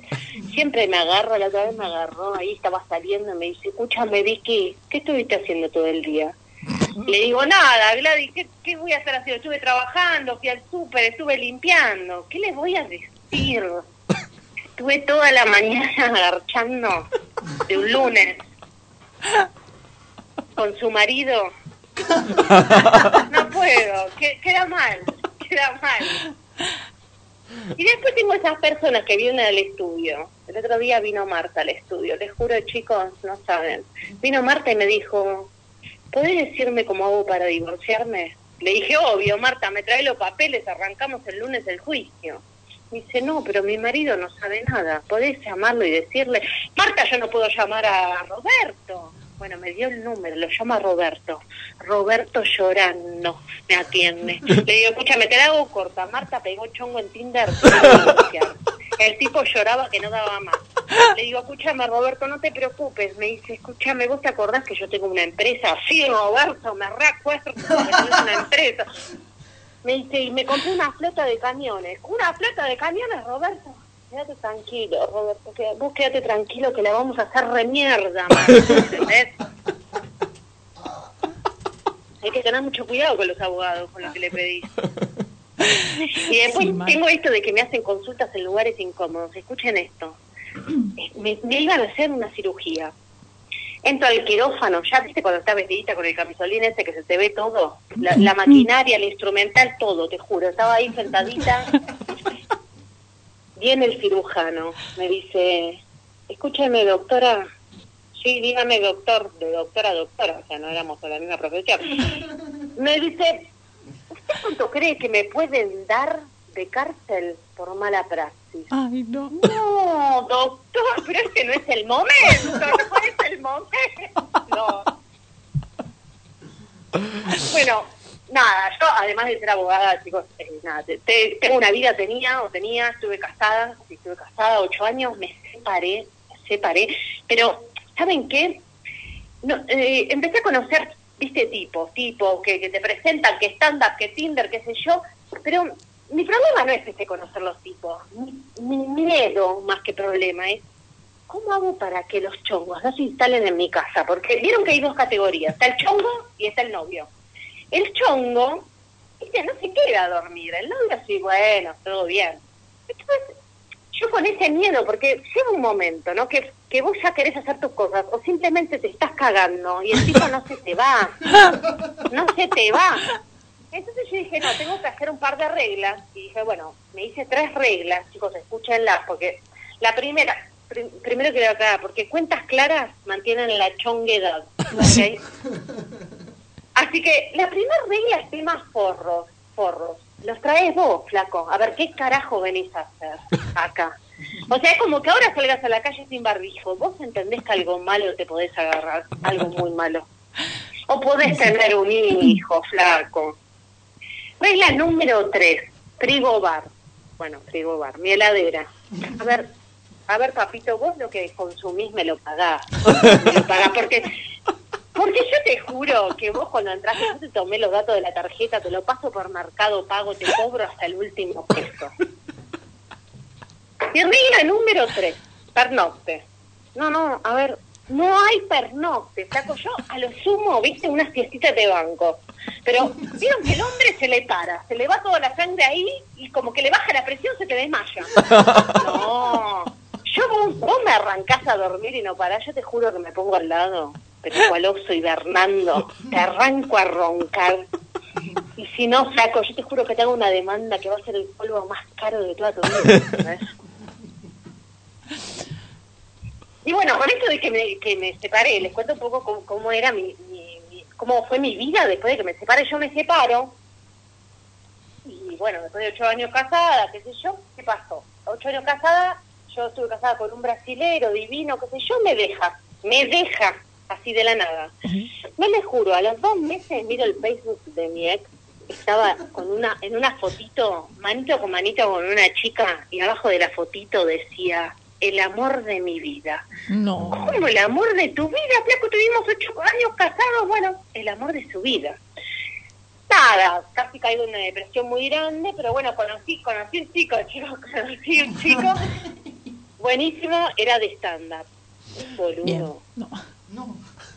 Siempre me agarra, la otra vez me agarró, ahí estaba saliendo, me dice, escúchame Vicky, ¿qué estuviste haciendo todo el día? Le digo, nada, Gladys, ¿qué, qué voy a hacer haciendo? Estuve trabajando, fui al súper, estuve limpiando. ¿Qué les voy a decir? Estuve toda la mañana <laughs> agarchando de un lunes con su marido. No puedo, que- queda mal, queda mal. Y después tengo esas personas que vienen al estudio. El otro día vino Marta al estudio, les juro chicos, no saben. Vino Marta y me dijo, ¿podés decirme cómo hago para divorciarme? Le dije, obvio, Marta, me trae los papeles, arrancamos el lunes el juicio. Me dice, no, pero mi marido no sabe nada. ¿Podés llamarlo y decirle? Marta, yo no puedo llamar a Roberto. Bueno, me dio el número, lo llama Roberto. Roberto llorando me atiende. Le digo, escúchame, te la hago corta. Marta pegó chongo en Tinder. te voy a divorciar". El tipo lloraba que no daba más. Le digo, escúchame, Roberto, no te preocupes. Me dice, escúchame, ¿vos te acordás que yo tengo una empresa? Sí, Roberto, me recuerdo que tenés una empresa. Me dice, y me compré una flota de camiones. ¿Una flota de camiones, Roberto? Quédate tranquilo, Roberto. que- vos quédate tranquilo que la vamos a hacer re mierda, man, ¿entendés? Hay que tener mucho cuidado con los abogados, con lo que le pedí. Y después tengo esto de que me hacen consultas en lugares incómodos. Escuchen esto. Eh, Me, me iban a hacer una cirugía. Entro al quirófano, ya viste cuando está vestidita con el camisolín ese que se te ve todo, la, la maquinaria, el instrumental, todo, te juro. Estaba ahí sentadita. Viene el cirujano, me dice, escúcheme doctora, sí, dígame doctor, de doctora a doctora, o sea, no éramos de la misma profesión. Me dice, ¿usted cuánto cree que me pueden dar de cárcel por mala praxis?
Ay, no.
No, doctor, pero este no es el momento, no es el momento. Bueno, nada, yo además de ser abogada, chicos, eh, nada, te- te- tengo una vida, tenía o tenía, estuve casada, sí, estuve casada ocho años, me separé, me separé, pero ¿saben qué? No, eh, empecé a conocer, viste, tipos, tipos que, que te presentan, que stand-up, que Tinder, qué sé yo, pero mi problema no es este conocer los tipos, mi, mi miedo más que problema es ¿cómo hago para que los chongos no se instalen en mi casa? Porque vieron que hay dos categorías, está el chongo y está el novio. El chongo, viste, no se queda a dormir, el novio sí, bueno, todo bien. Entonces, yo con ese miedo, porque llega un momento, ¿no? Que, que vos ya querés hacer tus cosas o simplemente te estás cagando y el tipo no se te va, no se te va. Entonces yo dije, no, tengo que hacer un par de reglas. Y dije, bueno, me hice tres reglas, chicos, escúchenlas, porque la primera, prim- primero quiero aclarar, porque cuentas claras mantienen la chonguedad. ¿ok? Así que la primera regla es temas forros, forros. Los traes vos, flaco. A ver, ¿qué carajo venís a hacer acá? O sea, es como que ahora salgas a la calle sin barbijo. Vos entendés que algo malo te podés agarrar, algo muy malo. O podés tener un hijo, flaco. Regla número tres, frigobar. Bueno, frigobar, mi heladera. A ver, a ver, papito, vos lo que consumís me lo pagás. Me lo pagás porque, porque yo te juro que vos cuando entraste, yo te tomé los datos de la tarjeta, te lo paso por mercado pago, te cobro hasta el último peso. Y regla número tres, pernocte. No, no, a ver, no hay pernocte, saco yo a lo sumo, viste, unas siestitas de banco. Pero vieron que el hombre se le para, se le va toda la sangre ahí y como que le baja la presión, se te desmaya. No, yo vos, vos me arrancás a dormir y no parás, yo te juro que me pongo al lado, pero cual oso hibernando, te arranco a roncar. Y si no, saco, yo te juro que te hago una demanda que va a ser el polvo más caro de toda tu vida. ¿sabes? y bueno, con esto de que me, que me separé, les cuento un poco cómo, cómo era mi, mi- mi- cómo fue mi vida después de que me separé. Yo me separo y bueno, después de ocho años casada, qué sé yo, ¿qué pasó? Ocho años casada, yo estuve casada con un brasilero divino, qué sé yo, me deja, me deja así de la nada. No les juro, a los dos meses miro el Facebook de mi ex, estaba con una, en una fotito, manito con manito con una chica, y abajo de la fotito decía, el amor de mi vida.
No.
¿Cómo el amor de tu vida, Flaco? Tuvimos ocho años casados, bueno, el amor de su vida. Nada, casi caigo en una depresión muy grande, pero bueno, conocí, conocí un chico, <laughs> chicos, conocí un chico buenísimo, era de stand-up. Un boludo.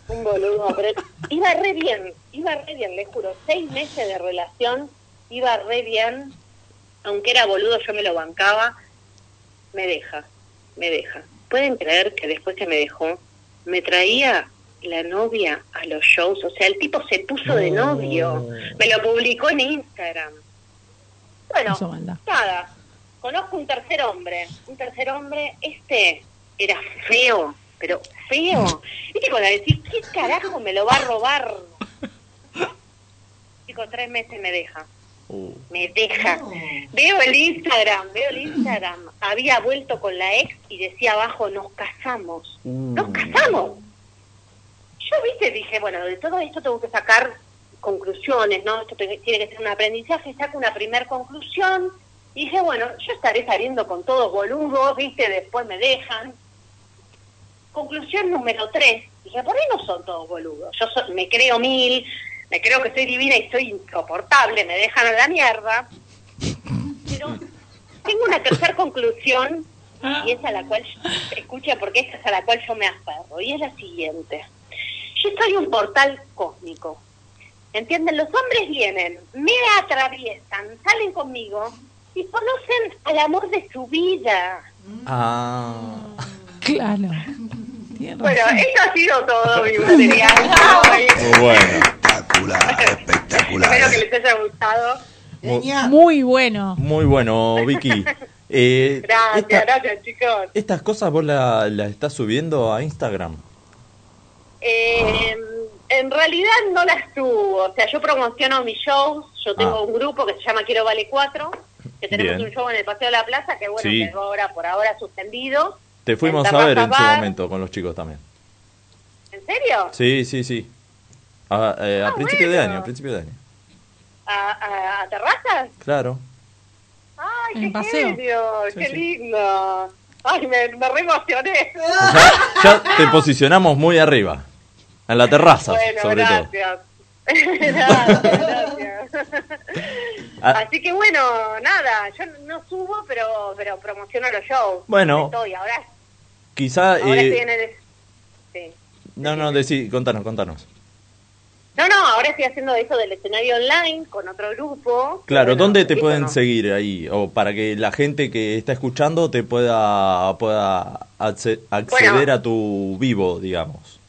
Un boludo, pero iba re bien, iba re bien, les juro. Seis meses de relación, iba re bien. Aunque era boludo, yo me lo bancaba. Me deja, me deja. ¿Pueden creer que después que me dejó, me traía la novia a los shows? O sea, el tipo se puso de novio. Me lo publicó en Instagram. Bueno,
Hizo maldad.
nada. Conozco un tercer hombre. Un tercer hombre, este era feo, pero feo. Viste cuando decís, ¿qué carajo me lo va a robar? Chico, tres meses me deja. Me deja. Veo el Instagram, veo el Instagram. Había vuelto con la ex y decía abajo, nos casamos. Nos casamos. Yo, viste, dije, bueno, de todo esto tengo que sacar conclusiones, ¿no? Esto te- tiene que ser un aprendizaje. Saco una primer conclusión. Y dije, bueno, yo estaré saliendo con todos boludos, viste, después me dejan. Conclusión número tres. Dije, por ahí no son todos boludos. Yo so- me creo mil, me creo que soy divina y soy insoportable, me dejan a la mierda. Pero tengo una tercera conclusión y es a la cual, yo- escucha porque esta es a la cual yo me aferro. Y es la siguiente. Yo soy un portal cósmico. ¿Entienden? Los hombres vienen, me atraviesan, salen conmigo y conocen al amor de su vida.
Ah.
Claro.
Bueno, esto ha sido todo mi material. Ay,
Muy bueno.
Espero que les haya gustado.
Muy,
Muy bueno.
muy bueno,
<laughs>
Vicky. Eh,
Gracias,
esta-
gracias, chicos.
estas cosas vos la- las estás subiendo a Instagram.
Eh, en realidad no las subo. O sea, yo promociono mis shows. Yo tengo
Ah.
un grupo que se llama Quiero Vale 4, que tenemos
Bien.
un show en el Paseo de la Plaza, que bueno,
Sí.
quedó ahora, por ahora suspendido.
Te fuimos
En
a ver en su
Tarrazabal.
momento con los chicos también.
¿En serio?
Sí, sí, sí. A, eh, a
Ah,
principio de
bueno.
año, a principio de año.
¿A, a, a terrazas?
Claro.
¡Ay,
En
qué
el paseo.
serio! ¡Qué lindo! ¡Ay, me, me re emocioné!
<laughs> Ya te posicionamos muy arriba. En la terraza,
Bueno,
sobre todo.
gracias. <laughs> Gracias, gracias.
Ah.
Así que bueno, nada, yo no subo, pero pero promociono los shows.
Bueno.
Estoy, ahora,
Quizá...
ahora
eh,
estoy en el... sí.
No, no, decí, contanos, contanos.
No, no, ahora estoy haciendo eso del escenario online con otro grupo.
Claro,
Bueno,
¿dónde te
eso
pueden
no.
seguir ahí? O para que la gente que está escuchando te pueda, pueda acce- acceder
Bueno.
a tu vivo, digamos.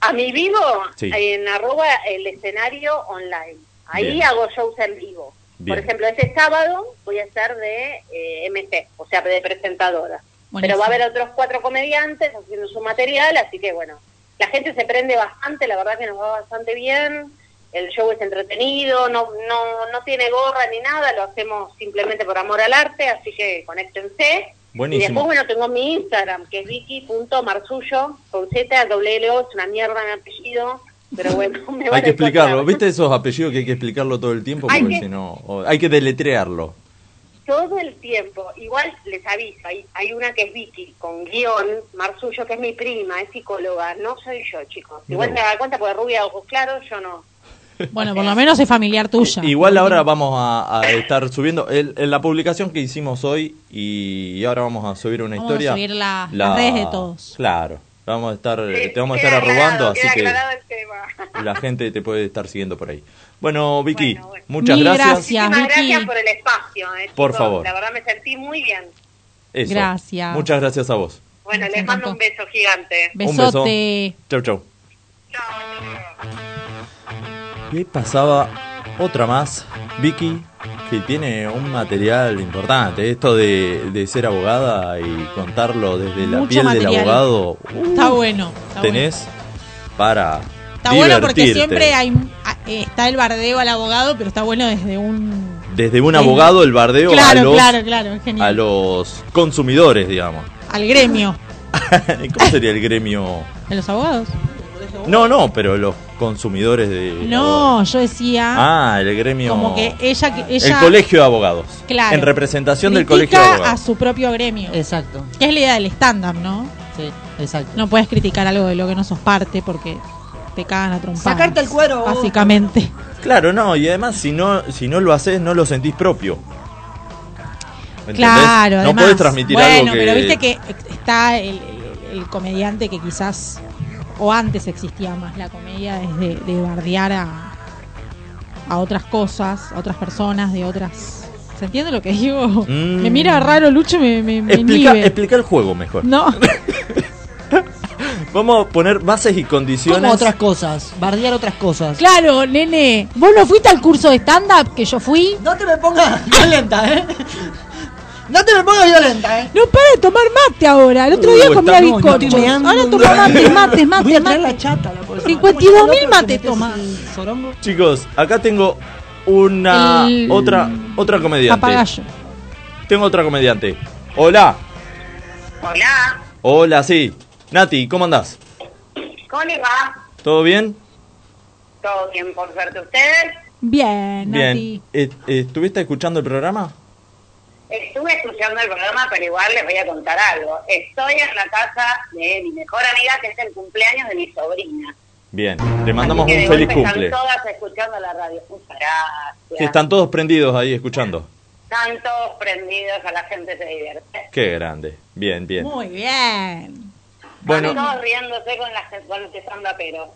A mi vivo,
Sí.
en arroba el escenario online. Ahí
Bien.
hago shows en vivo.
Bien.
Por ejemplo, este sábado voy a estar de eh, MC, o sea, de presentadora.
Buenísimo.
Pero va a haber otros cuatro comediantes haciendo su material, así que bueno, la gente se prende bastante, la verdad que nos va bastante bien. El show es entretenido, no, no, no tiene gorra ni nada, lo hacemos simplemente por amor al arte, así que conéctense. Y después,
Buenísimo.
bueno, tengo mi Instagram, que es vicky.marzullo, con Z, doble L, O, es una mierda mi apellido, pero bueno, <laughs> me van
Hay
a
que explicarlo.
encontrar.
¿Viste esos apellidos que hay que explicarlo todo el tiempo?
Hay
Porque
que-
si no... o- Hay que deletrearlo.
Todo el tiempo, igual les aviso, hay, hay una que es Vicky, con guión, Marzullo, que es mi prima, es psicóloga, no soy yo, chicos. Igual
Mira
me da cuenta porque rubia, ojos claros, yo no.
Bueno, por lo menos es familiar tuya.
Igual ahora vamos a, a estar subiendo... el- en la publicación que hicimos hoy y ahora vamos a subir una
Vamos
historia...
a subir la-
la-
las redes de todos.
Claro. Vamos a estar,
Sí,
te vamos a
queda
estar arrobando,
aclarado,
así
queda
que...
aclarado el tema.
la gente te puede estar siguiendo por ahí. Bueno, Vicky, muchas
Mil
gracias.
gracias,
Muchísimas
Vicky.
gracias por el espacio. eh,
Por
chicos,
favor.
La verdad me sentí muy bien.
Eso.
Gracias.
Muchas gracias a vos.
Bueno, les mando un beso gigante.
Un beso. Chau, chau. ¿Qué pasaba otra más, Vicky, que tiene un material importante. Esto de, de ser abogada y contarlo desde la
Mucho
piel del
material.
abogado,
Está bueno. Está bueno.
tenés para
Está bueno
divertirte.
porque siempre hay a- está el bardeo al abogado, pero está bueno desde un...
Desde un
Sí.
abogado el bardeo a
Claro,
los,
claro, claro, es genial.
a los consumidores, digamos.
Al gremio
¿Cómo sería el gremio?
<laughs> de los abogados.
No, no, pero los consumidores de...
No, yo decía
Ah, el gremio...
como que ella... que ella
El colegio de abogados.
Claro.
En representación del
critica
colegio de abogados.
a su propio gremio.
Exacto.
Que es la idea del stand-up, ¿no?
Sí, exacto.
No puedes criticar algo de lo que no sos parte porque te cagan a trompadas.
Sacarte el cuero, vos.
Básicamente.
Claro, no, y además si no, si no lo haces, no lo sentís propio. ¿Entendés?
Claro,
no
además.
podés transmitir
bueno,
algo que...
pero viste que está el, el- el comediante que quizás, o antes existía más la comedia, desde de bardear a, a otras cosas, a otras personas, de otras... ¿Se entiende lo que digo?
Mm.
Me mira raro Lucho, me, me, me
Explica,
inhibe.
explica el juego mejor. <laughs>
No,
Vamos a poner bases y condiciones.
Como otras cosas, bardear
<laughs>
otras cosas.
claro, nene. Vos no fuiste al curso de stand-up que yo fui.
No te me pongas <laughs> violenta, ¿eh? No te me pongas violenta, ¿eh?
No para de tomar mate ahora. El otro día
Uh,
comía
está- no, no,
bizcochos.
estoy meando.
ahora toma mate, mate, mate, mate.
La chata, la pobre.
52 mil mate toma.
Chicos, acá tengo una
El-
otra otra comediante.
Papagayo.
Tengo otra comediante. Hola.
Hola,
Hola, sí. Nati, ¿cómo andás?
¿cómo les va?
¿Todo bien?
Todo bien, por suerte. ¿Ustedes?
Bien, Nati.
Eh, eh, ¿Estuviste escuchando el programa?
Estuve escuchando el programa, pero igual les voy a contar algo. Estoy en la casa de mi mejor amiga, que es el cumpleaños de mi sobrina.
Bien. Le mandamos
Así que
un
de
feliz
golpe
cumple.
Están todas escuchando la radio. Muchas gracias.
Sí, están todos prendidos ahí escuchando.
Están todos prendidos, a la gente se divierte.
Qué grande. Bien, bien.
Muy bien.
Bueno,
Están todos riéndose con, las, con los estandaperos.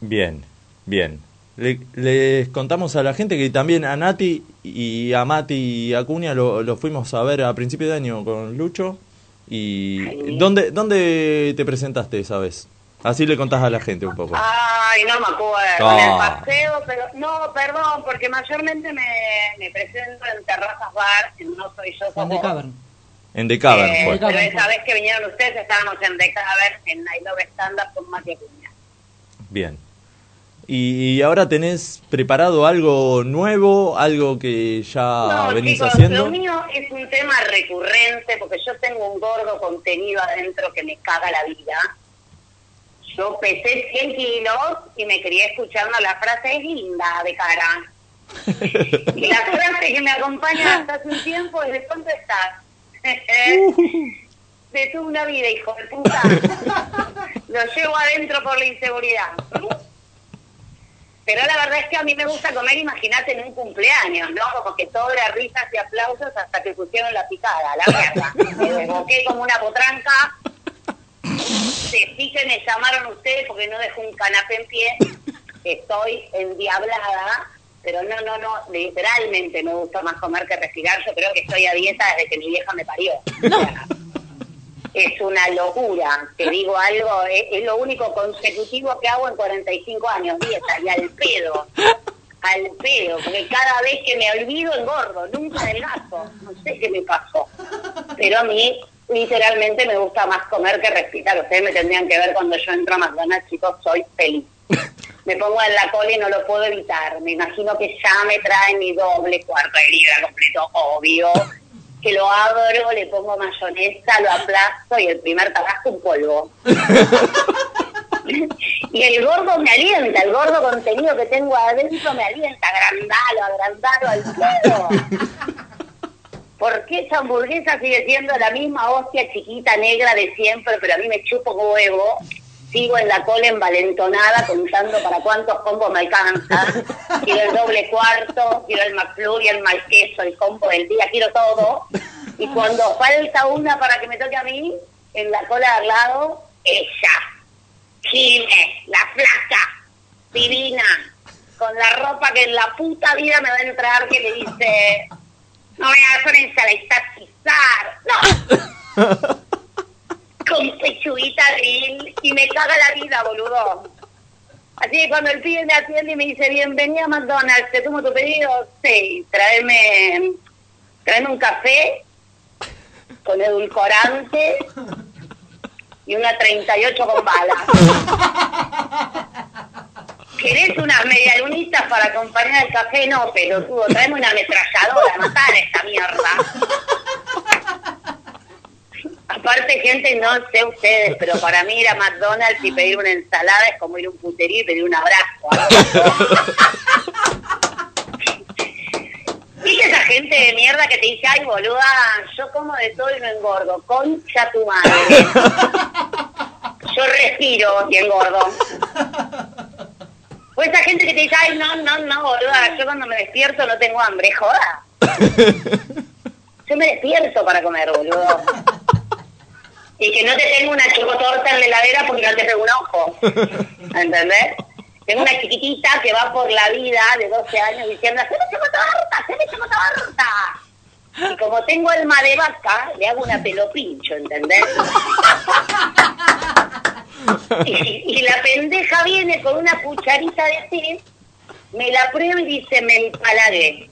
bien, bien. Le- les contamos a la gente que también a Nati y a Mati y a Cunha lo, lo fuimos a ver a principio de año con Lucho. ¿Y dónde, dónde te presentaste esa vez? Así le contás a la gente un poco.
Ah, Ay, no me acuerdo.
Ah.
En el paseo, pero... No, perdón, porque mayormente me, me presento en terrazas bar, en No Soy Yo. Somos Vos.
En The Cavern
Eh,
fue.
pero esa vez que vinieron ustedes estábamos en The Cavern, en I Love Stand Up con Mati Acuña.
Bien. Y, y ahora tenés preparado algo nuevo, algo que ya
no,
Ah, venís
chicos, lo
haciendo.
mío es un tema recurrente porque yo tengo un gordo contenido adentro que me caga la vida. Yo pesé 100 kilos y me quería escuchando la frase es linda de cara. Y la frase que me acompaña hasta hace un tiempo es ¿de cuánto estás?
<laughs>
<laughs> de toda una vida, hijo de puta. <laughs> Lo llevo adentro por la inseguridad. Pero la verdad es que a mí me gusta comer, imagínate, en un cumpleaños, ¿no? Como que todo era risas y aplausos hasta que pusieron la picada, la mierda. Me desboqué como una potranca. Se que me llamaron ustedes porque no dejó un canapé en pie. Estoy endiablada, pero no, no, no, literalmente me gusta más comer que respirar. Yo creo que estoy a dieta desde que mi vieja me parió. O sea, Es una locura, te digo algo, es, es lo único consecutivo que hago en 45 años, dieta, y al pedo, al pedo, porque cada vez que me olvido engordo, nunca adelgazo, no sé qué me pasó, pero a mí literalmente me gusta más comer que respirar, ustedes me tendrían que ver cuando yo entro a McDonald's, chicos, soy feliz. Me pongo en la cola y no lo puedo evitar. Me imagino que ya me traen mi doble cuarto de libra completo, obvio. Que lo abro, le pongo mayonesa, lo aplasto y el primer tabasco un polvo. y el gordo me alienta, el gordo contenido que tengo adentro me alienta. Agrandalo, agrandalo al pedo. ¿Por qué esa hamburguesa sigue siendo la misma hostia chiquita, negra de siempre, pero a mí me chupo un huevo? Sigo en la cola envalentonada contando para cuántos combos me alcanza. Quiero el doble cuarto, quiero el McFlurry, el mal queso, el combo del día, quiero todo. Y cuando falta una para que me toque a mí, en la cola de al lado, eh, ella. Jime, la flaca, divina, con la ropa que en la puta vida me va a entrar, que le dice, no me hagas una ensaladizar, no. Con pechuguita grill y me caga la vida, boludo. Así que cuando el pibe me atiende y me dice, bienvenida a McDonald's, te tomo tu pedido, sí, tráeme, tráeme un café con edulcorante y una 38 con balas. ¿Querés unas medialunitas para acompañar el café? No, pelotudo, tráeme una ametralladora, matar esta mierda. Aparte, gente, no sé ustedes, pero para mí ir a McDonald's y pedir una ensalada es como ir a un puterío y pedir un abrazo. ¿Viste esa gente de mierda que te dice, ay, boluda, yo como de todo y no engordo? Concha tu madre. Yo respiro y engordo. O esa gente que te dice, ay, no, no, no, boluda, yo cuando me despierto no tengo hambre, joda. Yo me despierto para comer, boludo. Y que no te tengo una chocotorta en la heladera porque no te pego un ojo. ¿Entendés? Tengo una chiquitita que va por la vida de 12 años diciendo, haceme chocotorta, haceme chocotorta. Y como tengo alma de vaca, le hago una pelopincho, ¿entendés? Y, y la pendeja viene con una cucharita de té, me la prueba y dice, me empalagué.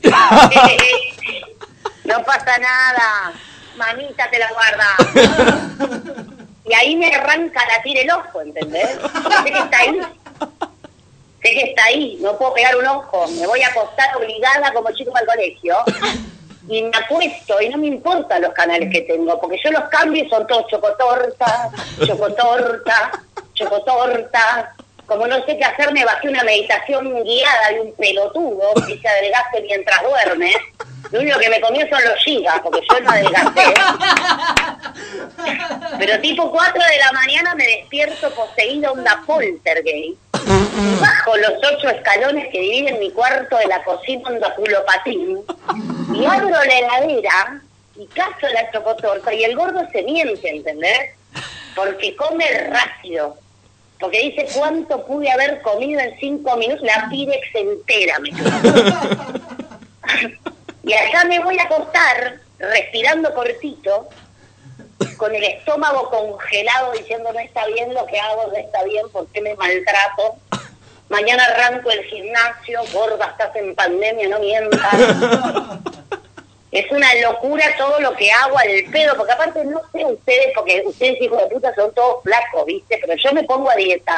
no pasa nada, mamita te la guarda. Y ahí me arranca a latir el ojo, ¿entendés? Sé que está ahí. Sé que está ahí, no puedo pegar un ojo. Me voy a acostar obligada como chico al colegio. Y me acuesto y no me importan los canales que tengo, porque yo los cambio y son todos chocotorta, chocotorta, chocotorta. Como no sé qué hacer, me bajé una meditación guiada de un pelotudo que se adelgaste mientras duermes. Lo único que me comió son los gigas, porque yo no adelgacé. Pero tipo 4 de la mañana me despierto poseída onda poltergeist. Y Bajo los ocho escalones que dividen mi cuarto de la cocina onda culopatín. Y abro la heladera y cazo la chocotorta y el gordo se miente, ¿entendés? Porque come rápido. Porque dice cuánto pude haber comido en cinco minutos, la pirex entera me Y acá me voy a acostar, respirando cortito, con el estómago congelado, diciendo no está bien lo que hago, no está bien, ¿por qué me maltrato? Mañana arranco el gimnasio, gorda, estás en pandemia, no mientas. Es una locura todo lo que hago al pedo, porque aparte no sé ustedes, porque ustedes hijos de puta son todos flacos, ¿viste? Pero yo me pongo a dieta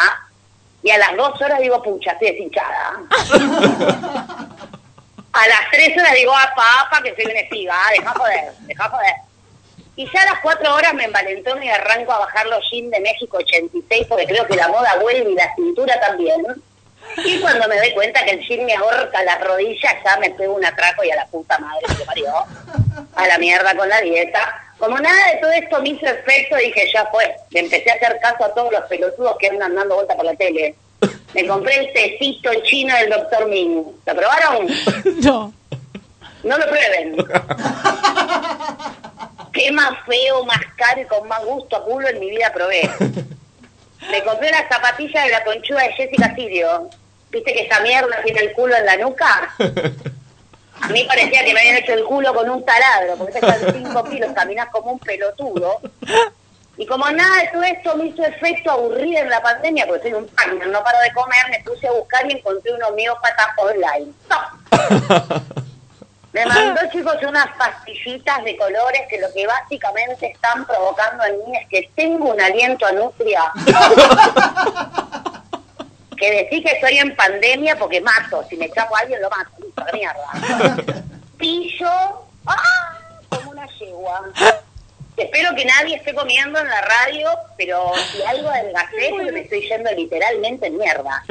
y a las dos horas digo, pucha, estoy deshinchada. A las tres horas digo, apa, apa, que soy una espiga, ah, deja joder, deja joder. Y ya a las cuatro horas me envalentono y arranco a bajar los jeans de México 86 porque creo que la moda vuelve y la cintura también. Y cuando me doy cuenta que el jean me ahorca las rodillas, ya me pego un atraco y a la puta madre que lo parió. A la mierda con la dieta. Como nada de todo esto me hizo efecto, dije, ya fue. Le empecé a hacer caso a todos los pelotudos que andan dando vuelta por la tele. Me compré el tecito chino del Dr. Ming. ¿Lo probaron?
No.
No lo prueben. Qué más feo, más caro y con más gusto a culo en mi vida probé. Me compré las zapatillas de la conchuda de Jessica Sirio. ¿Viste que esa mierda tiene el culo en la nuca? A mí parecía que me habían hecho el culo con un taladro, porque pesas 5 kilos, caminás como un pelotudo. Y como nada de todo esto me hizo efecto aburrida en la pandemia, porque soy un pan, no paro de comer, me puse a buscar y encontré un homeópata online. ¡Top! Me mandó, chicos, unas pastillitas de colores que lo que básicamente están provocando en mí es que tengo un aliento a nutria. que decís que estoy en pandemia porque mato. Si me chapo a alguien, lo mato. Listo, la mierda. Pillo. ¡Ah! Como una yegua. Espero que nadie esté comiendo en la radio, pero si algo adelgacé, porque me estoy yendo literalmente en mierda.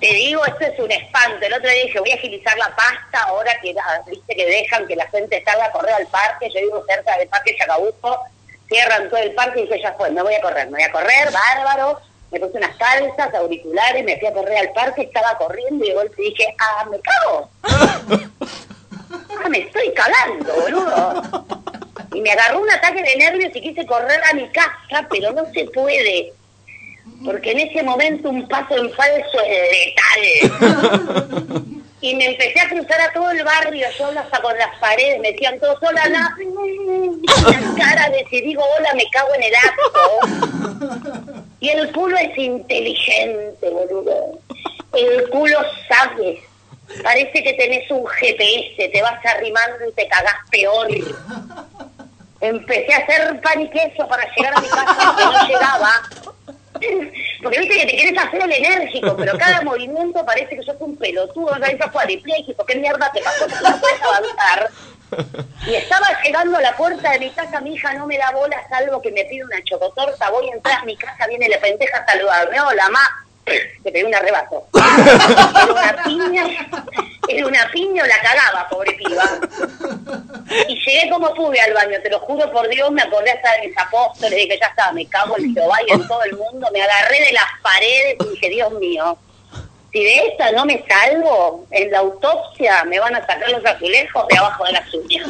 Te digo, esto es un espanto. El otro día dije, voy a agilizar la pasta ahora que ah, viste que dejan que la gente salga a correr al parque. Yo vivo cerca del parque Chacabuco, cierran todo el parque y dije, ya fue, me voy a correr, me voy a correr, bárbaro. Me puse unas calzas, auriculares, me fui a correr al parque, estaba corriendo y de golpe dije, ah, me cago. Ah, me estoy cagando, boludo. Y me agarró un ataque de nervios y quise correr a mi casa, pero no se puede. Porque en ese momento un paso en falso es letal. Y me empecé a cruzar a todo el barrio, yo hasta con las paredes, me decían todos, hola, na-". Y las caras de si digo hola me cago en el acto. Y el culo es inteligente, boludo. El culo sabe. Parece que tenés un GPS, te vas arrimando y te cagás peor. Empecé a hacer pan y queso para llegar a mi casa que no llegaba. Porque viste que te quieres hacer el enérgico, pero cada movimiento parece que sos un pelotudo, ya estás cuadripléjico, ¿qué mierda te pasó? Porque no puedes avanzar. Y estaba llegando a la puerta de mi casa, mi hija no me da bola, salvo que me pide una chocotorta, voy a entrar a mi casa, viene la pendeja a saludarme, hola ma, te pedí un arrebato. Era una piña, era una piña o la cagaba, pobre piba. Y llegué como pude al baño, te lo juro por Dios, me acordé hasta de mis apóstoles, de que ya está, me cago en Jehová y en todo el mundo, me agarré de las paredes y dije, Dios mío, si de esta no me salvo, en la autopsia me van a sacar los azulejos de abajo de las uñas.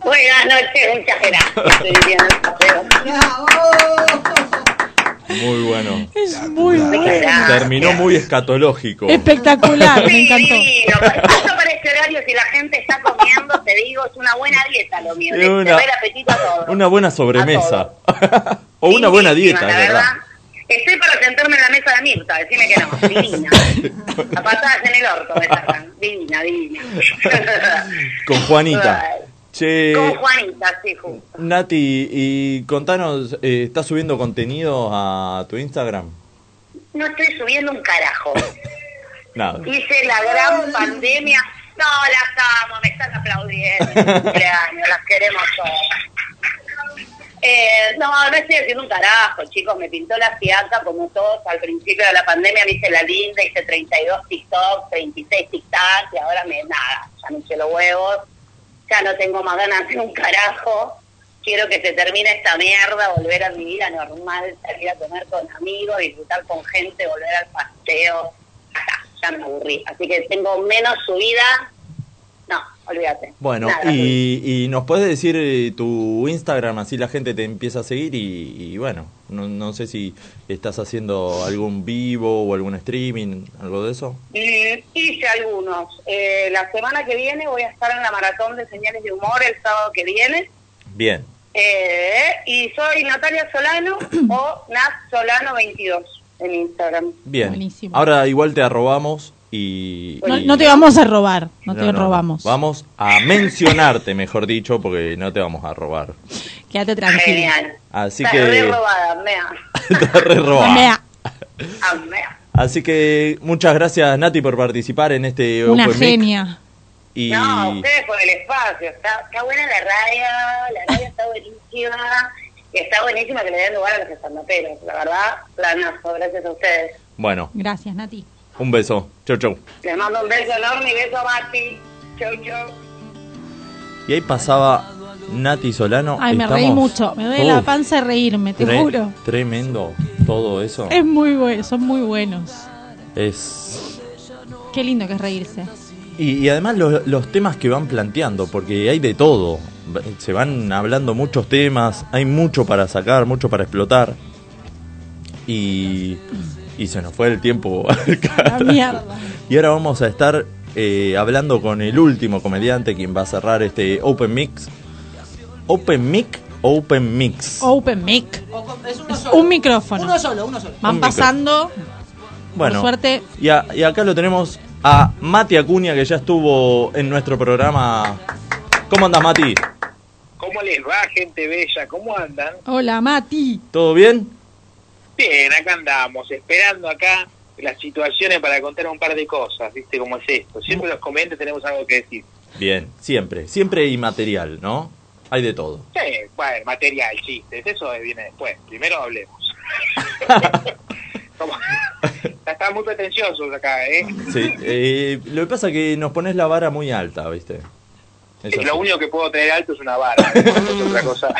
Buenas noches, muchas gracias. estoy diciendo, pero-
Muy bueno.
Es muy bueno.
Terminó muy escatológico.
Espectacular, me encantó.
Divino, justo para este horario, si la gente está comiendo, te digo, es una buena dieta lo mío.
Es
Te
una-
da el apetito a todo.
Una buena sobremesa. <laughs> o una buena dieta, es
la
verdad.
Estoy para sentarme en la mesa de Mirta, decime que no, divina. A patadas en el orto me sacan, divina, divina.
Con Juanita. Che,
Con Juanita, sí, Ju.
Nati, y contanos, eh, ¿estás subiendo contenido a tu Instagram?
No estoy subiendo un carajo.
Nada.
Hice la gran pandemia. No, las amo, me están aplaudiendo. Cumpleaños, las queremos todas. Eh, no, no estoy haciendo un carajo, chicos. Me pintó la fiaca como todos al principio de la pandemia. Me hice la linda, hice 32 TikTok, 36 TikTok y ahora me nada. Ya me hice los huevos. Ya no tengo más ganas de hacer un carajo. Quiero que se termine esta mierda, volver a mi vida normal, salir a comer con amigos, disfrutar con gente, volver al paseo ya me aburrí. Así que tengo menos subida. No, olvídate.
Bueno,
Nada.
y, y nos puedes decir eh, tu Instagram, así la gente te empieza a seguir y, y bueno, no, no sé si estás haciendo algún vivo o algún streaming, algo de eso.
Mm, hice algunos. Eh, la semana que viene voy a estar en la maratón de señales de humor el sábado que viene.
Bien,
Eh, y soy Natalia Solano <clears throat> o Nat Solano 22 en Instagram.
bien. Ahora igual te arrobamos y...
No,
y-
no te vamos a robar, no,
No,
te
no,
robamos.
no. Vamos a mencionarte, mejor dicho, porque no te vamos a robar.
Quédate tranquilo.
Genial.
Así
Estás re
que... <laughs>
robada, mea.
Estás re robada.
Mea.
Ah, mea.
Así que muchas gracias Nati por participar en este
Una
Open Mic.
genia.
Y
No, ustedes por el espacio. Está, está buena la radio, la radio está buenísima. y Está buenísima que le den lugar a los estandoperos. La verdad, planazo. Gracias a ustedes.
bueno,
Gracias, Nati.
un beso. Chau, chau.
Les mando un beso enorme y beso a Mati. Chau, chau.
Y ahí pasaba Nati Solano.
Ay, me reí
Estamos-
mucho. Me duele la
Uf,
panza de reírme, te
tre-
juro.
Tremendo todo eso.
Es muy bueno, son muy buenos.
Es...
Qué lindo que es reírse.
Y, y además los, los temas que van planteando, porque hay de todo. Se van hablando muchos temas, hay mucho para sacar, mucho para explotar. Y, y se nos fue el tiempo. <laughs> al carajo.
mierda.
Y ahora vamos a estar eh, hablando con el último comediante quien va a cerrar este Open Mix. Open Mic, Open Mix.
Open mic.
Es uno solo.
Un micrófono.
Uno solo, uno solo.
Van
Un micro.
pasando.
Bueno,
Por suerte.
Y, a- y acá lo tenemos a Mati Acuña, que ya estuvo en nuestro programa. ¿Cómo andas, Mati?
¿Cómo les va, gente bella? ¿Cómo andan?
Hola, Mati.
¿Todo bien?
Bien, acá andamos, esperando acá las situaciones para contar un par de cosas, ¿viste cómo es esto? Siempre los comediantes tenemos algo que decir.
Bien, siempre, siempre y material, ¿no? Hay de todo.
Sí, bueno, material, chistes, eso viene después.
<laughs>
Primero hablemos. <laughs> Como- <laughs> Están muy pretenciosos acá, ¿eh?
Sí, eh, lo que pasa es que nos pones la vara muy alta, ¿viste? Es así.
Lo único que puedo tener alto es una vara. es
<laughs>
otra cosa.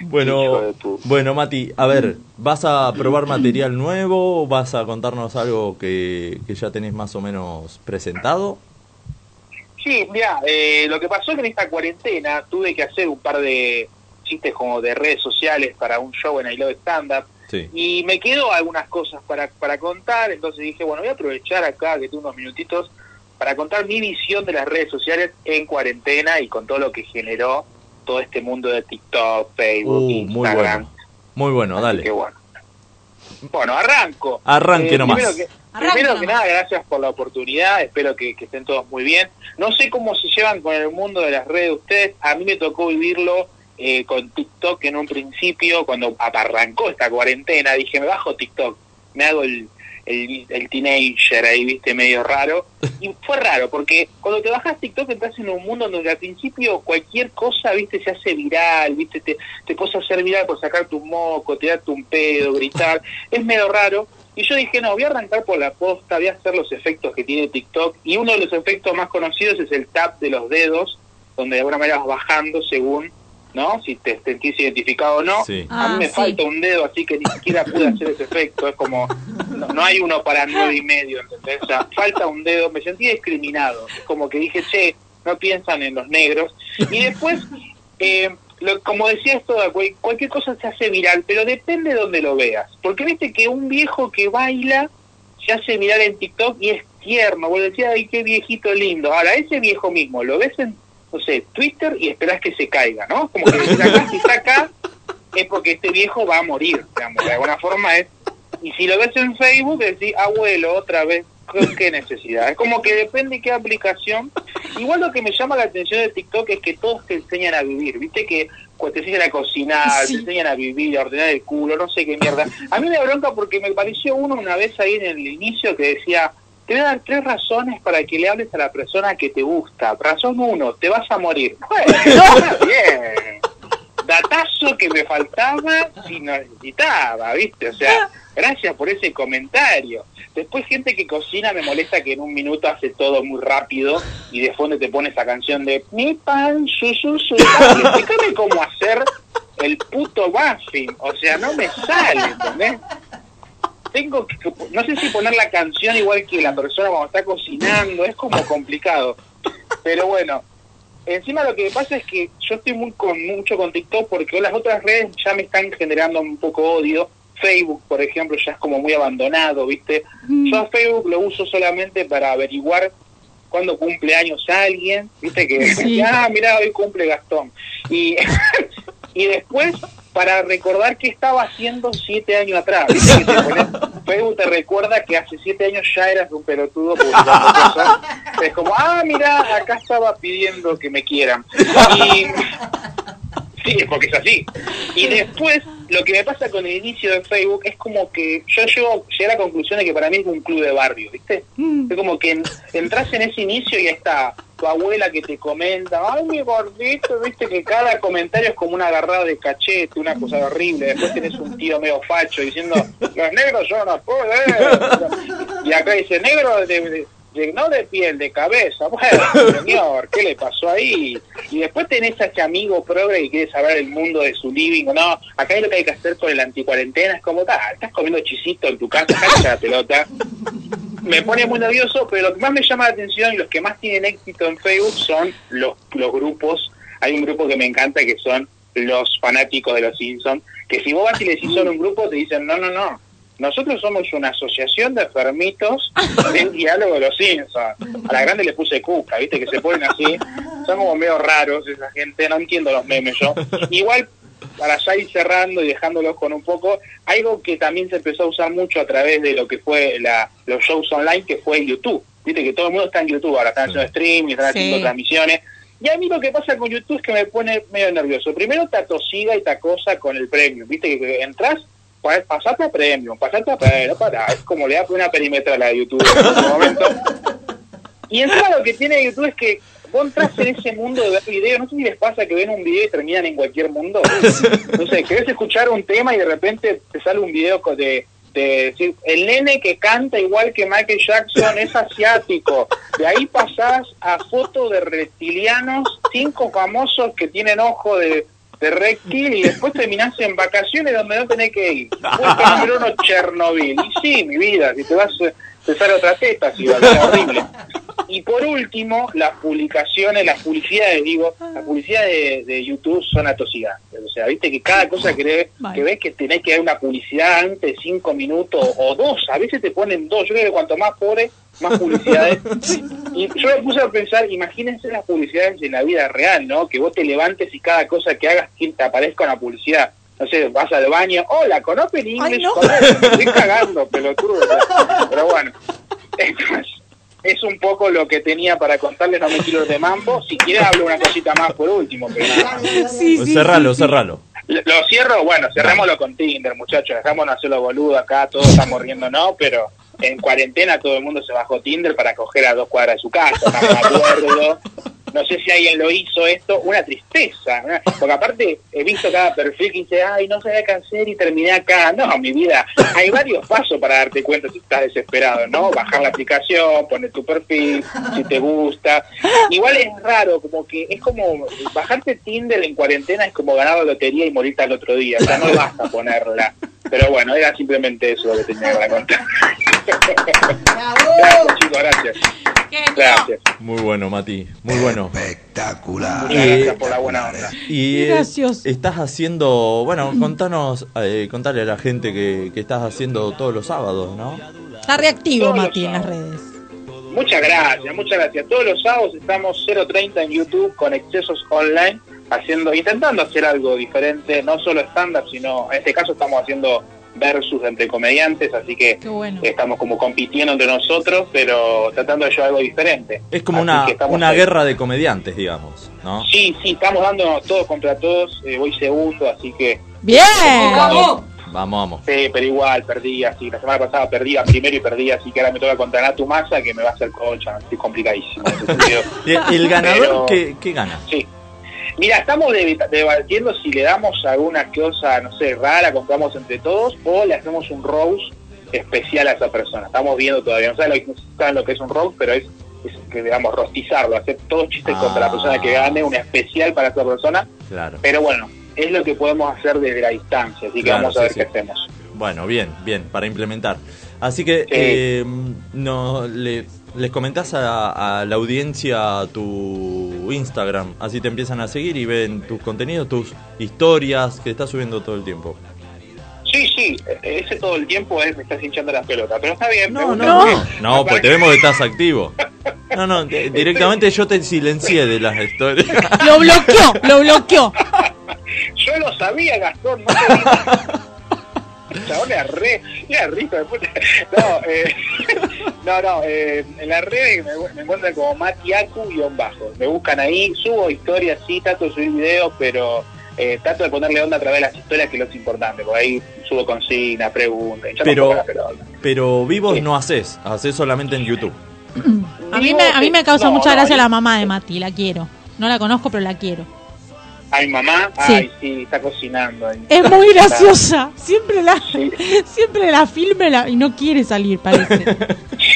Bueno, bueno, Mati, a ver,
Mm.
¿vas a probar material nuevo? o ¿Vas a contarnos algo que, que ya tenés más o menos presentado?
Sí, mira, eh, lo que pasó es que en esta cuarentena tuve que hacer un par de chistes como de redes sociales para un show en I Love Stand Up
Sí.
y me quedó algunas cosas para, para contar, entonces dije, bueno, voy a aprovechar acá que tengo unos minutitos para contar mi visión de las redes sociales en cuarentena y con todo lo que generó todo este mundo de TikTok, Facebook,
Uh, muy
Instagram.
bueno. Muy bueno, dale.
Qué bueno. Bueno, arranco. Eh,
Arranque nomás.
Primero que, primero que nada, gracias por la oportunidad. Espero que, que estén todos muy bien. No sé cómo se llevan con el mundo de las redes ustedes. A mí me tocó vivirlo eh, con TikTok en un principio, cuando ap- arrancó esta cuarentena. Dije, me bajo TikTok, me hago el, el, el teenager ahí, viste, medio raro. Y fue raro, porque cuando te bajas TikTok entras en un mundo donde al principio cualquier cosa, viste, se hace viral, viste, te, te puedes hacer viral por sacar tu moco, tirarte un pedo, gritar, es medio raro. Y yo dije, no, voy a arrancar por la posta, voy a hacer los efectos que tiene TikTok. Y uno de los efectos más conocidos es el tap de los dedos, donde de alguna manera vas bajando según, ¿no? Si te sentís identificado o no.
Sí.
A mí
Ah,
me
sí.
falta un dedo, así que ni siquiera pude hacer ese efecto. Es como, no, no hay uno para nueve y medio, ¿entendés? O sea, falta un dedo. Me sentí discriminado. Es como que dije, che, no piensan en los negros. Y después, eh, lo- como decía esto, cualquier cosa se hace viral, pero depende de donde lo veas. Porque viste que un viejo que baila se hace viral en TikTok y es tierno. Vos decías, ay, qué viejito lindo. Ahora, ese viejo mismo, lo ves en, no sé, Twitter y esperás que se caiga, ¿no? Como que decís, acá, si está acá, es porque este viejo va a morir, digamos, de alguna forma es. Y si lo ves en Facebook, decís, abuelo, otra vez, ¿qué- qué necesidad. Es como que depende qué aplicación. Igual lo que me llama la atención de TikTok es que todos te enseñan a vivir, viste que cu- te enseñan a cocinar, te enseñan a vivir, a ordenar el culo, no sé qué mierda. A mí me da bronca porque me pareció uno una vez ahí en el inicio que decía, te voy a dar tres razones para que le hables a la persona que te gusta. Razón uno, te vas a morir. Bueno, está bien datazo que me faltaba si no necesitaba, ¿viste? O sea, gracias por ese comentario. Después gente que cocina me molesta que en un minuto hace todo muy rápido y de fondo te pone esa canción de mi pan, su, su, su. Dale, Explícame cómo hacer el puto muffin. O sea, no me sale, ¿entendés? Tengo que, no sé si poner la canción igual que la persona cuando está cocinando, es como complicado. Pero bueno, Encima lo que me pasa es que yo estoy muy con mucho con TikTok porque las otras redes ya me están generando un poco odio. Facebook, por ejemplo, ya es como muy abandonado, ¿viste? Yo a Facebook lo uso solamente para averiguar cuándo cumple años alguien, ¿viste? Que
Sí.
ah, mira, hoy cumple Gastón. Y, y después para recordar qué estaba haciendo siete años atrás. ¿viste? Que te pones- Facebook te recuerda que hace siete años ya eras un pelotudo publicando cosas. Es como, ah, mira, acá estaba pidiendo que me quieran. Y, sí, es porque es así. Y después, lo que me pasa con el inicio de Facebook es como que yo llego, llegué a la conclusión de que para mí es un club de barrio, ¿viste? Es como que en- entras en ese inicio y ahí está tu abuela que te comenta, ay, mi gordito, viste que cada comentario es como una agarrada de cachete, una cosa horrible. Después tenés un tío medio facho diciendo, los negros son no puedo, eh". y acá dice, negro de, de- de- no de piel, de cabeza. Bueno, señor, ¿qué le pasó ahí? Y después tenés a ese amigo progre que quiere saber el mundo de su living. No, acá es lo que hay que hacer con el anticuarentena. Es como, "Ah, estás comiendo chisito en tu casa, cállate la pelota. Me pone muy nervioso, pero lo que más me llama la atención y los que más tienen éxito en Facebook son los, los grupos. Hay un grupo que me encanta que son los fanáticos de los Simpsons, que si vos vas y les decís solo un grupo, te dicen, no, no, no, nosotros somos una asociación de enfermitos del diálogo de los Simpsons. A la grande les puse cuca, ¿viste? Que se ponen así. Son como medio raros esa gente, no entiendo los memes yo. Igual, para ya ir cerrando y dejándolos con un poco, algo que también se empezó a usar mucho a través de lo que fue la, los shows online, que fue YouTube. Viste que todo el mundo está en YouTube ahora, están haciendo streaming, están haciendo
Sí.
transmisiones. Y a mí lo que pasa con YouTube es que me pone medio nervioso. Primero te atosiga y te acosa con el premium. Viste que- que entras pa- pasate a premium, pasate a premium, para, es como le da una perimetral a YouTube en este momento. Y encima lo que tiene YouTube es que vos entras en ese mundo de ver videos, no sé si les pasa que ven un video y terminan en cualquier mundo. No sé, querés escuchar un tema y de repente te sale un video co- de, de decir, el nene que canta igual que Michael Jackson es asiático. De ahí pasás a fotos de reptilianos, cinco famosos que tienen ojo de, de reptil y después terminás en vacaciones donde no tenés que ir. Punto número uno, Chernobyl. Y sí, mi vida, si te vas, eh, te sale otra teta, si va a ser horrible. Y Y por último, las publicaciones, las publicidades, digo, las publicidades de, de YouTube son atosigantes. O sea, viste que cada cosa que, le- que ves que tenés que dar una publicidad antes, cinco minutos o dos, a veces te ponen dos. Yo creo que cuanto más pobre, más publicidades. Y yo me puse a pensar, imagínense las publicidades en la vida real, ¿no? Que vos te levantes y cada cosa que hagas te aparezca una publicidad. No sé, vas al baño, hola, con Open English, con Open- estoy cagando, pelotudo. Pero bueno, entonces, es un poco lo que tenía para contarles, no me quiero de mambo. Si quieren hablo una cosita más por último. Pero nada.
cerralo, cerralo.
Lo lo cierro, bueno, cerrémoslo con Tinder, muchachos, dejámonos hacerlo boludo acá, todos estamos riendo, ¿no? Pero en cuarentena todo el mundo se bajó Tinder para coger a dos cuadras de su casa, estamos de acuerdo. No sé si alguien lo hizo esto, una tristeza, una- porque aparte he visto cada perfil que dice, ay, no sabía qué hacer y terminé acá. No, mi vida, hay varios pasos para darte cuenta si estás desesperado, ¿no? Bajar la aplicación, poner tu perfil, si te gusta. Igual es raro, como que es como, bajarte Tinder en cuarentena es como ganar la lotería y morirte al otro día, o sea, no basta ponerla. Pero bueno, era simplemente eso lo que tenía para contar. Gracias, chicos, gracias. Gracias.
Muy bueno, Mati. Muy bueno. Espectacular.
Muchas gracias por la buena onda.
Y eh,
Gracias.
estás haciendo, bueno, contanos, eh, contale a la gente que, que estás haciendo todos los sábados, ¿no?
Está reactivo, Mati, en las redes.
Muchas gracias, muchas gracias. Todos los sábados estamos 0.30 en YouTube con Excesos Online, haciendo, intentando hacer algo diferente, no solo stand-up, sino en este caso estamos haciendo versus entre comediantes, así que
Qué bueno.
estamos como compitiendo entre nosotros, pero tratando de llevar algo diferente.
Es como
Así
una,
que estamos
una
ahí.
guerra de comediantes, digamos, ¿no?
Sí, sí, estamos dándonos todos contra todos, eh, voy segundo, así que...
¡Bien!
¡Vamos!
Vamos, vamos.
Sí, pero igual, perdí, así, la semana pasada perdí a primero y perdí, así que ahora me toca contra Natu Massa, que me va a hacer concha, estoy complicadísimo. en ese sentido.
<laughs> Y El, el ganador,
Pero-
que gana?
Sí. Mira, estamos debita- debatiendo si le damos alguna cosa, no sé, rara, compramos entre todos, o le hacemos un roast especial a esa persona. Estamos viendo todavía, no saben lo, no saben lo que es un roast, pero es, es que, digamos, rostizarlo, hacer todos chistes contra
Ah.
la persona que gane, un especial para esa persona,
Claro.
pero bueno, es lo que podemos hacer desde la distancia, así que
Claro,
vamos a
sí,
ver
sí.
qué hacemos.
Bueno, bien, bien, para implementar. Así que eh, no, le- les comentás a, a la audiencia tu Instagram, así te empiezan a seguir y ven tus contenidos, tus historias que estás subiendo todo el tiempo.
Sí, sí, e- ese todo el tiempo es, me estás hinchando las pelotas, pero está bien. No,
No, pues te vemos que estás activo. No, no, te- directamente yo te silencié de las historias.
Lo bloqueó, lo bloqueó.
Yo lo sabía, Gastón, no te digo. Chabón, era re, era rico de puta. No, eh, <laughs> no, no, eh, en las redes me, me encuentran como Matiaku-bajo. Me buscan ahí, subo historias, sí, trato de subir videos, pero eh, trato de ponerle onda a través de las historias, que es lo que es importante, porque ahí subo consignas, preguntas, hinchando un poco
Pero,
las pelotas.
pero vivos no haces, haces solamente en YouTube.
A mí me, a mí me causa
No,
mucha
no,
gracia
es-
la mamá de Mati, la quiero. No la conozco, pero la quiero.
A mi mamá,
Sí.
ay, sí, está cocinando. ahí.
Es muy
Está-
graciosa. Siempre la, siempre la filme la- y no quiere salir, parece.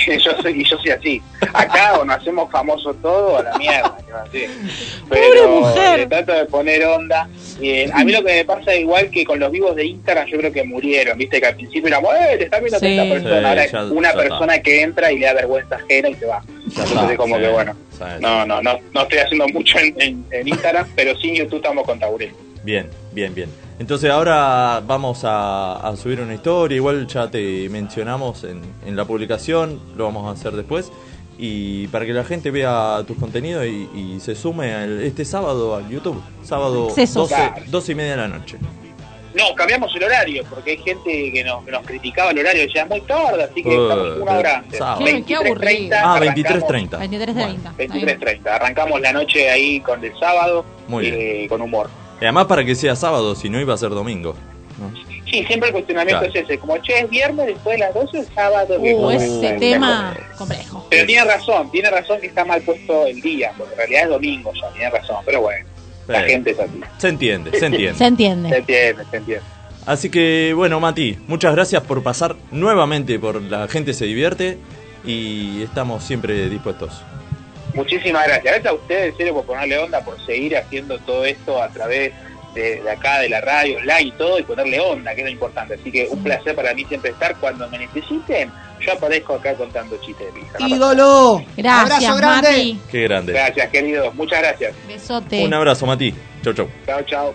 Y <laughs> yo soy, y yo soy así. Acá o nos hacemos famosos todos a la mierda. que va así.
mujer.
le trato de poner onda. Y, eh, a mí lo que me pasa igual que con los vivos de Instagram, yo creo que murieron. Viste que al principio éramos, eh, te está viendo
Sí.
esta persona.
Sí,
Ahora es
ya-
una
ya
persona que entra y le da vergüenza ajena y se va. Entonces
está,
es como
sí,
que bueno.
sí.
No, no, no, no estoy haciendo mucho en, en- en Instagram, pero sí en YouTube estamos con Taurel.
Bien, bien, bien. Entonces ahora vamos a, a subir una historia, igual ya te mencionamos en, en la publicación, lo vamos a hacer después. Y para que la gente vea tus contenidos y, y se sume al- este sábado al YouTube, sábado
Excesos.
12, 12 y media de la noche.
No, cambiamos el horario, porque hay gente que nos, que nos criticaba el horario, ya es muy tarde, así que estamos
Eh,
una hora antes.
sábado.
Qué- qué aburrido.
23:30,
Ah,
arrancamos-
23:30.
23.30.
23.30. Arrancamos la noche ahí con el sábado,
Muy bien.
eh, con humor.
Y además para que sea sábado, si no iba a ser domingo.
Sí, siempre el cuestionamiento
Claro.
es ese, como che, es viernes después de las 12 es sábado. que
Uh,
como-
ese
eh,
tema complejo.
Pero tiene razón, tiene razón que está mal puesto el día, porque en realidad es domingo ya, tiene razón, pero bueno, la
Eh,
gente es así.
Se entiende, se entiende.
Se entiende.
Se entiende, se entiende.
Así que bueno, Mati, muchas gracias por pasar nuevamente por La Gente Se Divierte y estamos siempre dispuestos.
Muchísimas gracias. Gracias a ustedes, en serio, por ponerle onda, por seguir haciendo todo esto a través de, de acá, de la radio, online y todo, y ponerle onda, que es lo importante. Así que un placer para mí siempre estar. Cuando me necesiten, yo aparezco acá contando chistes de pizza.
¡Ídolo!
Gracias,
Abrazo grande.
Mati.
Qué grande.
Gracias, queridos. Muchas gracias.
<laughs> Besote.
Un abrazo, Mati. Chau, chau.
Chao, chao.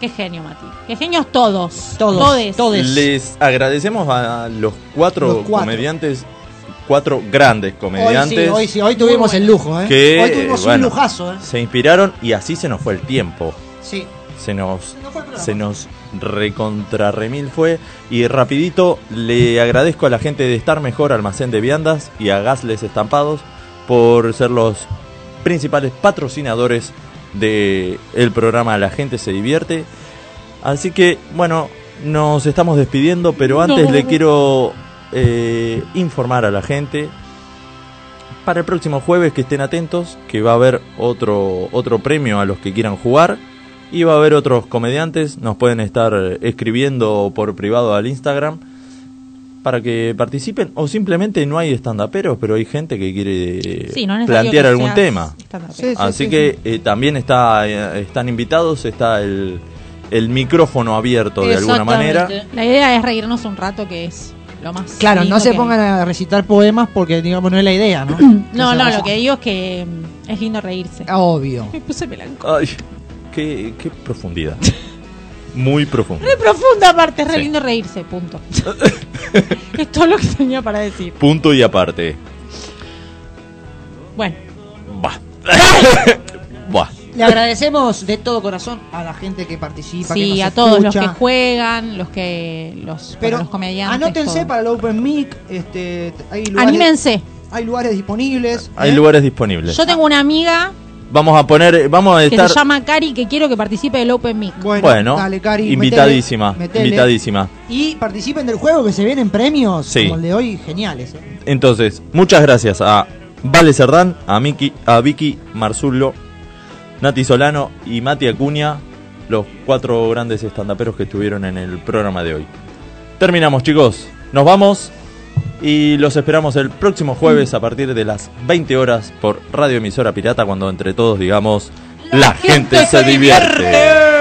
Qué genio, Mati. Qué genios todos.
Todos,
Todes.
Les agradecemos a los cuatro,
Los cuatro.
comediantes, cuatro grandes
Hoy sí,
comediantes.
hoy sí, hoy tuvimos el lujo, ¿eh?
Que,
hoy tuvimos
bueno,
un lujazo, ¿eh?
Se inspiraron y así se nos fue el tiempo.
Sí.
Se nos, se nos recontra remil fue. Y rapidito le agradezco a la gente de Estar Mejor Almacén de Viandas y a Gasles Estampados por ser los principales patrocinadores del el programa La Gente Se Divierte. Así que, bueno, nos estamos despidiendo, pero antes
No.
le quiero eh, informar a la gente para el próximo jueves que estén atentos, que va a haber otro, otro premio a los que quieran jugar. Y va a haber otros comediantes, nos pueden estar eh, escribiendo por privado al Instagram para que participen. O simplemente no hay estandaperos, pero hay gente que quiere eh,
Sí, no es necesario
plantear
que
algún
seas
tema.
stand-upero.
Así que eh, también está, eh, están invitados, está el, el micrófono abierto de alguna manera.
La idea es reírnos un rato, que es lo más.
Claro,
lindo
no se
que hay.
pongan a recitar poemas porque, digamos, no es la idea, <clears throat> ¿no?
No,
O sea,
no, lo que digo es que mm, es lindo reírse.
Obvio.
Me puse melancólica.
Ay, qué, qué
<laughs>
profundidad. Muy profunda.
Re profunda aparte, es re
Sí.
lindo reírse, punto. <laughs> es todo lo que tenía para decir.
Punto y aparte.
Bueno,
Va. <laughs> Va.
Le agradecemos de todo corazón a la gente que participa. que
sí,
nos
a todos
escucha.
los que juegan, los que los,
Pero
bueno, los comediantes.
Anótense
todo.
para el Open Mic. Este, hay lugares,
Anímense.
Hay lugares disponibles. ¿eh?
Hay lugares disponibles.
¿Eh? Yo tengo una amiga
Vamos a poner, vamos a
que
estar
se llama Cari que quiero que participe del Open Mic.
Bueno,
Dale, Cari,
invitadísima,
metele, metele.
invitadísima.
Y participen del juego que se vienen premios
Sí.
como el de hoy, geniales. ¿eh?
Entonces, muchas gracias a Vale Cerdán, a Miki, a Vicky Marzullo, Nati Solano y Mati Acuña, los cuatro grandes estandaperos que estuvieron en el programa de hoy. Terminamos, chicos. Nos vamos y los esperamos el próximo jueves a partir de las 20 horas por Radio Emisora Pirata cuando entre todos digamos la, gente, se divierte.